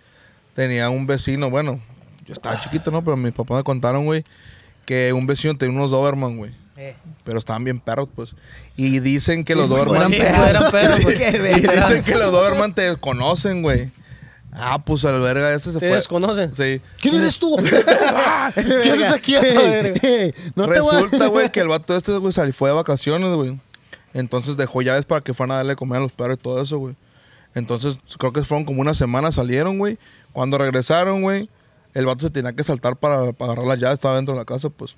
Speaker 4: tenía un vecino, bueno, yo estaba chiquito, ¿no? Pero mis papás me contaron, güey, que un vecino tenía unos Doberman, güey. Pero estaban bien perros, pues. Y dicen que los Doberman...
Speaker 2: Eran perros, güey.
Speaker 4: y dicen que los Doberman te desconocen, güey. Ah, pues al verga ese se
Speaker 2: ¿Te
Speaker 4: fue.
Speaker 2: desconocen?
Speaker 4: Sí.
Speaker 2: ¿Quién eres tú?
Speaker 5: ¿Qué haces aquí? No te voy a-
Speaker 4: Resulta, güey, que el vato este, güey, salió, fue de vacaciones, güey. Entonces dejó llaves para que fueran a darle comer a los perros y todo eso, güey. Entonces, creo que fueron como una semana, salieron, güey. Cuando regresaron, güey, el vato se tenía que saltar para, para agarrar las llaves, estaba dentro de la casa, pues.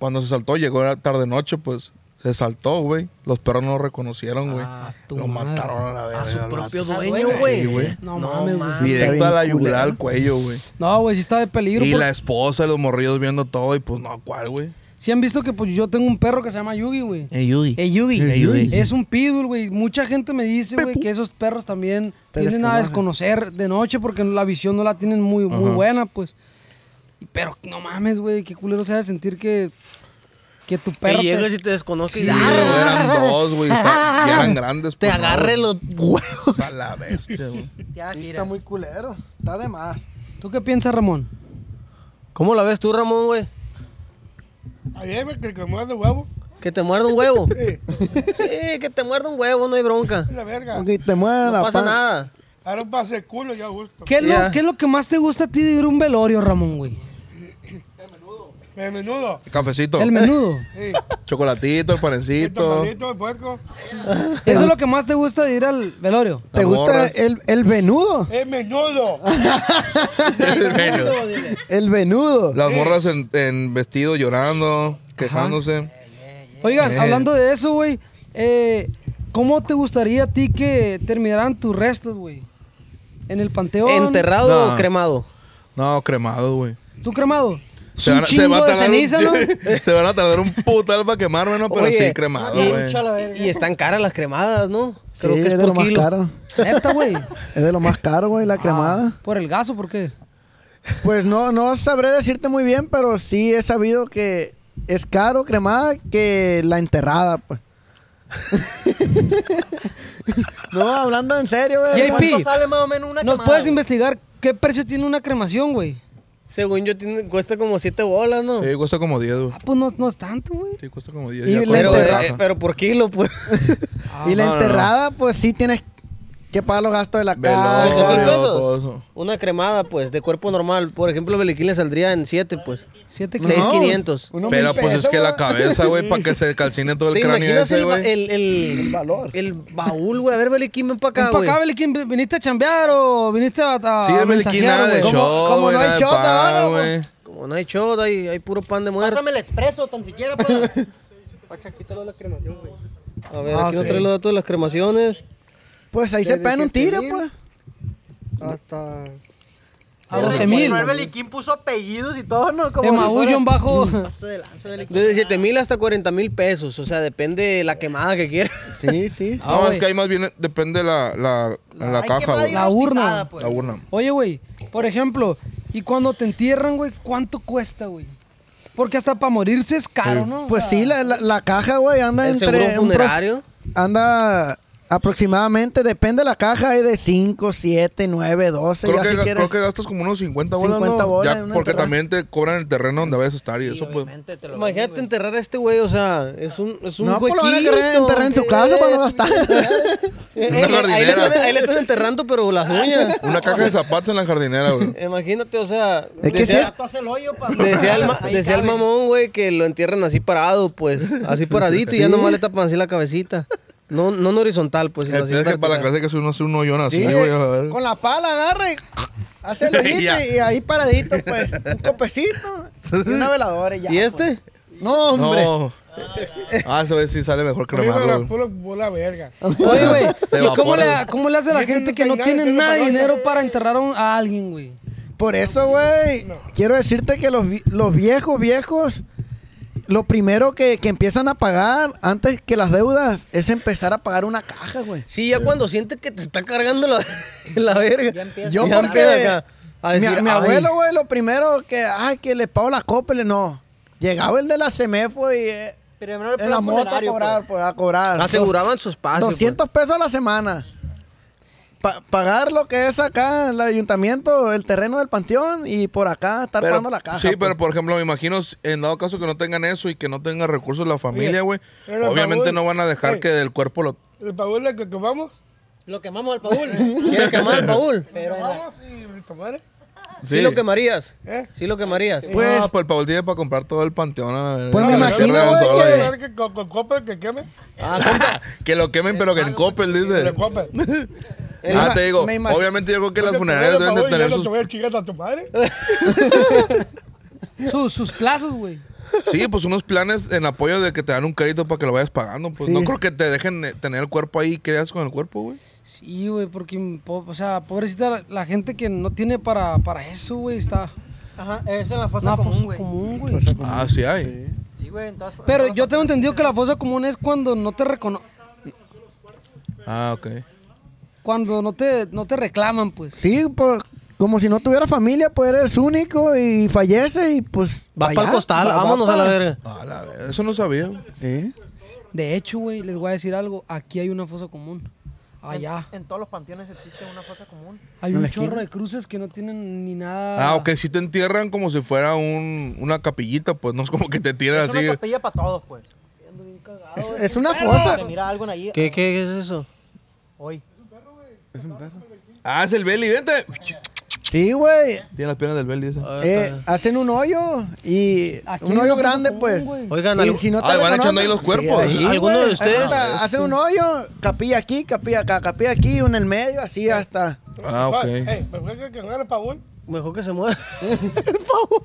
Speaker 4: Cuando se saltó, llegó la tarde noche, pues. Se saltó, güey. Los perros no lo reconocieron, güey.
Speaker 9: tu
Speaker 4: lo
Speaker 9: madre.
Speaker 4: mataron a la verga.
Speaker 2: Ah, A su
Speaker 4: al
Speaker 2: propio
Speaker 4: vato.
Speaker 2: dueño,
Speaker 4: Sí,
Speaker 2: güey.
Speaker 4: güey.
Speaker 8: No, mames, güey.
Speaker 4: Directo
Speaker 5: Está
Speaker 4: a la
Speaker 5: bien
Speaker 4: yugular al
Speaker 5: culero.
Speaker 4: cuello, güey.
Speaker 8: No, güey, sí está de peligro.
Speaker 4: Y
Speaker 8: pues.
Speaker 4: la esposa, los morridos viendo todo, y pues no, ¿cuál, güey?
Speaker 8: Si han visto que pues, yo tengo un perro que se llama Yugi, güey.
Speaker 3: Ey, Yugi.
Speaker 8: Eh, Yugi.
Speaker 3: Eh, Yugi.
Speaker 8: Es un pitbull, güey. Mucha gente me dice, güey, que esos perros también
Speaker 5: Te
Speaker 8: tienden a desconocer de noche porque la visión no la tienen muy, muy
Speaker 4: Ajá.
Speaker 8: buena, pues. Y- Pero no mames, güey, qué culero sea sentir que, que tu
Speaker 2: Que
Speaker 8: perro te-
Speaker 2: llegas y te desconoces y
Speaker 4: Sí, güey, eran dos, güey. está- y eran grandes.
Speaker 2: te
Speaker 4: pues, no,
Speaker 2: agarre
Speaker 4: güey.
Speaker 2: los huevos.
Speaker 4: A la bestia, güey.
Speaker 10: Ya,
Speaker 5: Sí,
Speaker 10: mira.
Speaker 5: Está muy culero. Está de más.
Speaker 8: ¿Tú qué piensas, Ramón?
Speaker 2: ¿Cómo la ves tú, Ramón, güey?
Speaker 6: Ayer me que me de huevo.
Speaker 2: Que te muerda un huevo. Sí, que te muerda un huevo, no hay bronca.
Speaker 6: La verga.
Speaker 5: Aunque te mueran
Speaker 2: No
Speaker 5: la
Speaker 2: pasa
Speaker 5: pan-
Speaker 2: nada.
Speaker 6: Ahora un pase de culo ya a gusto.
Speaker 8: ¿Qué es,
Speaker 2: Ya.
Speaker 8: lo, ¿Qué es lo que más te gusta a ti de ir a un velorio, Ramón, güey?
Speaker 6: De menudo.
Speaker 4: Cafecito.
Speaker 8: El menudo.
Speaker 6: Sí.
Speaker 4: Chocolatito, el
Speaker 6: El
Speaker 4: panecito.
Speaker 6: tamalito de puerco.
Speaker 8: Eso es lo que más te gusta de ir al velorio.
Speaker 5: ¿Te
Speaker 4: Las
Speaker 5: gusta
Speaker 4: morras.
Speaker 5: el, el venudo?
Speaker 6: Es menudo.
Speaker 4: Bueno,
Speaker 5: El venudo.
Speaker 4: Las morras en, en vestido llorando, quejándose.
Speaker 8: Oigan,
Speaker 4: Eh.
Speaker 8: hablando de eso, güey, eh, ¿cómo te gustaría a ti que terminaran tus restos, güey? En el panteón.
Speaker 2: ¿Enterrado
Speaker 4: No.
Speaker 2: o cremado?
Speaker 4: No, cremado, güey.
Speaker 8: ¿Tú cremado? Es
Speaker 4: Se
Speaker 8: un
Speaker 4: van a- se va
Speaker 8: chingo
Speaker 4: a
Speaker 8: de
Speaker 4: tardar
Speaker 8: ceniza, ¿no?
Speaker 4: un- se van a tardar un putal para quemarme, ¿no? Pero sí, cremado,
Speaker 2: y,
Speaker 4: güey.
Speaker 2: y están caras las cremadas, ¿no? Creo
Speaker 5: Sí,
Speaker 2: que es
Speaker 5: es de lo
Speaker 2: por
Speaker 5: más
Speaker 2: kilo.
Speaker 5: caro.
Speaker 8: Neta, güey.
Speaker 5: Es de lo más caro, güey, la cremada.
Speaker 8: Ah, ¿Por el gaso? ¿Por qué?
Speaker 5: Pues no, no sabré decirte muy bien, pero sí he sabido que es caro cremada que la enterrada, pues. No, hablando en serio, güey.
Speaker 8: JP,
Speaker 10: sale más o menos una
Speaker 8: ¿nos
Speaker 10: camada,
Speaker 8: puedes
Speaker 10: güey?
Speaker 8: investigar qué precio tiene una cremación, güey?
Speaker 2: Según yo, tiene- cuesta como 7 bolas, ¿no?
Speaker 4: Sí, cuesta como 10, güey.
Speaker 8: Ah, pues no, no es tanto, güey.
Speaker 4: Sí, cuesta como 10.
Speaker 5: Y
Speaker 4: ya
Speaker 5: le-
Speaker 4: con
Speaker 2: Pero,
Speaker 4: todo
Speaker 5: de
Speaker 2: eh,
Speaker 4: raza.
Speaker 2: pero por kilo, pues. Ah,
Speaker 5: y la
Speaker 4: no, no, no.
Speaker 5: enterrada, pues sí tienes que pagar los gastos de la
Speaker 4: Velorio,
Speaker 5: casa.
Speaker 2: Ah, pesos?
Speaker 4: todo eso.
Speaker 2: Una cremada, pues, de cuerpo normal. Por ejemplo, Beliquín le saldría en 7, pues.
Speaker 8: Siete
Speaker 2: Seis
Speaker 8: quin-
Speaker 2: 6,500.
Speaker 5: unos mil
Speaker 4: Pero pues es
Speaker 5: pesos,
Speaker 4: que la
Speaker 5: güey.
Speaker 4: cabeza, güey, para que se calcine todo
Speaker 2: ¿Te
Speaker 4: el cráneo
Speaker 2: imaginas
Speaker 4: ese,
Speaker 2: el, ba-
Speaker 4: güey.
Speaker 2: el, el,
Speaker 5: El valor.
Speaker 2: el baúl, güey? A ver, Beliquín, ven para
Speaker 8: Ven
Speaker 2: acá,
Speaker 4: Ah,
Speaker 8: pa'
Speaker 2: güey.
Speaker 8: acá, Beliquín, ven- ¿viniste a chambear o viniste a, a
Speaker 4: Sí,
Speaker 8: a
Speaker 4: el
Speaker 8: mensajear,
Speaker 4: Beliquín, nada de
Speaker 8: güey?
Speaker 5: ¿Cómo-
Speaker 4: show,
Speaker 5: cómo
Speaker 4: güey,
Speaker 5: no hay
Speaker 4: nada de
Speaker 5: show,
Speaker 4: pan,
Speaker 5: nada,
Speaker 4: güey.
Speaker 2: Como no hay shot, hay, hay puro pan de muerto.
Speaker 10: Pásame el expreso, tan siquiera, pues. para.
Speaker 2: A ver,
Speaker 8: Ah,
Speaker 2: aquí nos
Speaker 8: ok.
Speaker 2: trae los datos de las cremaciones.
Speaker 5: Pues ahí se
Speaker 9: Desde
Speaker 5: pegan un
Speaker 9: siete
Speaker 5: tiro,
Speaker 9: mil.
Speaker 5: pues.
Speaker 9: Hasta.
Speaker 8: A 12 mil.
Speaker 10: Manuel Beliquín puso apellidos y todo, ¿no? Como si fuera-
Speaker 8: Emaú, John Bajo.
Speaker 10: Paso de lanza, Beliquín.
Speaker 2: Desde 7 mil hasta 40 mil pesos. O sea, depende la quemada que quieras.
Speaker 5: Sí, sí.
Speaker 8: Ah,
Speaker 4: No,
Speaker 8: güey.
Speaker 4: es que ahí más bien depende la, la, la,
Speaker 10: Ay,
Speaker 4: caja,
Speaker 10: quemada
Speaker 4: güey.
Speaker 10: y
Speaker 8: La
Speaker 10: rostizada,
Speaker 8: urna.
Speaker 10: pues.
Speaker 4: La urna.
Speaker 8: Oye, güey, por ejemplo, y cuando te entierran, güey, ¿cuánto cuesta, güey? Porque hasta para morirse es caro, ¿no?
Speaker 5: Pues sí, la, la- la caja, güey, anda
Speaker 2: El
Speaker 5: entre...
Speaker 2: seguro
Speaker 5: un pros-
Speaker 2: funerario.
Speaker 5: Anda aproximadamente, depende de la caja, hay de 5, 7, 9, 12,
Speaker 4: Creo
Speaker 5: ya
Speaker 4: que,
Speaker 5: si
Speaker 4: ga-
Speaker 5: quieres.
Speaker 4: creo que gastas como unos 50 bolas,
Speaker 5: 50
Speaker 4: ¿no?
Speaker 5: bolas
Speaker 4: Ya,
Speaker 5: en una
Speaker 4: porque
Speaker 5: enterrada.
Speaker 4: también te cobran el terreno donde vas a estar y eso, pues.
Speaker 10: Obviamente te lo
Speaker 2: Imagínate enterrar a este güey, o sea, es un, es un
Speaker 5: No, pues
Speaker 2: huequito.
Speaker 5: lo van a enterrar- enterrar en su casa para no gastar.
Speaker 2: Eh, eh,
Speaker 4: Una
Speaker 2: ahí le
Speaker 4: jardinera.
Speaker 2: están- Ahí le están enterrando, pero las uñas.
Speaker 4: Una caja de zapatos en la jardinera, güey.
Speaker 2: Imagínate, o sea,
Speaker 5: Es que
Speaker 10: El
Speaker 2: decía,
Speaker 10: gato hace el hoyo, pa.
Speaker 2: decía el, ma-
Speaker 10: Ahí
Speaker 2: decía el
Speaker 10: cabe.
Speaker 2: mamón, güey, que lo entierran así parado, pues, así paradito y ya nomás le tapan así la cabecita. No, no en horizontal, pues. sino
Speaker 4: Es
Speaker 2: así
Speaker 4: es que
Speaker 2: vertical.
Speaker 4: para la casa que es uno hace un hoyón así,
Speaker 5: Sí,
Speaker 4: güey. a ver.
Speaker 5: con la pala agarra y hace el hoyito
Speaker 4: Ya.
Speaker 5: y ahí paradito, pues, un copecito y una veladora y ya.
Speaker 2: ¿Y este?
Speaker 5: pues. No, hombre.
Speaker 4: No. Ah, eso sí sale mejor que
Speaker 6: Conmigo
Speaker 4: cremarlo,
Speaker 6: la
Speaker 4: güey.
Speaker 6: pura bola verga.
Speaker 8: Oye, güey,
Speaker 4: Te
Speaker 8: ¿y cómo le,
Speaker 4: evaporas.
Speaker 8: cómo le hace a la
Speaker 6: Miren,
Speaker 8: gente
Speaker 6: no
Speaker 8: que
Speaker 6: hay
Speaker 8: no
Speaker 6: nada,
Speaker 8: tiene
Speaker 6: tengo
Speaker 8: nada de
Speaker 6: balón,
Speaker 8: dinero
Speaker 6: güey.
Speaker 8: para enterrar a un- a alguien, güey?
Speaker 5: Por eso, güey, quiero decirte que los, vi- los viejos, viejos, lo primero que, que empiezan a pagar antes que las deudas es empezar a pagar una caja, güey.
Speaker 2: Sí, ya cuando sientes que te está cargando la, la verga.
Speaker 5: Yo
Speaker 2: Ya empieza
Speaker 5: porque
Speaker 2: acá a decir,
Speaker 5: mi, mi
Speaker 2: "Ay".
Speaker 5: abuelo, güey, lo primero que, ay, que le pago la copa, le- no. Llegaba el de la CEMEFO y eh,
Speaker 10: Primero el
Speaker 5: en la
Speaker 10: plan
Speaker 5: moto a
Speaker 10: funerario,
Speaker 5: cobrar, pues, a cobrar.
Speaker 2: Aseguraban su espacio. pues.
Speaker 5: 200 pesos a la semana. Pa- pagar lo que es acá el ayuntamiento, el terreno del panteón y por acá estar
Speaker 4: Pero-
Speaker 5: pagando la caja.
Speaker 4: Sí,
Speaker 5: pues.
Speaker 4: pero por ejemplo, me imagino, en dado caso que no tengan eso y que no tenga recursos la familia, güey,
Speaker 6: pero
Speaker 4: obviamente
Speaker 6: Raúl,
Speaker 4: no van a dejar
Speaker 5: eh,
Speaker 6: ey.
Speaker 4: que del cuerpo lo...
Speaker 6: El baúl de que tomamos,
Speaker 10: pues. Lo quemamos al Paul.
Speaker 2: ¿Quieres quemar el baúl?
Speaker 10: Pero
Speaker 6: tomamos y tomar.
Speaker 2: Sí. lo quemarías.
Speaker 6: ¿Eh?
Speaker 2: Sí lo quemarías.
Speaker 4: Pues,
Speaker 5: Pues-
Speaker 4: no, pues el Paul tiene para comprar todo el panteón. a ver,
Speaker 5: Pues me
Speaker 4: a ver,
Speaker 5: imagino,
Speaker 4: qué
Speaker 5: güey,
Speaker 4: razón,
Speaker 5: que-
Speaker 4: güey.
Speaker 6: que con, con Coppel que queme.
Speaker 4: Ah, Que lo quemen, pero que en Coppel, dice.
Speaker 6: De Coppel.
Speaker 4: Ah,
Speaker 5: ima-
Speaker 4: te digo,
Speaker 5: me imagino-
Speaker 4: obviamente yo creo que las
Speaker 6: Porque
Speaker 4: funerarias deben
Speaker 6: primero
Speaker 4: de
Speaker 6: el baúl y
Speaker 4: tener
Speaker 6: luego
Speaker 4: sus...
Speaker 6: te voy a chingar a tu madre.
Speaker 8: Sus- sus plazos, güey.
Speaker 4: Sí, pues unos planes en apoyo de que te dan un crédito para que lo vayas pagando. Pues no creo que te dejen eh, tener el cuerpo ahí y quedas con el cuerpo, güey.
Speaker 8: Sí, güey, porque, po- o sea, pobrecita la- la gente que no tiene para, para eso, güey, está...
Speaker 10: Ajá, esa es la fosa
Speaker 8: Una
Speaker 10: común,
Speaker 8: fosa
Speaker 10: güey.
Speaker 8: común, güey.
Speaker 4: Ah, sí hay.
Speaker 10: Sí, güey, en todas-
Speaker 8: Pero
Speaker 10: en
Speaker 8: yo
Speaker 10: todas
Speaker 8: tengo entendido que la fosa común es cuando no te recono
Speaker 4: Ah, ok.
Speaker 8: cuando no te, no te reclaman, pues.
Speaker 5: Sí, pues como si no tuviera familia, pues eres único y fallece y pues...
Speaker 2: Vas
Speaker 5: allá,
Speaker 2: para el costal,
Speaker 5: va- va
Speaker 2: vámonos a la
Speaker 5: pa-
Speaker 2: verga.
Speaker 4: Ah, la ver- Eso no sabía.
Speaker 5: Sí.
Speaker 8: De hecho, güey, les voy a decir algo. Aquí hay una fosa común.
Speaker 10: las- en-
Speaker 8: Allá.
Speaker 10: En, todos los panteones existe una fosa común.
Speaker 8: Hay
Speaker 5: ¿En
Speaker 8: un
Speaker 5: la
Speaker 8: chorro
Speaker 5: esquina?
Speaker 8: de cruces que no tienen ni nada.
Speaker 4: Ah, ok, si te entierran como si fuera un, una capillita, pues no es como que te tiran
Speaker 10: Es
Speaker 4: así.
Speaker 10: una capilla para todos, pues. Ando bien cagado,
Speaker 5: Es-
Speaker 10: güey.
Speaker 5: es una
Speaker 10: Pero
Speaker 5: fosa.
Speaker 10: Se mira algo en ahí.
Speaker 2: ¿Qué, ¿Qué es eso?
Speaker 10: Hoy.
Speaker 4: Ah, es el Belly, vente.
Speaker 5: Sí, güey.
Speaker 4: Tiene las piernas del Belly ese.
Speaker 6: Ah.
Speaker 2: A ver,
Speaker 5: Eh, hacen un hoyo y...
Speaker 8: Aquí
Speaker 5: un
Speaker 8: hay una
Speaker 5: hoyo
Speaker 8: fosa
Speaker 5: grande,
Speaker 8: común,
Speaker 5: pues.
Speaker 8: güey.
Speaker 2: Oigan,
Speaker 5: Y
Speaker 2: algo-
Speaker 5: si no te
Speaker 4: Ah, y van
Speaker 5: reconocen-
Speaker 4: echando ahí los cuerpos.
Speaker 5: ahí,
Speaker 2: ¿Alguno
Speaker 5: güey.
Speaker 2: de ustedes?
Speaker 5: Hasta Hacen un hoyo, capilla aquí, capilla acá, capilla aquí, uno en el medio, así hasta...
Speaker 4: Ah, ok.
Speaker 6: Ey, me fue que quemar el baúl.
Speaker 2: mejor que se mueva. Por favor.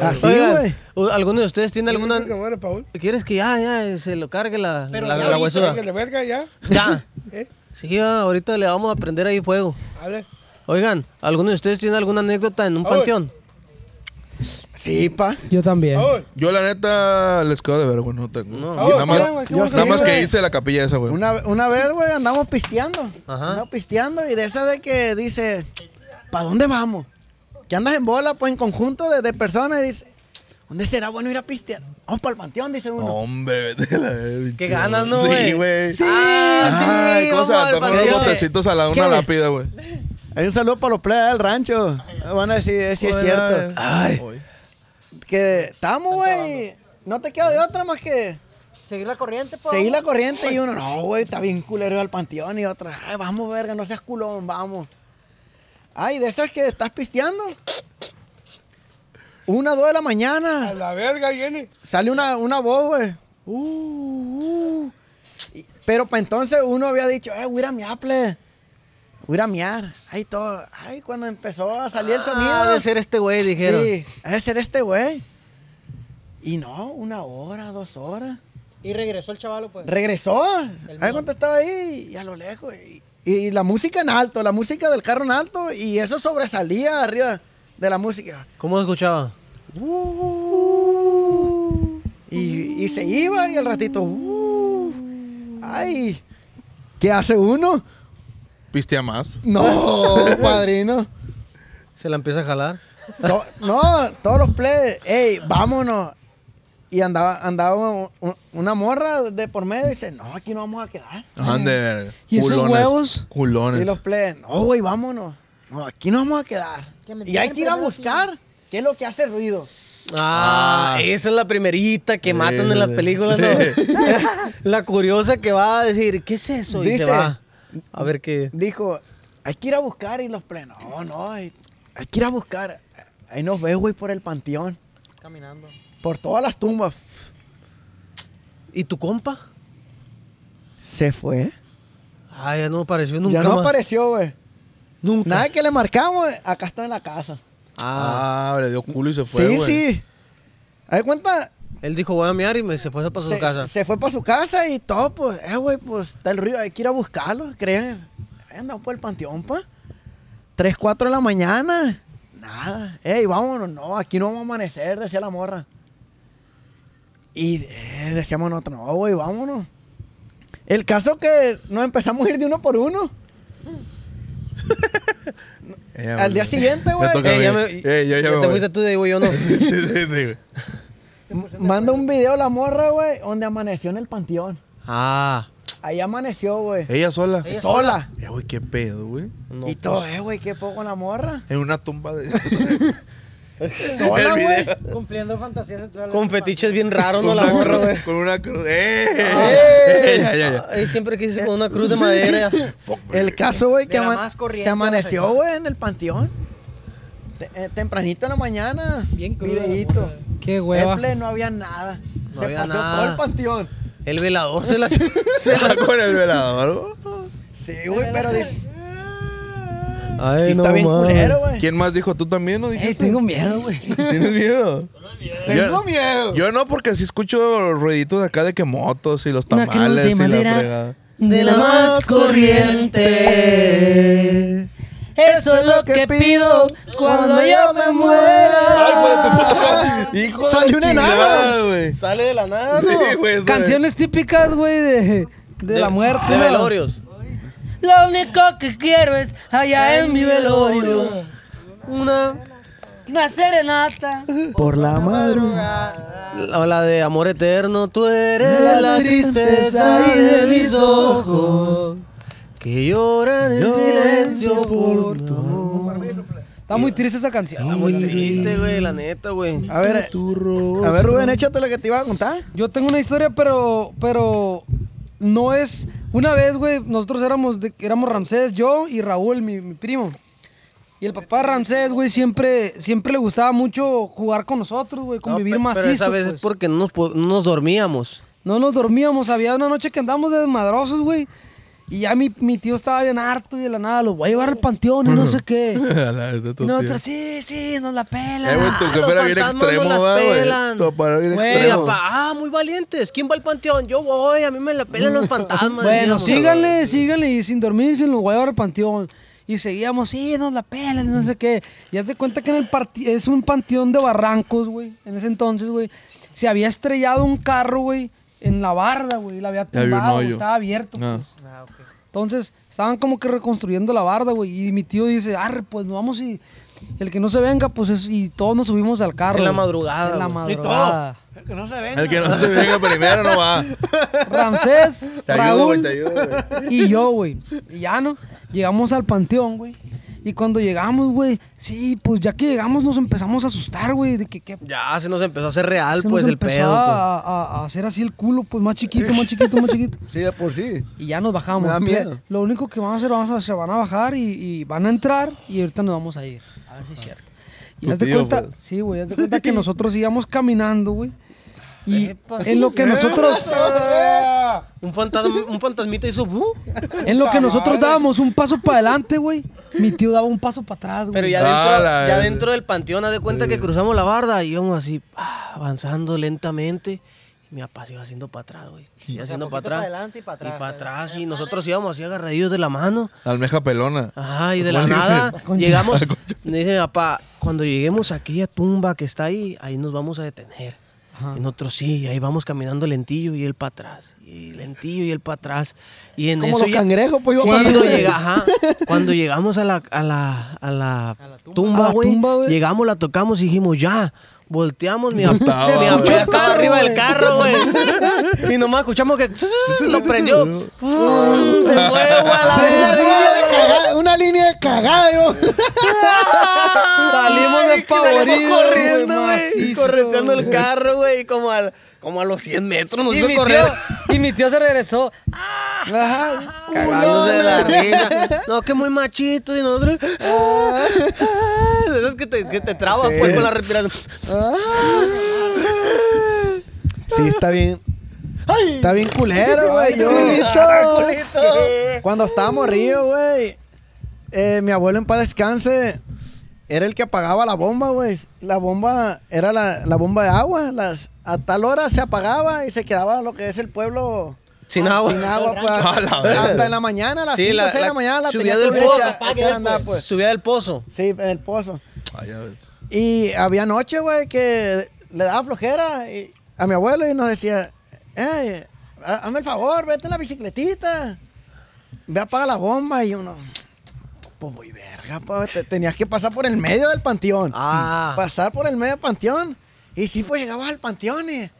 Speaker 5: Así,
Speaker 2: Oigan,
Speaker 5: güey.
Speaker 2: ¿u- ¿alguno de ustedes tiene
Speaker 6: Me fue que
Speaker 2: alguna...
Speaker 6: quemar el baúl.
Speaker 2: ¿Quieres que ya, ya se lo cargue la, la,
Speaker 10: ya
Speaker 2: la
Speaker 10: ahorita,
Speaker 2: huesuda?
Speaker 6: Que de verga ya.
Speaker 2: Ya.
Speaker 6: ¿Eh?
Speaker 2: Sí, ah, ahorita le vamos a prender ahí fuego.
Speaker 6: A ver.
Speaker 2: Oigan, ¿alguno de ustedes tiene alguna anécdota en un panteón?
Speaker 5: Sí, pa.
Speaker 8: Yo también.
Speaker 6: Baúl.
Speaker 4: Yo la neta les quedo de ver, güey, no tengo.
Speaker 2: No.
Speaker 4: Yo nada
Speaker 6: Ah, bueno,
Speaker 4: más,
Speaker 5: ya, güey, Oh, qué
Speaker 4: nada
Speaker 5: bueno que
Speaker 4: más que
Speaker 5: dices.
Speaker 4: hice la capilla esa, güey.
Speaker 5: Una, una vez, güey, andamos pisteando.
Speaker 2: Ajá.
Speaker 5: Andamos pisteando y de esa de que dice, ¿para dónde vamos? Que andas en bola, pues en conjunto de, de personas y dice, ¿dónde será bueno ir a pistear? Vamos para el panteón, dice uno.
Speaker 4: Hombre, vete a la verga,
Speaker 2: Qué
Speaker 4: chido.
Speaker 2: ganas, ¿no,
Speaker 4: Sí,
Speaker 2: güey?
Speaker 4: güey.
Speaker 5: Sí,
Speaker 4: Ay,
Speaker 5: sí,
Speaker 4: ¿cómo se
Speaker 5: vamos al
Speaker 4: antojan unos
Speaker 5: panteón.
Speaker 4: botecitos a la una
Speaker 5: ¿Qué?
Speaker 4: lápida, güey?
Speaker 5: Hay un saludo para los playas del rancho. Van a decir, eh, sí es cierto.
Speaker 4: Ay.
Speaker 5: Que estamos, güey. No te queda de otra más que
Speaker 10: Seguir la corriente, pues, po.
Speaker 5: seguir la corriente. Y uno, no, güey, está bien culero ir al panteón. Y otra, ay, vamos, verga, no seas culón, vamos. Ay, de esas que estás pisteando. Una, dos de la
Speaker 6: A
Speaker 5: mañana.
Speaker 6: la verga, Jenny.
Speaker 5: Sale una, una voz, güey. Uh, uh. Y- Pero para entonces uno había dicho, eh, voy a ir a miaple. Voy a ir a miar. Ay, todo. Ay, cuando empezó a salir el sonido.
Speaker 10: Ah, de ser este güey, dijeron.
Speaker 5: Sí, ha de ser este güey. Y no, una hora, dos horas.
Speaker 10: Y regresó el chavalo, pues.
Speaker 5: Regresó. Ahí
Speaker 10: mismo.
Speaker 5: cuando estaba ahí y a lo lejos. Y, y la música en alto, la música del carro en alto. Y eso sobresalía arriba de la música.
Speaker 2: ¿Cómo se escuchaba?
Speaker 5: Uh, y, y se iba y al ratito. uh, ay, ¿qué hace uno?
Speaker 4: Pistea más.
Speaker 5: No, padrino.
Speaker 2: Se la empieza a jalar.
Speaker 5: To- no, todos los plebes, ey, vámonos. Y andaba, andaba un- un- una morra de por medio y dice, no, aquí no vamos a quedar.
Speaker 4: Ande, verga.
Speaker 5: ¿Y esos
Speaker 4: Culones,
Speaker 5: huevos?
Speaker 4: Culones.
Speaker 5: Y los plebes, no, güey, vámonos. No, aquí no vamos a quedar.
Speaker 10: Que me
Speaker 5: Y hay que ir a
Speaker 10: tiren,
Speaker 5: buscar qué es lo que hace ruido.
Speaker 2: Ah, esa es la primerita que matan en las películas, ¿no? la curiosa que va a decir, ¿qué es eso? y
Speaker 5: Dice-
Speaker 2: se va. A ver qué.
Speaker 5: Dijo, hay que ir a buscar y los plebes, no, no, hay, hay que ir a buscar. Ahí nos ves, güey, por el panteón,
Speaker 10: Caminando.
Speaker 5: por todas las tumbas.
Speaker 2: ¿Y tu compa?
Speaker 5: Se fue.
Speaker 2: Ah, ya no apareció nunca.
Speaker 5: ya no
Speaker 2: más.
Speaker 5: apareció, güey.
Speaker 2: Nunca.
Speaker 5: Nada que le marcamos, acá está en la casa.
Speaker 2: Ah,
Speaker 4: Ah, le dio culo y se fue,
Speaker 5: sí,
Speaker 4: güey.
Speaker 5: sí. Haz de cuenta,
Speaker 2: él dijo, voy a mear y me se fue para su
Speaker 5: se,
Speaker 2: casa.
Speaker 5: se fue para su casa y todo, pues, eh, güey, pues está el río, hay que ir a buscarlo, creen. Ahí Andamos por el panteón, pa. 3, 4 de la mañana. Nada. Ey, vámonos, no, aquí no vamos a amanecer, decía la morra. Y eh, decíamos nosotros, no, güey, vámonos. El caso que nos empezamos a ir de uno por uno.
Speaker 4: Ella,
Speaker 5: Al día
Speaker 4: güey.
Speaker 5: siguiente,
Speaker 4: Me
Speaker 5: güey.
Speaker 4: toca a
Speaker 2: Eh,
Speaker 4: mí.
Speaker 2: ya me-
Speaker 4: Eh, yo ya me
Speaker 2: ya te
Speaker 4: voy.
Speaker 2: fuiste tú, digo yo no.
Speaker 4: Sí, sí, sí, güey.
Speaker 5: Manda un video la morra, güey, donde amaneció en el panteón.
Speaker 2: Ah,
Speaker 5: Ahí amaneció, güey.
Speaker 4: Ella sola.
Speaker 5: Sola.
Speaker 4: Eh, güey, qué pedo, güey.
Speaker 2: no. pues.
Speaker 5: y todo,
Speaker 4: pues.
Speaker 5: eh, güey, qué poco la morra.
Speaker 4: En una tumba de.
Speaker 5: Sola, güey.
Speaker 10: Cumpliendo fantasías sexuales.
Speaker 2: Con fetiches bien raros, no
Speaker 4: con,
Speaker 2: la
Speaker 4: una
Speaker 2: morra, güey. Ah.
Speaker 4: cruz, con una cruz. ¡Eh!
Speaker 5: ¡Eh!
Speaker 4: Ya, ya, ya.
Speaker 2: Ay, siempre quise con una cruz de madera.
Speaker 4: Fuck, güey.
Speaker 5: El caso, güey, que
Speaker 10: De la
Speaker 5: ama-
Speaker 10: más corriente
Speaker 5: se
Speaker 10: a
Speaker 5: amaneció,
Speaker 10: la
Speaker 5: güey, en el panteón. Te- eh, tempranito en la mañana.
Speaker 10: Bien cruda la
Speaker 5: Videíto.
Speaker 10: morra.
Speaker 9: Qué hueva.
Speaker 5: Temple, no había nada.
Speaker 2: No
Speaker 5: se
Speaker 2: había
Speaker 5: pasó
Speaker 2: nada.
Speaker 5: todo el panteón.
Speaker 2: El velador se la...
Speaker 4: Se la con el velador.
Speaker 5: Sí, güey, pero dice,
Speaker 2: Ay,
Speaker 5: sí está bien
Speaker 2: mames. Eh,
Speaker 5: culero, güey.
Speaker 4: ¿Quién más dijo? ¿Tú también? ¿No dijiste?
Speaker 9: tengo miedo, güey.
Speaker 4: ¿Tienes miedo?
Speaker 5: Tengo miedo.
Speaker 4: Yo no, porque sí escucho ruiditos acá de que motos y los
Speaker 9: Una cruz
Speaker 4: tamales
Speaker 9: de
Speaker 4: y
Speaker 9: madera.
Speaker 4: la fregada.
Speaker 9: De la más corriente.
Speaker 5: Eso es lo que pido cuando yo me muera.
Speaker 4: ¡Ay, güey, tu puta madre! ¡Hijo de
Speaker 5: Salió un
Speaker 4: la
Speaker 5: enano.
Speaker 4: chingada, güey!
Speaker 2: Sale de la nada, Ah. ¿no?
Speaker 4: Sí, güey, eso,
Speaker 8: Canciones típicas, güey, de, de la muerte.
Speaker 2: De
Speaker 8: ¿no?
Speaker 2: velorios.
Speaker 8: Lo único que quiero es allá en mi velorio.
Speaker 2: Una...
Speaker 8: Una serenata.
Speaker 5: Por la madrugada.
Speaker 2: La, la de amor eterno, tú eres la, tristeza y de mis ojos que lloran en silencio por tu amor.
Speaker 8: Está muy triste esa canción.
Speaker 2: Muy triste, güey, la neta, güey.
Speaker 5: A ver, eh, a ver, Rubén, échate lo que te iba a contar.
Speaker 8: Yo tengo una historia, pero, pero no es. Una vez, güey, nosotros éramos, de- éramos Ramsés, yo y Raúl, mi, mi primo. Y el papá de Ramsés, güey, siempre, siempre le gustaba mucho jugar con nosotros, güey, convivir
Speaker 2: No, pe-
Speaker 8: macizo.
Speaker 2: Pero esa vez
Speaker 8: pues.
Speaker 2: es porque no nos, po- no nos dormíamos.
Speaker 8: No nos dormíamos, había una noche que andábamos de desmadrosos, güey. Y ya mi, mi tío estaba bien harto y de la nada, los voy a llevar al panteón y no sé qué.
Speaker 4: A la vez de
Speaker 8: Y
Speaker 4: tu tío.
Speaker 8: nosotros, sí, sí, nos la
Speaker 4: Eh,
Speaker 8: pela.
Speaker 4: güey, tu
Speaker 2: Ah,
Speaker 4: jefe
Speaker 2: los
Speaker 4: era bien
Speaker 2: fantasmas no
Speaker 4: extremo,
Speaker 2: las
Speaker 4: va, güey.
Speaker 2: pelan.
Speaker 4: Tu papá era bien
Speaker 8: Güey,
Speaker 2: Ey,
Speaker 4: extremo.
Speaker 2: apa, ah, muy valientes. ¿Quién va al panteón? Yo voy, a mí me la pelan los fantasmas.
Speaker 8: Bueno,
Speaker 2: decíamos.
Speaker 8: síganle, síganle y sin dormirse los voy a llevar al panteón. Y seguíamos, sí, nos la pela, no sé qué. Y haz de cuenta que en el parti- es un panteón de barrancos, güey. En ese entonces, güey, se había estrellado un carro, güey, en la barda, güey. y La había
Speaker 4: Ya había un
Speaker 8: tumbado,
Speaker 4: hoyo.
Speaker 8: estaba abierto,
Speaker 4: Ah.
Speaker 8: pues. Entonces, estaban como que reconstruyendo la barda, güey. Y mi tío dice, arre, pues nos vamos y el que no se venga, pues es... Y todos nos subimos al carro.
Speaker 2: En la
Speaker 8: güey.
Speaker 2: madrugada,
Speaker 8: En la
Speaker 2: güey.
Speaker 6: Y
Speaker 8: madrugada.
Speaker 6: todo. El que no se venga.
Speaker 4: El que no se venga primero no va.
Speaker 8: Ramsés,
Speaker 4: Te
Speaker 8: Raúl
Speaker 4: ayudo, güey, te ayudo, güey.
Speaker 8: y yo, güey. Y ya, ¿no? Llegamos al panteón, güey. Y cuando llegamos, güey, sí, pues ya que llegamos nos empezamos a asustar, güey, de que qué
Speaker 2: Ya se nos empezó a hacer real,
Speaker 8: se nos
Speaker 2: pues, el
Speaker 8: empezó
Speaker 2: pedo. pues.
Speaker 8: A, a- a hacer así el culo, pues más chiquito, más chiquito, más chiquito.
Speaker 5: Sí, de por sí.
Speaker 8: Y ya nos bajamos.
Speaker 5: Me da
Speaker 8: Ya,
Speaker 5: miedo.
Speaker 8: Lo único que vamos a hacer, vamos a, se van a bajar y, y van a entrar y ahorita nos vamos a ir. A ver si es cierto. Y
Speaker 4: Tu
Speaker 8: haz de
Speaker 4: tío,
Speaker 8: cuenta,
Speaker 4: pues.
Speaker 8: sí, güey, haz de cuenta que nosotros íbamos caminando, güey. Y en lo que nosotros,
Speaker 4: Ah.
Speaker 2: pues. Un, fantasma, un fantasmita hizo uh, bu.
Speaker 8: en lo que nosotros dábamos un paso para adelante, güey, mi tío daba un paso para atrás, güey.
Speaker 2: Pero ya
Speaker 4: Ah,
Speaker 2: dentro,
Speaker 4: la
Speaker 2: ya
Speaker 4: verga.
Speaker 2: dentro del panteón, haz de cuenta que cruzamos la barda y íbamos así, ah, avanzando lentamente. Y mi papá se iba haciendo para atrás, güey. Se iba haciendo para
Speaker 10: poquito
Speaker 2: atrás.
Speaker 10: para adelante y para atrás.
Speaker 2: Y para atrás. Y nosotros íbamos así agarradillos de la mano.
Speaker 4: Almeja pelona.
Speaker 2: Ajá, y de la
Speaker 4: ¿Cómo le dicen?
Speaker 2: nada
Speaker 4: La
Speaker 2: llegamos.
Speaker 4: La concha.
Speaker 2: Me dice mi papá, cuando lleguemos a aquella tumba que está ahí, ahí nos vamos a detener.
Speaker 8: Ajá.
Speaker 2: Y nosotros sí, y ahí vamos caminando lentillo y él para atrás. Y lentillo y él para atrás. Y en
Speaker 5: Como
Speaker 2: eso
Speaker 5: los
Speaker 2: ya-
Speaker 5: cangrejos, pues. iba
Speaker 2: Sí,
Speaker 5: para
Speaker 2: cuando,
Speaker 5: arriba.
Speaker 2: llega- ajá, cuando llegamos a la, a la, a la
Speaker 8: A
Speaker 2: tumba,
Speaker 8: la
Speaker 2: güey,
Speaker 8: tumba, güey.
Speaker 2: llegamos, la tocamos y dijimos, ya, volteamos, mi papá
Speaker 4: estaba,
Speaker 2: mi papá
Speaker 4: güey.
Speaker 2: ya estaba
Speaker 8: Escuchó
Speaker 2: arriba
Speaker 8: todo,
Speaker 2: del carro, güey. y nomás escuchamos que lo prendió. se fue, güey, a la
Speaker 5: Sí, una
Speaker 2: verga.
Speaker 5: línea de cagada, Una línea de cagada, yo.
Speaker 8: Salimos
Speaker 2: Ay,
Speaker 8: despavoridos,
Speaker 2: salimos corriendo,
Speaker 8: güey,
Speaker 2: güey.
Speaker 8: macizo,
Speaker 2: Correteando el carro, güey, como, al- como a los 100 metros nos
Speaker 8: Y
Speaker 2: hizo
Speaker 8: mi,
Speaker 2: correr.
Speaker 8: tío, y mi tío se regresó.
Speaker 5: Ajá.
Speaker 2: Cagándose de la risa. No, que muy machito. Y nosotros. ah, ah, de Esas que te, que te trabas, pues, con la respiración.
Speaker 5: Sí, está bien. Está bien culero, güey. Yo. Cuando estábamos ríos, güey. eh, mi abuelo en paz descanse era el que apagaba la bomba, güey. La bomba era la, la bomba de agua. Las, a tal hora se apagaba y se quedaba lo que es el pueblo
Speaker 2: Sin agua.
Speaker 5: sin agua. pues,
Speaker 4: A la verga.
Speaker 5: hasta en la mañana, a las
Speaker 2: Sí,
Speaker 5: 5
Speaker 2: la-
Speaker 5: de
Speaker 2: la-
Speaker 5: la mañana la
Speaker 2: subía
Speaker 5: tenía
Speaker 2: del
Speaker 5: que volver a
Speaker 2: pozo.
Speaker 5: echar- echar a andar, pues.
Speaker 2: Subía del pozo.
Speaker 5: Sí, en el pozo.
Speaker 4: Ah, ya ves.
Speaker 5: Y había noche, güey, que le daba flojera y- a mi abuelo y nos decía, eh, ha- hazme el favor, vete en la bicicletita. Ve a apagar la bomba y uno, pues voy verga, pues te- tenías que pasar por el medio del panteón.
Speaker 2: Ah.
Speaker 5: Pasar por el medio del panteón. Y sí, pues llegabas al panteón y...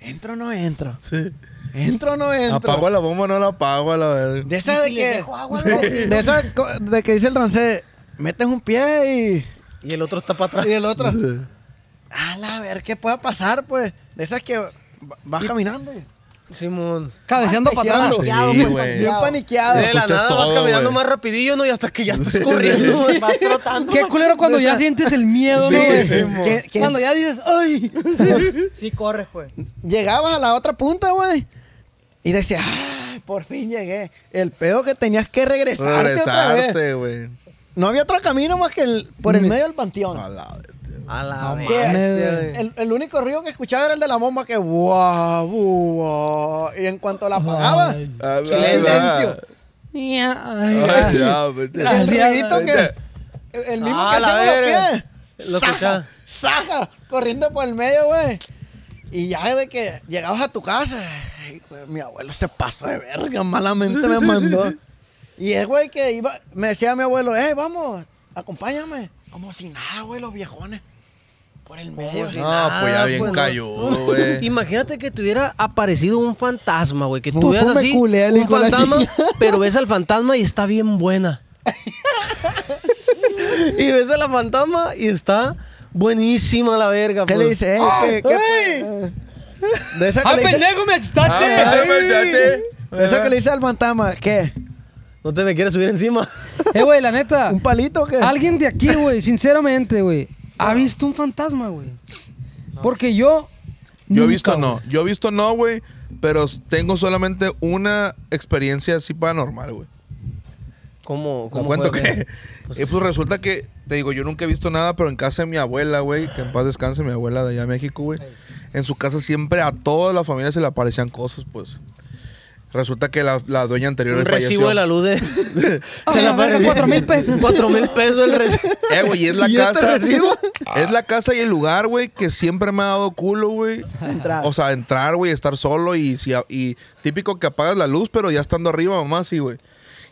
Speaker 5: Entro o no entro.
Speaker 4: Sí.
Speaker 5: Entro o no entro.
Speaker 4: Apago la bomba, no la apago, a la verga.
Speaker 5: De esa de que. de esa co- de que dice el rancé, metes un pie
Speaker 2: Y el otro está para atrás.
Speaker 5: y. Y el otro. Ala, a ver qué pueda pasar, pues. De esas que va- vas caminando.
Speaker 2: Simón.
Speaker 8: Cabeceando
Speaker 5: Vas
Speaker 8: para atrás.
Speaker 5: paniqueado,
Speaker 4: Sí,
Speaker 5: pues,
Speaker 4: güey.
Speaker 5: Bien paniqueado.
Speaker 2: De la
Speaker 4: escuchas
Speaker 2: nada vas
Speaker 4: todo,
Speaker 2: caminando
Speaker 4: güey.
Speaker 2: más rapidillo, ¿no? Y hasta que ya estás corriendo, güey.
Speaker 10: Vas trotando.
Speaker 8: Qué culero cuando ya sientes el miedo, ¿no, güey?
Speaker 5: Que- que
Speaker 8: Cuando ya dices, ¡ay!
Speaker 10: Sí, corres, pues.
Speaker 5: Llegabas a la otra punta, güey. Y decías, "Ay, por fin llegué. El pedo que tenías que regresarte, otra vez.
Speaker 4: Regresarte, güey.
Speaker 5: No había otro camino más que el, por
Speaker 8: Mm.
Speaker 5: el medio del panteón.
Speaker 4: A la bestia.
Speaker 2: A la
Speaker 5: Que
Speaker 8: mames,
Speaker 5: el, el único río que escuchaba era el de la bomba que guau, guau, y en cuanto la apagaba,
Speaker 4: Ah,
Speaker 5: Silencio.
Speaker 4: ah, Ay, ya, vete.
Speaker 5: el ruidito
Speaker 4: Vete.
Speaker 5: que el mismo
Speaker 2: Ah,
Speaker 5: que
Speaker 2: la
Speaker 5: hacían los
Speaker 2: verga.
Speaker 5: pies,
Speaker 2: Lo escuchaba.
Speaker 5: saca, saca, corriendo por el medio, güey. Y ya de que llegabas a tu casa, ay, güey, mi abuelo se pasó de verga, malamente me mandó. Y es, güey, que iba, me decía mi abuelo, eh, vamos, acompáñame. Como si nada, güey, los viejones. Por el medio.
Speaker 2: si
Speaker 4: No,
Speaker 2: nada,
Speaker 4: pues ya bien
Speaker 2: pues, no.
Speaker 4: cayudo, güey.
Speaker 2: Imagínate que te hubiera aparecido un fantasma, güey. Que tú
Speaker 5: Pues,
Speaker 2: veas
Speaker 5: pues, me
Speaker 2: así.
Speaker 5: culé al
Speaker 2: un
Speaker 5: hijo de la
Speaker 2: fantasma,
Speaker 5: chingada.
Speaker 2: pero ves al fantasma y está bien buena. y ves a la fantasma y está buenísima la verga,
Speaker 5: ¿Qué
Speaker 2: pues.
Speaker 5: le dice? "Ey, ¿qué- qué- De esa
Speaker 8: ¡Ah,
Speaker 5: que le dice-
Speaker 8: pendejo, me
Speaker 4: Ah,
Speaker 8: asustaste!
Speaker 4: vete,
Speaker 5: De esa que le dice al fantasma, ¿qué?
Speaker 2: No te me quieres subir encima.
Speaker 8: Eh, güey, la neta.
Speaker 5: ¿Un palito o qué?
Speaker 8: Alguien de aquí, güey, sinceramente, güey, ha visto un fantasma, güey. Porque yo.
Speaker 4: Yo he
Speaker 8: nunca,
Speaker 4: visto
Speaker 8: güey.
Speaker 4: no. Yo he visto no, güey. Pero tengo solamente una experiencia así paranormal, güey.
Speaker 2: ¿Cómo?
Speaker 4: Te
Speaker 2: cómo
Speaker 4: cuento
Speaker 2: fue,
Speaker 4: que.
Speaker 2: güey?
Speaker 4: eh, Pues, resulta que, te digo, yo nunca he visto nada, pero en casa de mi abuela, güey, que en paz descanse, mi abuela de allá de México, güey. En su casa siempre a toda la familia se le aparecían cosas, pues. Resulta que la, la dueña anterior
Speaker 2: Un
Speaker 4: falleció.
Speaker 2: recibo de la luz de.
Speaker 8: Ah, la verga, cuatro mil pesos.
Speaker 2: Cuatro mil pesos el recibo.
Speaker 4: Eh, güey, y es la
Speaker 5: ¿Y este
Speaker 4: casa.
Speaker 5: recibo?
Speaker 4: Es la casa y el lugar, güey, que siempre me ha dado culo, güey.
Speaker 5: Entrar.
Speaker 4: O sea, entrar, güey, estar solo y, si- y típico que apagas la luz, pero ya estando arriba, mamá, sí, güey.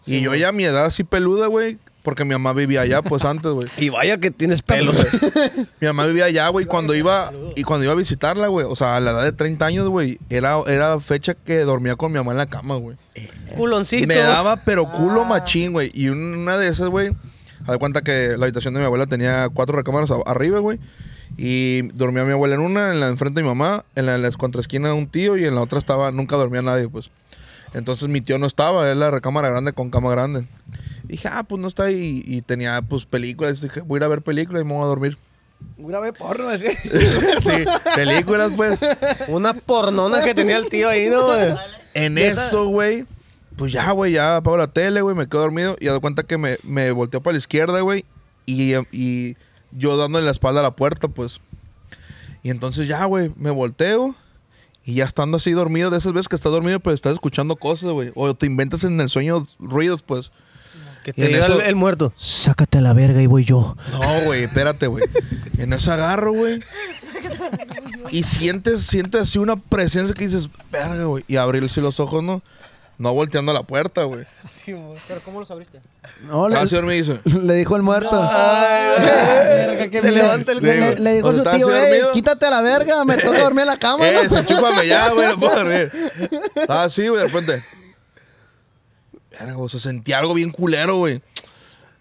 Speaker 4: y yo ya a mi edad así peluda, güey, porque mi mamá vivía allá, pues antes, güey.
Speaker 2: Y vaya que tienes pelos.
Speaker 4: Mi mamá vivía allá, güey, cuando iba y cuando iba a visitarla, güey. O sea, a la edad de 30 años, güey, era, era fecha que dormía con mi mamá en la cama, güey.
Speaker 2: Culoncito.
Speaker 4: Me daba, pero culo machín, güey. Y un- una de esas, güey, haz de cuenta que la habitación de mi abuela tenía cuatro recámaras a- arriba, güey. Y dormía mi abuela en una, en la de enfrente de mi mamá, en la, en la contraesquina un tío y en la otra estaba, nunca dormía nadie, pues. Entonces mi tío no estaba, es la recámara grande con cama grande. Dije, ah, pues no está ahí. Y tenía, pues, películas. Dije, voy a ir a ver películas y me voy a dormir.
Speaker 5: Grabé porno, decía.
Speaker 4: sí, películas, pues.
Speaker 2: Una pornona que tenía el tío ahí, ¿no, güey?
Speaker 4: En eso, güey. Pues ya, güey, ya apago la tele, güey, me quedo dormido. Y doy cuenta que me, me volteó para la izquierda, güey. Y, y yo dándole la espalda a la puerta, pues. Y entonces ya, güey, me volteo. Y ya estando así dormido, de esas veces que estás dormido, pues estás escuchando cosas, güey. O te inventas en el sueño ruidos, pues.
Speaker 2: Que
Speaker 4: Y
Speaker 2: te
Speaker 4: en
Speaker 2: diga
Speaker 4: eso-
Speaker 2: el, el muerto.
Speaker 3: Sácate a la verga y voy yo.
Speaker 4: No, güey, espérate, güey. En eso agarro, güey. Y sientes, sientes así una presencia que dices, verga, güey. Y abrirse los ojos, ¿no? No volteando a la puerta, güey.
Speaker 10: Pero ¿cómo los abriste?
Speaker 5: No, le,
Speaker 4: Estaba así dormido y Ah, dice,
Speaker 5: le dijo el muerto.
Speaker 8: Verga, qué
Speaker 5: Le-
Speaker 8: miedo.
Speaker 5: levanta el
Speaker 4: Le
Speaker 5: cuello.
Speaker 4: digo,
Speaker 5: Le, le dijo
Speaker 4: cuando
Speaker 5: su
Speaker 4: estaba
Speaker 5: tío,
Speaker 4: así
Speaker 5: "Ey,
Speaker 4: dormido-
Speaker 5: quítate a la verga, me toca dormir en la cama.
Speaker 4: eh,
Speaker 5: ¿no?"
Speaker 4: se chúpame ya, güey, no puedo dormir. Estaba así, güey, de repente. Verga, o sea, sentí algo bien culero, güey.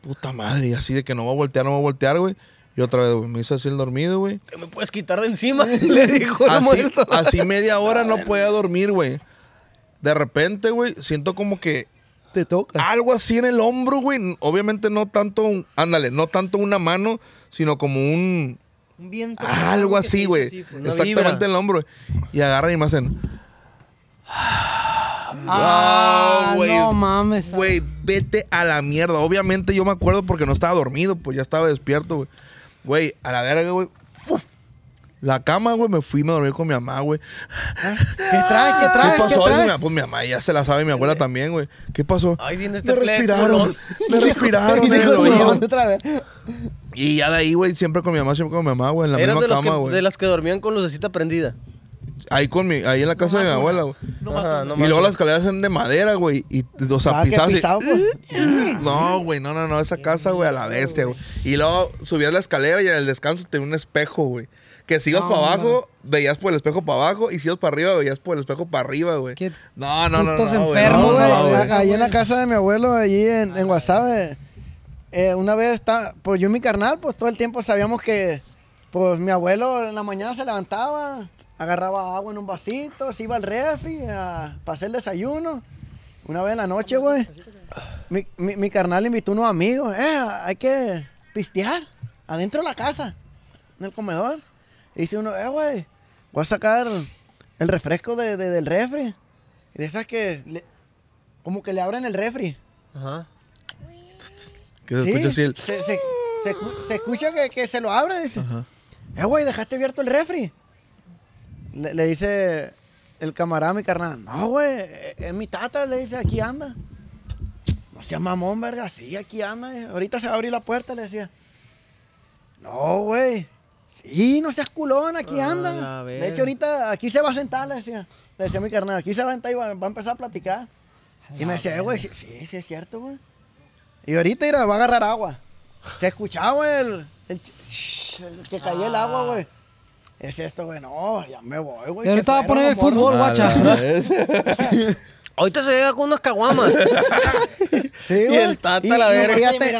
Speaker 4: Puta madre, y así de que no va a voltear, no va a voltear, güey. Y otra vez, güey, me hice así el dormido, güey.
Speaker 2: Que me puedes quitar de encima, le dijo el
Speaker 4: Así,
Speaker 2: muerto.
Speaker 4: así media hora no podía dormir, güey. De repente, güey, siento como que
Speaker 5: Te toca.
Speaker 4: algo así en el hombro, güey. Obviamente no tanto, un, ándale, no tanto una mano, sino como un, Ah,
Speaker 10: Un viento.
Speaker 4: algo
Speaker 10: que te
Speaker 4: así,
Speaker 10: hizo
Speaker 4: güey.
Speaker 10: pues.
Speaker 2: una
Speaker 4: Exactamente
Speaker 2: vibra.
Speaker 4: en el hombro. Y agarran y me hacen.
Speaker 8: Ah,
Speaker 4: Ah, güey.
Speaker 8: no mames.
Speaker 4: Güey, vete a la mierda. Obviamente yo me acuerdo porque no estaba dormido, pues ya estaba despierto, güey. Güey, a la verga, güey. Fuf. La cama, güey, me fui, me dormí con mi mamá, güey.
Speaker 5: ¿Qué traes? ¿Qué
Speaker 4: ¿Qué
Speaker 5: traes?
Speaker 4: pasó?
Speaker 5: ¿Qué
Speaker 4: Dice mi
Speaker 5: traes?
Speaker 4: mamá, pues mi mamá ya se la sabe, mi abuela también, güey. ¿Qué pasó?
Speaker 2: Ahí viene este
Speaker 4: me respiraron.
Speaker 2: pleco.
Speaker 4: Me respiraron.
Speaker 5: Y
Speaker 4: en el
Speaker 5: dijo su
Speaker 4: oído.
Speaker 5: nombre otra vez.
Speaker 4: Y ya de ahí, güey, siempre con mi mamá, siempre con mi mamá, güey, en la
Speaker 2: Eran
Speaker 4: misma
Speaker 2: de, los
Speaker 4: cama,
Speaker 2: que-
Speaker 4: güey.
Speaker 2: de las que dormían con lucecita prendida.
Speaker 4: Ahí con mi, ahí en la casa de mi abuela, güey.
Speaker 2: Ajá, no
Speaker 4: y
Speaker 2: más
Speaker 4: luego
Speaker 2: una.
Speaker 4: las escaleras eran de madera, güey. Y, o sea,
Speaker 5: Ah, que
Speaker 4: pisabas y-
Speaker 5: pisado, pues.
Speaker 4: No, güey, no, no, no, esa casa, güey, a la bestia, güey. Y luego subías la escalera y en el descanso tenía un espejo, güey. Que si ibas
Speaker 8: No,
Speaker 4: para abajo, veías por el espejo para abajo, y si ibas para arriba, veías por el espejo para arriba, güey.
Speaker 8: Qué
Speaker 4: No, no, no, no,
Speaker 8: putos
Speaker 4: güey,
Speaker 8: enfermos,
Speaker 4: no, no,
Speaker 8: güey.
Speaker 4: güey.
Speaker 5: A- Ahí en la casa de mi abuelo, allí en, en Guasave, eh, una vez está, pues yo y mi carnal, pues todo el tiempo sabíamos que, pues mi abuelo en la mañana se levantaba, agarraba agua en un vasito, se iba al refri a, para hacer desayuno. Una vez en la noche, güey, mi, mi, mi carnal invitó unos amigos, eh, hay que pistear adentro de la casa, en el comedor. Y dice uno, eh, güey, voy a sacar el refresco de, de- del refri. Y de esas que le- como que le abren el refri.
Speaker 2: Ajá.
Speaker 4: Que se escucha así el.
Speaker 5: se, se- se escu- se escucha que, que se lo abren. Dice, eh, güey, dejaste abierto el refri. Le, le dice el camarada a mi carnal, no, güey, eh, es mi tata, le dice, aquí anda. No seas mamón, verga, sí, aquí anda. eh. Ahorita se va a abrir la puerta, le decía. No, güey. Sí, no seas culón, aquí
Speaker 2: Ah,
Speaker 5: anda.
Speaker 2: la
Speaker 5: De
Speaker 2: verga.
Speaker 5: hecho, ahorita aquí se va a sentar, le decía. Le decía a mi carnal, aquí se va a sentar y va, va a empezar a platicar. Y me decía, "Eh, güey, sí, sí, sí es cierto, güey. Y ahorita mira, va a agarrar agua. Se escuchaba, güey, el, el ch- shh, el que caía el
Speaker 8: Ah.
Speaker 5: agua, güey. Es esto, güey, no, ya me voy, güey.
Speaker 8: Y ahorita va a poner el fútbol, guacha.
Speaker 2: Ahorita se llega con unas caguamas.
Speaker 5: Sí,
Speaker 2: y el tata la verga.
Speaker 5: Fíjate,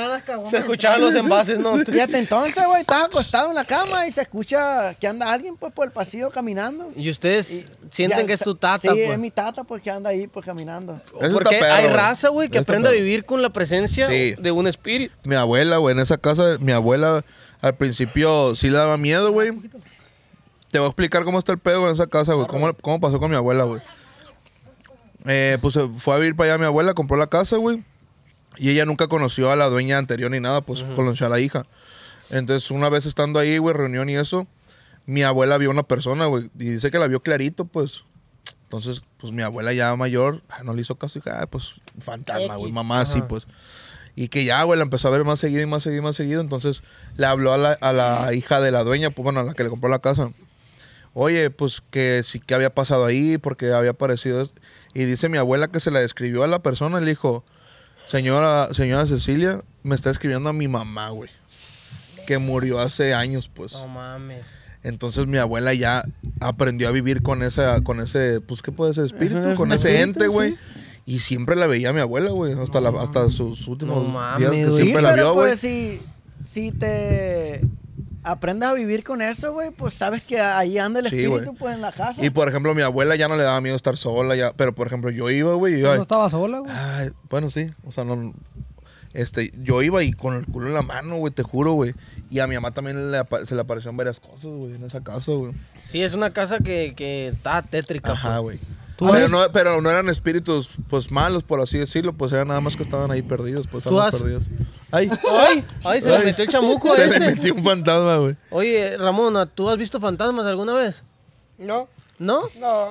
Speaker 2: se escuchaban los envases, ¿no?
Speaker 5: fíjate, entonces, güey, estás acostado en la cama y se escucha que anda alguien, pues, por el pasillo caminando.
Speaker 2: Y
Speaker 5: Y-
Speaker 2: ustedes sienten
Speaker 5: ya,
Speaker 2: que es tu
Speaker 5: sa-
Speaker 2: tata,
Speaker 5: Sí,
Speaker 2: pues.
Speaker 5: es mi tata, pues, que anda ahí, pues, caminando.
Speaker 4: Eso
Speaker 2: Porque
Speaker 4: está perro,
Speaker 2: hay
Speaker 4: güey.
Speaker 2: raza, güey, que
Speaker 4: Eso está
Speaker 2: aprende a
Speaker 4: perro.
Speaker 2: vivir con la presencia
Speaker 4: Sí.
Speaker 2: de un espíritu.
Speaker 4: Mi abuela, güey, en esa casa, mi abuela al principio sí le daba miedo, güey. Te voy a explicar cómo está el pedo en esa casa, güey. Cómo, cómo pasó con mi abuela, güey. Eh, pues se fue a vivir para allá mi abuela, compró la casa, güey. Y ella nunca conoció a la dueña anterior ni nada, pues conoció a la hija. Entonces, una vez estando ahí, güey, reunión y eso, mi abuela vio una persona, güey, y dice que la vio clarito, pues. Entonces, pues mi abuela ya mayor ah, no le hizo caso y dije, ah, pues fantasma, güey,
Speaker 10: X.
Speaker 4: mamá, sí, pues. Y que ya, güey, la empezó a ver más seguido y más seguido y más seguido. Entonces le habló a la, a la hija de la dueña, pues bueno, a la que le compró la casa. Oye, pues que sí que había pasado ahí, porque había aparecido. es- Y dice mi abuela que se la describió a la persona y le dijo, señora, señora Cecilia, me está escribiendo a mi mamá, güey. Que murió hace años, pues.
Speaker 2: No mames.
Speaker 4: Entonces mi abuela ya aprendió a vivir con esa, con ese, pues qué puede ser espíritu,
Speaker 5: un
Speaker 4: con ese
Speaker 5: espíritu,
Speaker 4: ente, güey. Y siempre la veía mi abuela, güey, hasta la- hasta sus últimos
Speaker 2: No mames,
Speaker 4: días que
Speaker 2: güey.
Speaker 4: siempre la vio,
Speaker 5: pero
Speaker 4: güey.
Speaker 5: pues si, si te aprendes a vivir con eso, güey, pues sabes que ahí anda el
Speaker 4: Sí,
Speaker 5: espíritu,
Speaker 4: güey.
Speaker 5: pues en la casa.
Speaker 4: y por ejemplo, mi abuela ya no le daba miedo estar sola, ya, pero por ejemplo, yo Ah. iba, güey, y iba,
Speaker 8: No estaba sola, güey.
Speaker 4: Ay, bueno, sí, o sea, no este, yo iba y con el culo en la mano, güey, te juro, güey. Y a mi mamá también le apa- se le aparecieron varias cosas, güey, en esa casa, güey.
Speaker 2: Sí, es una casa que, que está tétrica.
Speaker 4: Ajá,
Speaker 2: pues.
Speaker 4: güey.
Speaker 10: ¿Tú
Speaker 4: Pero
Speaker 10: has-
Speaker 4: no, pero no eran espíritus, pues malos, por así decirlo, pues eran nada más que estaban ahí perdidos, pues
Speaker 10: ¿Tú
Speaker 4: estaban
Speaker 10: has-
Speaker 4: perdidos. Ay,
Speaker 2: Ay, ay, se le metió el chamuco a
Speaker 4: se
Speaker 2: este.
Speaker 4: le metió un fantasma, güey.
Speaker 2: Oye, Ramona, ¿tú has visto fantasmas alguna vez?
Speaker 6: No,
Speaker 2: ¿No?
Speaker 6: no.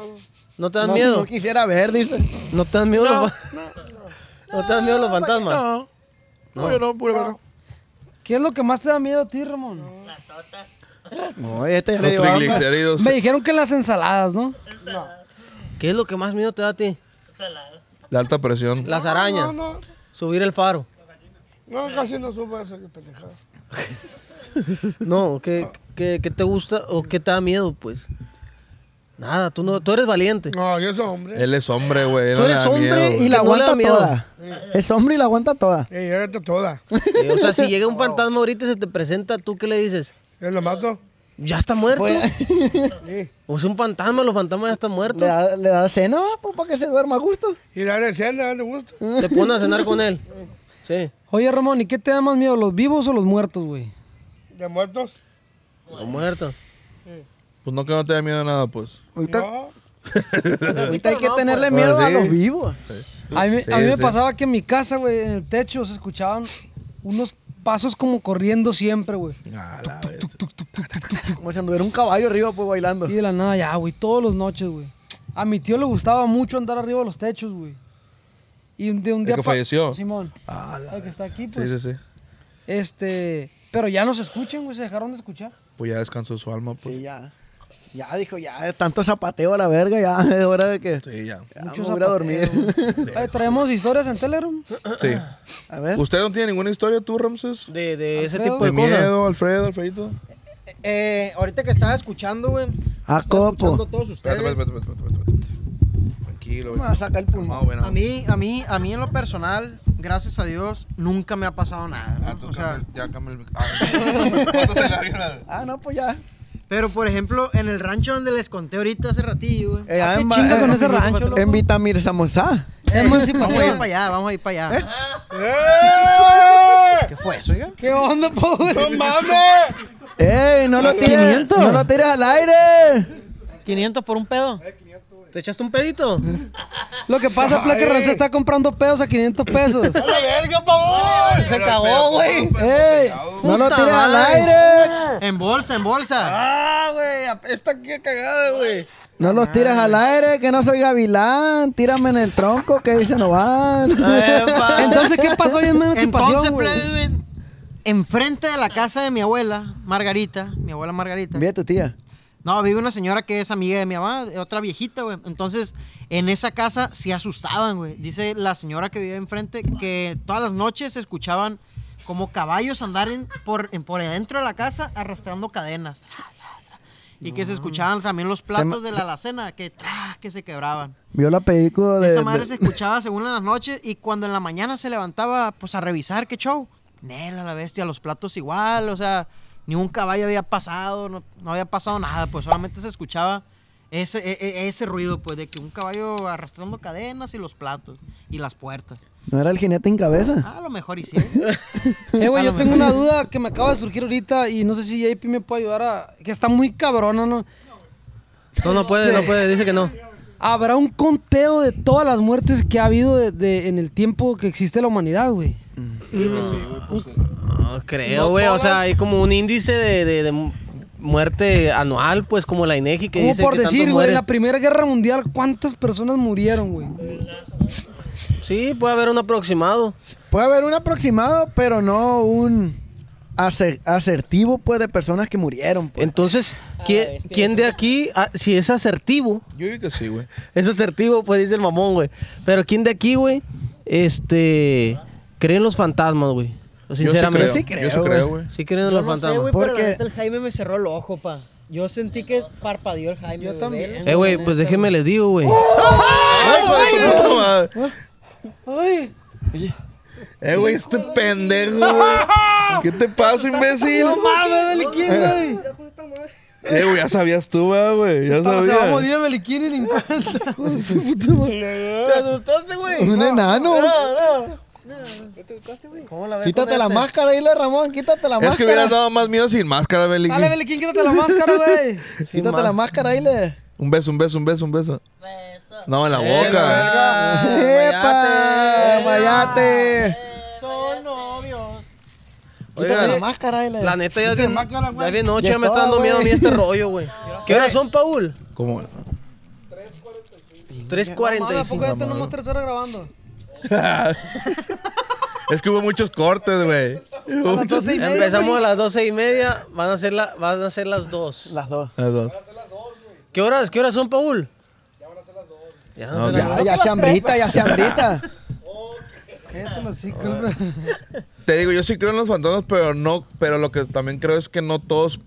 Speaker 2: ¿No te dan
Speaker 5: no,
Speaker 2: miedo?
Speaker 5: no quisiera ver, dice.
Speaker 2: ¿No te dan miedo los fa- ¿No te dan miedo los fantasmas?
Speaker 4: No. No, yo no, pura verdad.
Speaker 8: ¿Qué es lo que más te da miedo a ti, Ramón?
Speaker 5: No, este ya le
Speaker 4: Los
Speaker 5: dio hambre.
Speaker 4: triglicéridos.
Speaker 8: Me dijeron que las ensaladas, ¿no?
Speaker 2: ¿Qué es lo que más miedo te da a ti?
Speaker 4: La alta presión.
Speaker 2: Las arañas.
Speaker 6: No, no,
Speaker 2: Subir el faro.
Speaker 6: no, casi no supe eso, qué pendejada.
Speaker 2: No, ¿qué, qué, qué te gusta o qué te da miedo, pues? Nada, tú, no, tú eres valiente.
Speaker 6: No, yo soy hombre.
Speaker 4: Él es hombre, güey.
Speaker 2: Tú
Speaker 4: no le
Speaker 2: eres
Speaker 4: da
Speaker 2: hombre
Speaker 4: miedo, güey.
Speaker 5: Y la
Speaker 2: No le da
Speaker 5: aguanta
Speaker 2: miedo.
Speaker 5: toda. Es hombre y la aguanta toda.
Speaker 6: Y llévate toda.
Speaker 2: Eh, o sea, si llega un fantasma ahorita y se te presenta, ¿tú qué le dices?
Speaker 6: Yo lo mato.
Speaker 2: ¿Ya está muerto?
Speaker 6: Sí.
Speaker 2: O sea, un fantasma, los fantasmas ya están muertos.
Speaker 5: Le da, le da cena, pues, para que se duerma a gusto.
Speaker 6: Y la escena, ¿te gusta?
Speaker 2: Te pones a cenar con él. Sí.
Speaker 8: Oye, Ramón, ¿y qué te da más miedo, los vivos o los muertos, güey?
Speaker 6: ¿De muertos?
Speaker 2: O muerto.
Speaker 4: Pues no que no te da miedo nada, pues.
Speaker 5: Ahorita,
Speaker 6: No.
Speaker 5: Pues ahorita hay que tenerle miedo
Speaker 4: Ahora pues, sí.
Speaker 5: a los vivos.
Speaker 8: A mí,
Speaker 4: Sí,
Speaker 8: a mí me
Speaker 4: sí.
Speaker 8: pasaba que en mi casa, güey, en el techo se escuchaban unos pasos como corriendo siempre, güey.
Speaker 4: Ah, la vez.
Speaker 5: Como si anduviera un caballo arriba, pues, bailando.
Speaker 8: Y de la nada ya, güey, todos los noches, güey. A mi tío le gustaba mucho andar arriba de los techos, güey. Y un- de un
Speaker 4: ¿El
Speaker 8: día
Speaker 4: que
Speaker 8: pa-
Speaker 4: falleció?
Speaker 8: Simón.
Speaker 4: Ah, la
Speaker 8: El que está aquí,
Speaker 4: Sí,
Speaker 8: pues.
Speaker 4: sí, sí.
Speaker 8: Este, pero ya no se escuchan, güey, se dejaron de escuchar.
Speaker 4: Pues ya descansó su alma, pues.
Speaker 5: Sí, ya. Ya dijo, ya, tanto zapateo a la verga, ya es hora de que
Speaker 4: Sí, ya.
Speaker 5: ya,
Speaker 8: Mucho
Speaker 5: me voy a ir a dormir.
Speaker 8: zapateo. Ay, Traemos historias en Telegram.
Speaker 4: Sí.
Speaker 5: a ver.
Speaker 4: ¿Usted no tiene ninguna historia tú, Ramses?
Speaker 2: De, de ese
Speaker 8: Alfredo.
Speaker 2: tipo
Speaker 4: De
Speaker 2: de cosas.
Speaker 4: miedo, Alfredo, Alfredito.
Speaker 10: Eh, ahorita que estaba escuchando, güey.
Speaker 5: A
Speaker 10: estaba escuchando
Speaker 5: copo.
Speaker 10: a todos ustedes.
Speaker 4: Espérate, espérate, espérate, espérate, espérate, espérate. Tranquilo, güey.
Speaker 5: Vamos a sacar el
Speaker 4: Ah,
Speaker 5: pulmón.
Speaker 4: bueno.
Speaker 10: A mí, a mí, a mí en lo personal, gracias a Dios, nunca me ha pasado nada. ¿no?
Speaker 4: Ah, tú
Speaker 10: o sea,
Speaker 4: cambia el- ya cambia el mic- ah, pásasela bien al-
Speaker 5: Ah, no, pues ya.
Speaker 10: pero por ejemplo, en el rancho donde les conté ahorita hace ratillo, güey.
Speaker 5: Eh,
Speaker 8: Ah,
Speaker 5: ah,
Speaker 8: qué
Speaker 5: en,
Speaker 8: chinga con ese
Speaker 5: en-
Speaker 8: rancho, loco.
Speaker 5: En Vitamir Samosá.
Speaker 10: Eh. Vamos a ir para
Speaker 8: Emancipación.
Speaker 10: allá, vamos a ir para allá. ¿Qué fue eso, oiga?
Speaker 8: ¿Qué onda, pobre?
Speaker 6: ¡No mames!
Speaker 5: ¡Ey!
Speaker 8: Ah,
Speaker 5: ¡No lo tires! ¡No lo tires al aire!
Speaker 10: 500 por un pedo.
Speaker 2: ¿Te echaste un pedito?
Speaker 8: Lo que pasa es que Rancho está comprando pedos a 500 pesos.
Speaker 6: ¡A la verga, pavón!
Speaker 10: Se cagó, güey.
Speaker 5: ¡Ey! ¡No lo
Speaker 10: Puta
Speaker 5: tires al
Speaker 10: madre.
Speaker 5: aire!
Speaker 10: En bolsa, en bolsa.
Speaker 6: ¡Ah, güey! Está aquí cagada, güey.
Speaker 5: ¡No los tires al aire! ¡Que no soy gavilán! ¡Tírame en el tronco! ¡Que dice Ah, no van!
Speaker 10: Epa.
Speaker 8: Entonces, ¿qué pasó hoy en
Speaker 10: Entonces,
Speaker 8: emancipación,
Speaker 5: pues.
Speaker 8: güey?
Speaker 10: plebe, enfrente de la casa de mi abuela, Margarita, mi abuela Margarita.
Speaker 5: Mira tu tía.
Speaker 10: No, vive una señora que es amiga de mi mamá, otra viejita, güey. Entonces, en esa casa se asustaban, güey. Dice la señora que vive enfrente que todas las noches se escuchaban como caballos andar en- por, en- por adentro de la casa arrastrando cadenas. Tra, tra, tra. Y que se escuchaban también los platos de la alacena que, tra, que se quebraban.
Speaker 5: Vio la película de...
Speaker 10: Esa madre
Speaker 5: de-
Speaker 10: se escuchaba según en las noches y cuando en la mañana se levantaba, pues a revisar qué show. Nela, la bestia, los platos igual, o sea, ni un caballo había pasado, no, no había pasado nada, pues solamente se escuchaba ese, e- e- ese ruido, pues de que un caballo arrastrando cadenas y los platos y las puertas.
Speaker 5: ¿No era el jinete en cabeza?
Speaker 10: Ah, a lo mejor y sí.
Speaker 8: Eh, güey, yo tengo una duda que me acaba de surgir ahorita y no sé si JP me puede ayudar a... Que está muy cabrona, ¿no?
Speaker 2: No, no puede, no puede, dice que no.
Speaker 8: ¿Habrá un conteo de todas las muertes que ha habido de- de- en el tiempo que existe la humanidad, güey?
Speaker 2: No creo, güey. O sea, hay como un índice de, de, de, muerte anual, pues como la INEGI que
Speaker 8: Como
Speaker 2: dice
Speaker 8: por
Speaker 2: que tantos
Speaker 8: decir, güey, en
Speaker 2: mueren.
Speaker 8: la Primera Guerra Mundial, ¿cuántas personas murieron, güey?
Speaker 2: Sí, puede haber un aproximado.
Speaker 5: Puede haber un aproximado, pero no un aser- asertivo, pues, de personas que murieron. Pues.
Speaker 2: Entonces, ¿quién, quién de aquí, ah, si es asertivo,
Speaker 4: Yo digo que sí, güey.
Speaker 2: es asertivo, pues dice el mamón, güey. Pero ¿quién de aquí, güey, este, cree en los fantasmas, güey? Sinceramente.
Speaker 4: Yo sí creo, yo sí creo, güey.
Speaker 2: Sí creen en
Speaker 10: Yo
Speaker 2: los
Speaker 10: no sé,
Speaker 2: fantasmas.
Speaker 10: güey, pero
Speaker 5: Porque-
Speaker 10: la neta el Jaime me cerró el ojo, pa. Yo sentí que parpadeó el Jaime. Yo también.
Speaker 2: eh, güey, pues déjenme les digo, güey.
Speaker 4: ¡Ay, güey, su puta madre! Eh, güey, este pendejo, güey. ¿Qué te pasa, imbécil?
Speaker 8: Beliquín, güey.
Speaker 4: Eh, güey, ya sabías tú, va, güey. Ya
Speaker 8: Se va a morir
Speaker 4: sabías.
Speaker 8: el Beliquín y le encanta.
Speaker 10: ¿Te asustaste, güey?
Speaker 5: Un enano.
Speaker 10: ¿Cómo la ves? este?
Speaker 5: Quítate la máscara, dile Ramón, quítate la
Speaker 4: Es que hubieras dado más miedo sin máscara, Beliquín.
Speaker 8: Dale, Beliquín, quítate la máscara, güey.
Speaker 5: Quítate la máscara, dile.
Speaker 4: Un beso, un beso, un beso, un beso. No, en la
Speaker 2: Eh,
Speaker 4: boca.
Speaker 5: ¡Epa! ¡Mayate!
Speaker 10: Son novios.
Speaker 5: Quítate
Speaker 2: Oigan,
Speaker 5: la máscara, dile.
Speaker 2: La neta, ya es bien,
Speaker 10: máscara, güey.
Speaker 2: ya es bien noche,
Speaker 5: Ya
Speaker 2: ya me está
Speaker 5: estaba,
Speaker 2: dando miedo a mí
Speaker 5: güey.
Speaker 2: este rollo, güey. ¿Qué horas son, Paul?
Speaker 4: ¿Cómo?
Speaker 2: 3.45.
Speaker 8: ya tenemos tres horas grabando?
Speaker 4: Es que hubo muchos cortes, güey.
Speaker 8: A las doce y media,
Speaker 2: Empezamos
Speaker 8: güey.
Speaker 2: a las 12 y media, van a ser, la, van a ser las 2.
Speaker 5: Las dos.
Speaker 4: Las dos.
Speaker 2: ¿Qué horas, ¿Qué horas son, Paul? Ya van a ser las 2. Ya van a ser las
Speaker 8: Ah,
Speaker 5: Ya, ya se hambrita, ya se hambrita.
Speaker 8: Cállate los hocicos, güey.
Speaker 4: Te digo, yo sí creo en los fantasmas, pero no, pero lo que también creo es que no todos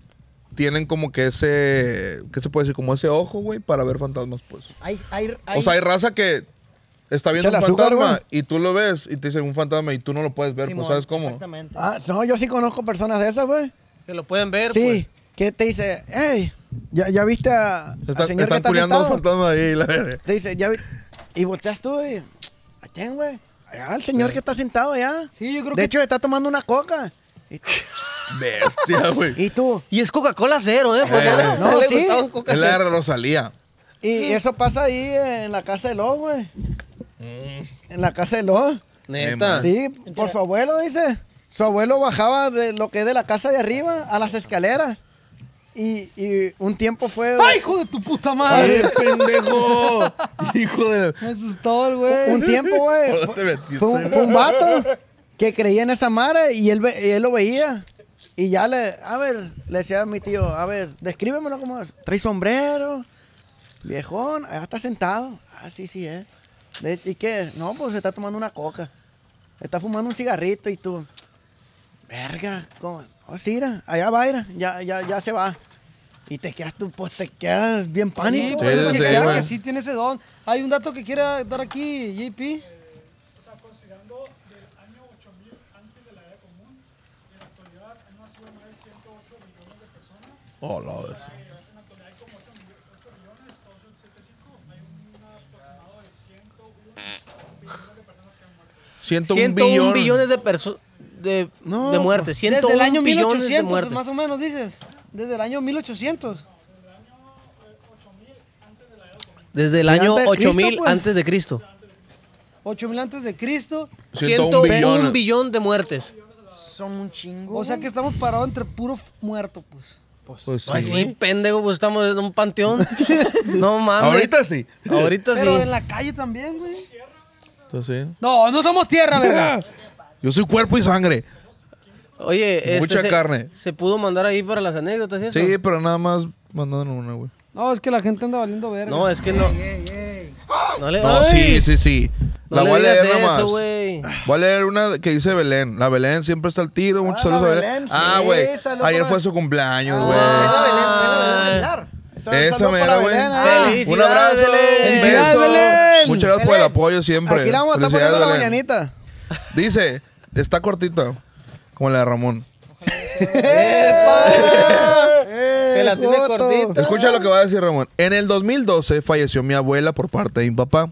Speaker 4: tienen como que ese, ¿qué se puede decir? Como ese ojo, güey, para ver fantasmas, pues.
Speaker 10: Hay, hay, hay.
Speaker 4: O sea, hay raza que está viendo un
Speaker 5: Échale azúcar,
Speaker 4: fantasma
Speaker 5: güey.
Speaker 4: y tú lo ves y te dicen un fantasma y tú no lo puedes ver,
Speaker 10: Simón,
Speaker 4: pues, ¿sabes cómo?
Speaker 10: Exactamente.
Speaker 5: Ah, no, yo sí conozco personas de esas, güey.
Speaker 2: Que lo pueden ver, pues.
Speaker 5: Sí, que te dice, hey, ¿ya, ya viste a,
Speaker 4: Está-
Speaker 5: al señor que
Speaker 4: están
Speaker 5: está
Speaker 4: culeando un
Speaker 5: sentado?"
Speaker 4: fantasma ahí, la verga.
Speaker 5: Te dice, ya vi- Y volteas tú y... ¿A quién, güey? Allá, el señor que está sentado allá.
Speaker 8: Sí, yo creo
Speaker 5: De
Speaker 8: que
Speaker 5: hecho, está tomando una coca. Y,
Speaker 4: Bestia, güey.
Speaker 5: y tú...
Speaker 2: Y es Coca-Cola cero, ¿eh? Pues,
Speaker 4: Eh,
Speaker 2: ¿no?
Speaker 5: no,
Speaker 2: le
Speaker 5: sí.
Speaker 2: gustaba un Coca
Speaker 4: Es la de
Speaker 2: cero.
Speaker 4: Rosalía.
Speaker 5: Y eso pasa ahí en la casa de Lo, güey. En la casa de Lo.
Speaker 2: Neta.
Speaker 5: Sí, por su abuelo, dice. Su abuelo bajaba de lo que es de la casa de arriba a las escaleras. Y, y un tiempo fue...
Speaker 8: ¡Ay, hijo de tu puta
Speaker 4: ¡Ay,
Speaker 8: madre!
Speaker 4: pendejo! Hijo de...
Speaker 8: Me asustó el güey.
Speaker 5: Un tiempo,
Speaker 4: ¿Por
Speaker 5: güey.
Speaker 4: dónde
Speaker 5: fue-
Speaker 4: te metiste,
Speaker 5: Fue un, fue un vato que creía en esa madre y él, ve- y él lo veía. Y ya le, a ver, le decía a mi tío, a ver, descríbemelo como es. Trae sombrero, viejón, allá está sentado. Ah, sí, sí, es. De- ¿Y qué? No, pues se está tomando una coca. Está fumando un cigarrito y tú. Verga, ¿cómo? Oh, sí, mira, allá va, mira, ya, ya, ya se va. Y te quedas tú, pues te quedas bien pánico.
Speaker 8: Sí,
Speaker 5: güey,
Speaker 8: pues,
Speaker 4: Sí,
Speaker 8: porque
Speaker 4: sí,
Speaker 8: claro
Speaker 4: güey.
Speaker 8: que sí tiene ese don. Hay un dato que quiera dar aquí, JP.
Speaker 4: Oh, la bestia. Ciento
Speaker 2: 101
Speaker 4: billón.
Speaker 2: billones de personas. De, de muerte, 101
Speaker 8: Desde el año
Speaker 2: billones de
Speaker 8: 1800,
Speaker 2: muerte.
Speaker 8: más o menos, dices. Desde el año 1800.
Speaker 2: Desde el
Speaker 5: Sí,
Speaker 2: año
Speaker 5: antes de Cristo,
Speaker 2: 8000
Speaker 5: pues.
Speaker 2: antes de Cristo.
Speaker 8: 8000 antes de Cristo.
Speaker 4: 101
Speaker 2: 101
Speaker 4: billones.
Speaker 2: billón de muertes.
Speaker 10: Son un chingo.
Speaker 8: O sea que estamos parados entre puro f- muerto, pues.
Speaker 4: Pues sí.
Speaker 2: Ay, sí, pendejo, pues estamos en un panteón. no mames.
Speaker 4: Ahorita sí.
Speaker 2: Ahorita
Speaker 8: Pero
Speaker 2: sí.
Speaker 8: en la calle también, güey.
Speaker 4: Entonces, pues sí.
Speaker 8: No, no somos tierra, verga.
Speaker 4: Yo soy cuerpo y sangre.
Speaker 2: Oye, este,
Speaker 4: Mucha
Speaker 2: se-
Speaker 4: carne.
Speaker 2: Se pudo mandar ahí para las anécdotas y eso.
Speaker 4: Sí, pero nada más mandaron una, güey.
Speaker 8: No, es que la gente anda valiendo verga.
Speaker 2: No, es que no. No le
Speaker 4: No, sí,
Speaker 2: ay,
Speaker 4: sí, sí.
Speaker 2: no
Speaker 4: la
Speaker 2: le
Speaker 4: voy a
Speaker 2: digas
Speaker 4: leer nada
Speaker 2: eso,
Speaker 4: más.
Speaker 2: güey.
Speaker 4: Voy a leer una que dice Belén. La Belén siempre está al tiro. Muchos
Speaker 5: la
Speaker 4: saludos a Belén.
Speaker 5: Belén,
Speaker 4: ah,
Speaker 5: sí,
Speaker 4: güey.
Speaker 5: saludos.
Speaker 4: Ayer fue su cumpleaños, güey. Ah. Esa
Speaker 5: Ah, Saludos
Speaker 4: mera,
Speaker 5: para
Speaker 4: güey.
Speaker 5: Belén, ah.
Speaker 2: Felicidades,
Speaker 4: Un abrazo.
Speaker 2: Belén.
Speaker 4: un
Speaker 8: Felicidades,
Speaker 4: beso.
Speaker 8: Belén.
Speaker 4: Muchas gracias por el apoyo siempre.
Speaker 5: Aquí la vamos a estar
Speaker 4: Felicidades,
Speaker 5: poniendo la
Speaker 4: Belén.
Speaker 5: mañanita.
Speaker 4: Dice, está cortita, como la de Ramón.
Speaker 2: Que la tiene
Speaker 5: Joto.
Speaker 2: cortita.
Speaker 4: Escucha lo que va a decir Ramón. En el 2012 falleció mi abuela por parte de mi papá.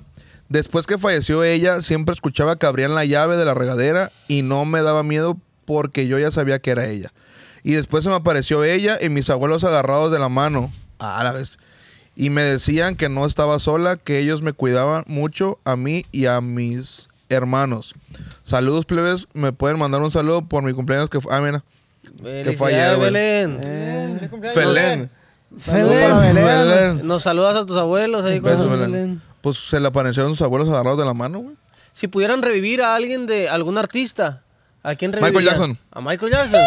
Speaker 4: Después que falleció ella, siempre escuchaba que abrían la llave de la regadera y no me daba miedo porque yo ya sabía que era ella. Y después se me apareció ella y mis abuelos agarrados de la mano, a la vez. Y me decían que no estaba sola, que ellos me cuidaban mucho a mí y a mis hermanos. Saludos, plebes. Me pueden mandar un saludo por mi cumpleaños que fue... Ah, mira.
Speaker 2: Felicidades,
Speaker 4: fue ayer, güey.
Speaker 2: Belén.
Speaker 10: Feliz cumpleaños,
Speaker 4: Felén.
Speaker 2: Saludos
Speaker 8: Belén.
Speaker 2: para Belén.
Speaker 4: Belén.
Speaker 2: Nos saludas a tus abuelos ahí
Speaker 4: Besos,
Speaker 2: con-
Speaker 4: Eh. Belén. Pues se le aparecieron sus abuelos agarrados de la mano, güey.
Speaker 2: Si pudieran revivir a alguien de algún artista, ¿a quién
Speaker 4: Michael
Speaker 2: revivirían?
Speaker 4: Jackson.
Speaker 2: A Michael Jackson.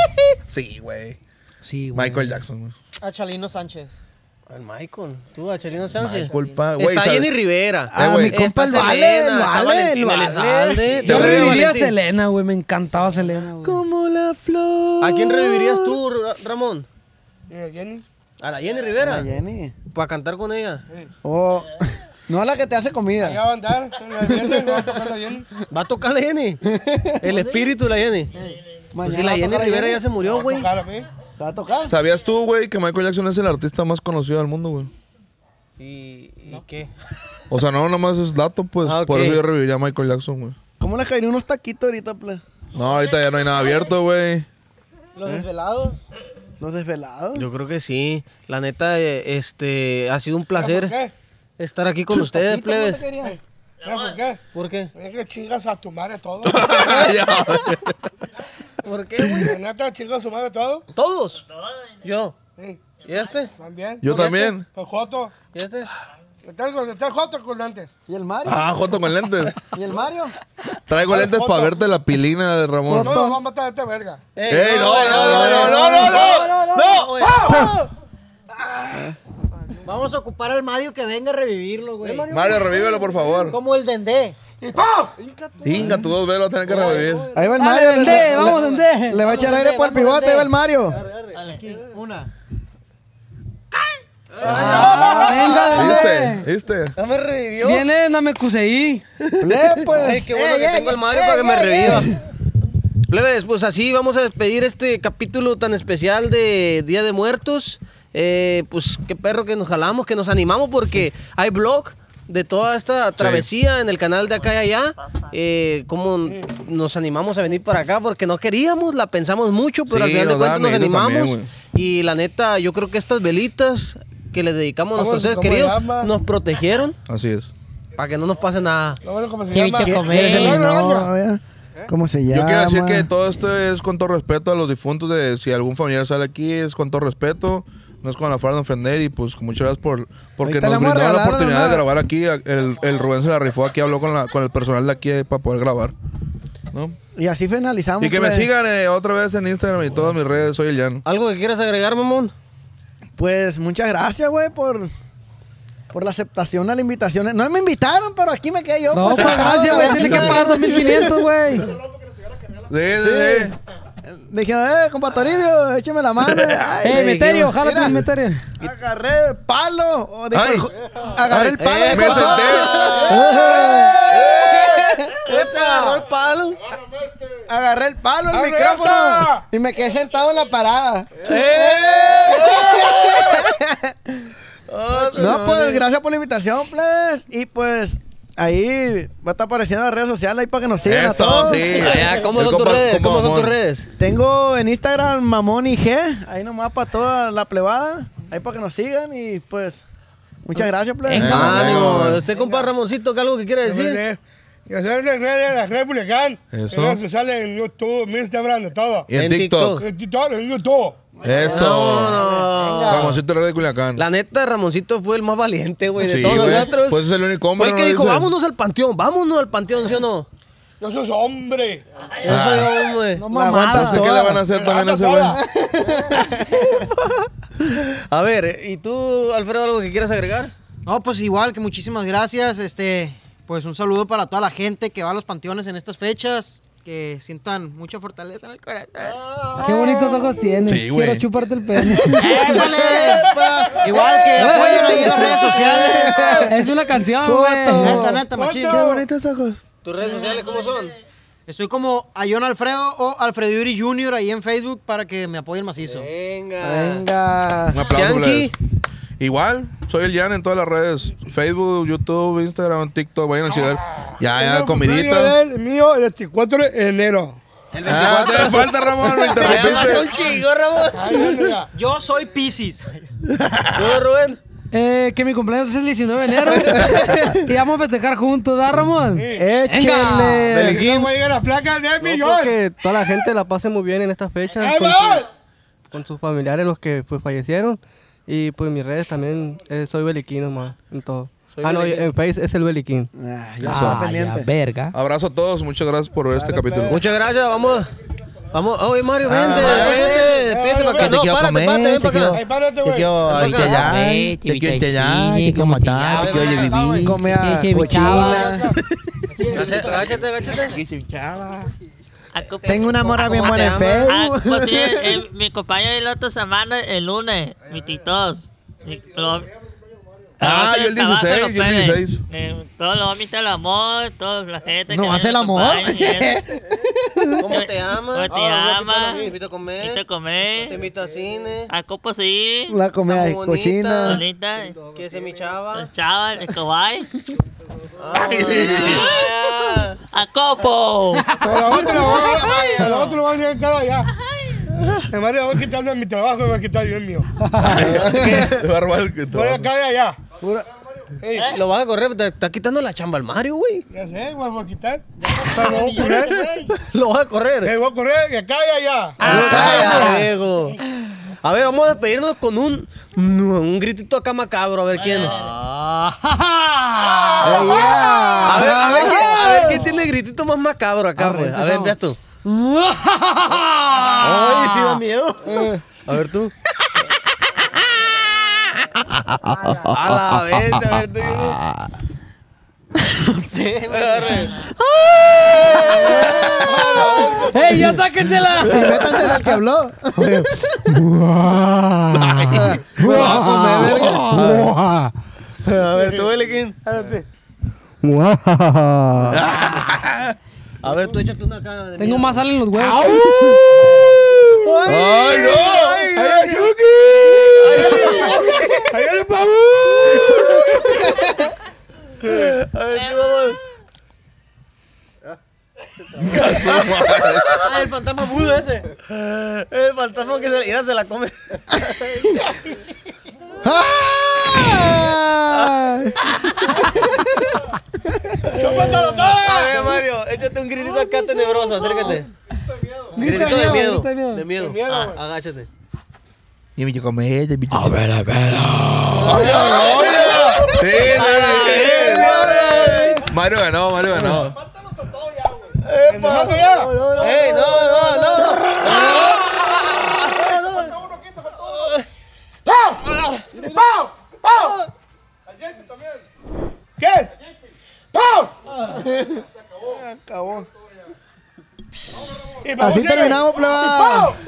Speaker 4: Sí, güey.
Speaker 8: Sí, güey.
Speaker 4: Michael Jackson, güey.
Speaker 10: A Chalino Sánchez.
Speaker 2: Al Michael. Tú, a Chelino Sánchez.
Speaker 4: Michael, pa- güey,
Speaker 2: Está
Speaker 4: ¿sabes?
Speaker 2: Jenny Rivera.
Speaker 4: Ah, mi
Speaker 2: Está
Speaker 5: compa el
Speaker 2: Selena,
Speaker 5: Vale, el
Speaker 2: está
Speaker 5: Vale,
Speaker 2: Valentín
Speaker 5: el Vale.
Speaker 4: Ah,
Speaker 2: Elizalde.
Speaker 8: Yo
Speaker 2: Yo
Speaker 8: reviviría a
Speaker 2: Valentín.
Speaker 8: Selena, güey. Me encantaba Selena, güey.
Speaker 3: Como la flor.
Speaker 2: ¿A quién revivirías tú, Ra- Ramón?
Speaker 6: ¿Y a Jenny?
Speaker 2: A la Jenny Rivera.
Speaker 5: A Jenny.
Speaker 2: Para cantar con ella.
Speaker 5: O. Oh. No a la que te hace
Speaker 6: Allá
Speaker 5: comida.
Speaker 6: va a andar. en el viernes, va a tocar la Jenny.
Speaker 2: Va a tocar la Jenny. El espíritu de la Jenny. Pues
Speaker 5: Mañana
Speaker 2: si la
Speaker 5: va a
Speaker 2: Jenny
Speaker 5: tocar la
Speaker 2: Rivera
Speaker 5: Jenny.
Speaker 2: ya se murió, güey.
Speaker 6: Tocar a mí.
Speaker 5: ¿Te va a tocar?
Speaker 4: ¿Sabías tú, güey, que Michael Jackson es el artista más conocido del mundo, güey?
Speaker 2: ¿Y, y qué?
Speaker 4: O sea, no, nomás es dato, pues.
Speaker 2: Ah, ok.
Speaker 4: Por eso yo reviviría a Michael Jackson, güey.
Speaker 5: ¿Cómo le caerían unos taquitos ahorita, pues? ple?
Speaker 4: No, ahorita ya no hay nada abierto, güey.
Speaker 10: Los desvelados.
Speaker 5: Los desvelados.
Speaker 2: ¿Eh? Yo creo que sí. La neta, eh, este, ha sido un
Speaker 6: ¿Por
Speaker 2: placer
Speaker 6: qué?
Speaker 2: estar aquí con
Speaker 6: ¿Qué
Speaker 2: ustedes,
Speaker 6: no te
Speaker 2: plebes.
Speaker 6: querías? ¿Sabes ¿Por qué?
Speaker 2: ¿Por qué?
Speaker 6: Es que chingas a tu madre todo.
Speaker 2: ¿Por qué, güey?
Speaker 6: La neta, chingas a su madre todo.
Speaker 2: ¿Todos? Yo.
Speaker 6: Sí,
Speaker 2: ¿Y este?
Speaker 6: también.
Speaker 4: Yo también.
Speaker 6: Con Joto.
Speaker 2: ¿Y este?
Speaker 6: Está está Joto con lentes.
Speaker 5: ¿Y el Mario?
Speaker 4: Ah, Joto con lentes.
Speaker 5: ¿Y el Mario?
Speaker 4: Traigo lentes para verte la pilina de Ramón.
Speaker 6: Todos van a matar a este verga.
Speaker 4: ¡Ey, no, no, no, no, no, no, no!
Speaker 2: no,
Speaker 10: Vamos a ocupar al Mario que venga a revivirlo, güey.
Speaker 4: Mario, revívelo, por favor.
Speaker 10: Como el Dendé.
Speaker 4: Inga, tú dos veces lo vas a tener que revivir.
Speaker 5: Ahí va
Speaker 8: Dale,
Speaker 5: el Mario. le-
Speaker 8: Dende,
Speaker 5: le-
Speaker 8: vamos, Dende.
Speaker 5: Le va a echar aire por el pivote, ahí va el Mario.
Speaker 10: Aquí, una.
Speaker 8: Ah, venga, Dende.
Speaker 4: ¿Viste? ¿Viste?
Speaker 2: Ya me revivió.
Speaker 8: Viene Namekuseí.
Speaker 5: Le, pues.
Speaker 2: Ay, qué bueno que tengo al Mario para que me reviva. Plebes, pues así vamos a despedir este capítulo tan especial de Día de Muertos. Eh, pues qué perro que nos jalamos, que nos animamos porque hay blog de toda esta travesía en el canal de acá y allá. Eh, cómo nos animamos a venir para acá porque no queríamos, la pensamos mucho, pero
Speaker 4: Sí,
Speaker 2: al final de
Speaker 4: nos da
Speaker 2: cuentas nos
Speaker 4: miedito
Speaker 2: animamos.
Speaker 4: también,
Speaker 2: y la neta, yo creo que estas velitas que le dedicamos a
Speaker 6: Vamos,
Speaker 2: nuestros seres
Speaker 6: ¿cómo
Speaker 2: queridos
Speaker 6: llama?
Speaker 2: nos protegieron
Speaker 4: Así es.
Speaker 2: para que no nos pase nada.
Speaker 6: No bueno cómo se
Speaker 7: ¿Qué
Speaker 6: llama.
Speaker 7: viste comer?
Speaker 6: ¿Quieres
Speaker 5: Mi
Speaker 6: el novio?
Speaker 5: novia. ¿Cómo se llama?
Speaker 4: Yo quiero decir que todo esto es con todo respeto a los difuntos. De, si algún familiar sale aquí, es con todo respeto. No es con la farda de ofender. Y pues, muchas gracias por,
Speaker 5: Ahí
Speaker 4: porque
Speaker 5: te la
Speaker 4: nos
Speaker 5: hemos
Speaker 4: brindaron la
Speaker 5: regalado,
Speaker 4: oportunidad
Speaker 5: ¿no?
Speaker 4: de grabar aquí. El, el Rubén se la rifó aquí, habló con, la, con el personal de aquí eh, para poder grabar. ¿no?
Speaker 5: Y así finalizamos.
Speaker 4: Y que me
Speaker 5: pues.
Speaker 4: sigan eh, otra vez en Instagram y todas mis redes. Soy el Jan.
Speaker 2: ¿Algo que quieras agregar, mamón?
Speaker 5: Pues muchas gracias, güey, por, por la aceptación a la invitación. No me invitaron, pero aquí me quedé yo.
Speaker 8: No, pues gracias, güey. Tiene que pagar 2.500, güey.
Speaker 4: Sí, sí, sí.
Speaker 5: Dije, eh, compa Toribio, écheme la mano. Ay,
Speaker 8: Ey, Meterio, jálate
Speaker 5: Mira.
Speaker 8: un Meterio.
Speaker 5: Agarré el palo. o dijo
Speaker 4: Ay.
Speaker 5: el ju- agarré el palo.
Speaker 2: Eh,
Speaker 5: dijo
Speaker 4: Me
Speaker 5: el
Speaker 2: compa.
Speaker 5: juez.
Speaker 2: te Este agarró el palo?
Speaker 5: Agarré el palo, el
Speaker 6: ¡Abre
Speaker 5: micrófono.
Speaker 6: esta!
Speaker 5: Y me quedé sentado en la parada. No, pues gracias por la invitación, plebes. Y pues ahí va a estar apareciendo en las redes sociales ahí para que nos sigan. a
Speaker 4: Eso,
Speaker 5: todos.
Speaker 4: sí.
Speaker 2: Allá, Ah, ¿Cómo
Speaker 4: El
Speaker 2: son tus
Speaker 4: compa-
Speaker 2: redes?
Speaker 4: compa
Speaker 2: ¿Cómo son tus
Speaker 4: mamón.
Speaker 2: redes?
Speaker 5: Tengo en Instagram Mamón y G, ahí nomás para toda la plebada, ahí para que nos sigan y pues muchas gracias, pues. plebe.
Speaker 4: Venga,
Speaker 2: Ah,
Speaker 4: venga,
Speaker 2: ánimo.
Speaker 4: venga.
Speaker 2: ¿Usted, compa Ramoncito, que algo que quiera decir?
Speaker 6: Yo soy de Red- la Republican.
Speaker 4: Eso.
Speaker 6: En redes sociales, en YouTube, en Instagram, de todo.
Speaker 4: Y en,
Speaker 2: En
Speaker 4: TikTok.
Speaker 2: TikTok.
Speaker 6: En TikTok, en YouTube.
Speaker 4: Eso.
Speaker 2: No, no.
Speaker 4: Ramoncito Herrera de Culiacán.
Speaker 2: La neta, Ramoncito fue el más valiente, güey, de
Speaker 4: Sí,
Speaker 2: todos
Speaker 4: güey.
Speaker 2: nosotros.
Speaker 4: Pues es el único hombre,
Speaker 2: Fue el
Speaker 4: ¿no
Speaker 2: que
Speaker 4: lo
Speaker 2: dijo,
Speaker 4: dice?
Speaker 2: vámonos al panteón, vámonos al panteón, ¿sí o no?
Speaker 6: Yo soy su hombre.
Speaker 4: Ah.
Speaker 2: Yo soy hombre.
Speaker 8: No
Speaker 5: La aguantas
Speaker 8: mamadas.
Speaker 4: Pues, ¿Qué le van a
Speaker 5: toda.
Speaker 4: hacer
Speaker 6: Me
Speaker 4: también a
Speaker 6: levanto
Speaker 4: ese güey?
Speaker 6: sola.
Speaker 2: A ver, ¿y tú, Alfredo, algo que quieras agregar?
Speaker 10: No, pues igual que muchísimas gracias. Este, pues un saludo para toda la gente que va a los panteones en estas fechas. Que sientan mucha fortaleza en el corazón.
Speaker 8: Qué bonitos ojos tienes.
Speaker 4: Sí, güey.
Speaker 8: Quiero chuparte el pene.
Speaker 10: ¡Épale! Igual que apoyen ahí en las redes sociales.
Speaker 8: es una canción, güey.
Speaker 10: Neta, neta, machín.
Speaker 5: Qué bonitos ojos.
Speaker 2: ¿Tus redes sociales cómo son?
Speaker 10: Estoy como Ayón Alfredo o Alfredo Yuri Jr. ahí en Facebook para que me apoyen macizo.
Speaker 2: Venga.
Speaker 5: Venga.
Speaker 4: Un aplauso.
Speaker 2: Yankee.
Speaker 4: plebes. Igual, soy el Jan en todas las redes: Facebook, YouTube, Instagram, TikTok. Vayan a llegar. Ya, ya,
Speaker 6: Tengo
Speaker 4: comidita.
Speaker 6: cumpleaños del mío el 24 de enero.
Speaker 4: Ah, te falta, Ramón, me interrumpiste.
Speaker 2: chingo, Ramón.
Speaker 6: Ay, ya, ya.
Speaker 10: Yo soy Pisces.
Speaker 2: ¿Tú, Rubén?
Speaker 8: Eh, que mi cumpleaños es el 19 de enero. y vamos a festejar juntos, ¿da, Ramón?
Speaker 9: Venga.
Speaker 8: ¡Échale!
Speaker 6: Yo voy a ir a las placas de
Speaker 9: No,
Speaker 6: millón.
Speaker 9: pues que toda la gente la pase muy bien en estas fechas
Speaker 6: ¡Ahí
Speaker 9: con,
Speaker 6: va!
Speaker 9: su- con sus familiares, los que pues, fallecieron. Y pues mis redes también, eh, soy Beliquín nomás, en todo.
Speaker 3: Soy
Speaker 9: ah, no,
Speaker 3: Beliquín.
Speaker 9: en Face es el Beliquín.
Speaker 5: Ah, ya estaba
Speaker 11: Ah, ya,
Speaker 5: pendiente.
Speaker 11: verga.
Speaker 4: Abrazo a todos, muchas gracias por ver este capítulo.
Speaker 3: Muchas gracias, vamos. Vamos, oye Ah, Mario, vente, vente, vente para acá.
Speaker 6: Que te
Speaker 3: No,
Speaker 11: quiero
Speaker 3: párate,
Speaker 11: comer,
Speaker 3: párate, ven
Speaker 11: te
Speaker 3: para acá.
Speaker 6: Ahí párate,
Speaker 4: Te
Speaker 6: güey.
Speaker 4: quiero
Speaker 3: Ven
Speaker 4: ahorita
Speaker 3: para acá.
Speaker 4: ya,
Speaker 11: Vete,
Speaker 4: te quiero
Speaker 11: vete,
Speaker 4: irte ya, te
Speaker 11: cine,
Speaker 4: quiero
Speaker 11: como te
Speaker 4: matar, te
Speaker 11: llame.
Speaker 4: quiero vivir.
Speaker 5: Comida
Speaker 11: Sí, sí, mi
Speaker 5: cochina.
Speaker 3: Agáchate, agáchate, agáchate.
Speaker 5: Tengo una morra bien buena en
Speaker 3: ¿Cómo te
Speaker 7: Ah,
Speaker 5: Facebook.
Speaker 7: pues sí, el- el- mi compañero el otro semana, el lunes, mi titos. Y lo-
Speaker 4: Ah, yo el
Speaker 7: Trabajo,
Speaker 4: 16, yo el
Speaker 7: compadre.
Speaker 4: 16.
Speaker 7: Eh, Todo lo vomita el amor, toda la gente.
Speaker 5: ¿No
Speaker 7: que
Speaker 5: hace
Speaker 7: viene
Speaker 5: el amor?
Speaker 7: acompaña y eso.
Speaker 3: ¿Cómo te amas?
Speaker 7: ¿Cómo te
Speaker 3: Ah,
Speaker 7: amas?
Speaker 3: bueno, Te invito a
Speaker 7: Y
Speaker 3: comer, te invito
Speaker 7: te
Speaker 3: a comer, Ah, te
Speaker 7: comés.
Speaker 3: invito a cine.
Speaker 7: A copo sí.
Speaker 5: La comida
Speaker 3: Está muy bonita.
Speaker 5: cochina.
Speaker 7: Bonita.
Speaker 3: ¿Qué es mi chava?
Speaker 7: Los chavos, el cobay.
Speaker 3: Ah,
Speaker 7: A copo.
Speaker 6: Pero la otra la voy a- pero la otra la voy a llegar cada allá. El Mario va a quitar de mi trabajo y va a quitar yo el mío.
Speaker 4: Te va a robar el que te
Speaker 6: Voy
Speaker 4: va
Speaker 6: a
Speaker 4: a-
Speaker 6: cada allá.
Speaker 3: Lo vas a correr, te está quitando la chamba al Mario, güey.
Speaker 6: Ya sé, güey, voy a quitar. Pero lo voy a correr.
Speaker 3: Lo vas a correr.
Speaker 6: Eh, voy a correr de acá y allá.
Speaker 3: Calla, Diego. A ver, vamos a despedirnos con un, un gritito acá macabro, a ver quién. Ah. A ver, a ver, quién, a ver quién tiene el gritito más macabro acá, güey. A ver, veas tú. Ay, sí da miedo. A ver tú. A la vez, a ver tú. No sé, güey.
Speaker 8: ¡Ey, ya sáquensela!
Speaker 5: Y métanse al que habló.
Speaker 3: Me va a comer, verga. A ver, tú, Belequín. A ver, tú échate una cara de
Speaker 8: Tengo
Speaker 3: miedo.
Speaker 8: más sal en los huevos.
Speaker 4: ¡Ay, no! ¡Ay,
Speaker 3: Ah, el fantasma mudo ese. El fantasma que se, mira, se la come. A ver, Mario, échate un gritito acá tenebroso, acércate.
Speaker 8: Grita
Speaker 3: Gritito de miedo.
Speaker 8: grita de miedo.
Speaker 3: De miedo. Ah, agáchate.
Speaker 4: Y me llegó comer, te invito a comer. Sí,
Speaker 3: Ay,
Speaker 4: sí, sí. Mario ganó, Mario ganó.
Speaker 3: ¡Ey, no, no, no!
Speaker 6: ¿Qué? ¡Pau! Se acabó.
Speaker 5: Así terminamos, pleba.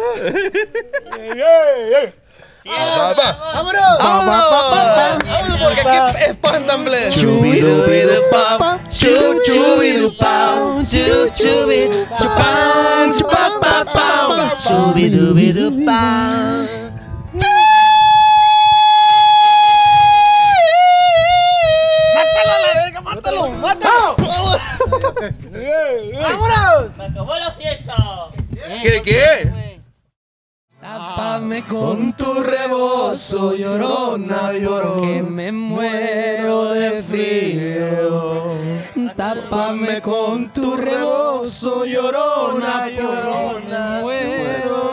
Speaker 4: Va, va.
Speaker 3: ¡Vámonos! ¡Vámonos! ¡Vámonos porque aquí espantan, ble! Chubidubidupa, chu, chubidupa, chu, chubi, chupan, chupapapam, chubidubidupa.
Speaker 7: Acabó la fiesta.
Speaker 4: ¿Qué, qué?
Speaker 8: Tápame con tu rebozo, llorona, llorona, que me muero de frío. Tápame con tu rebozo, llorona, llorona, muero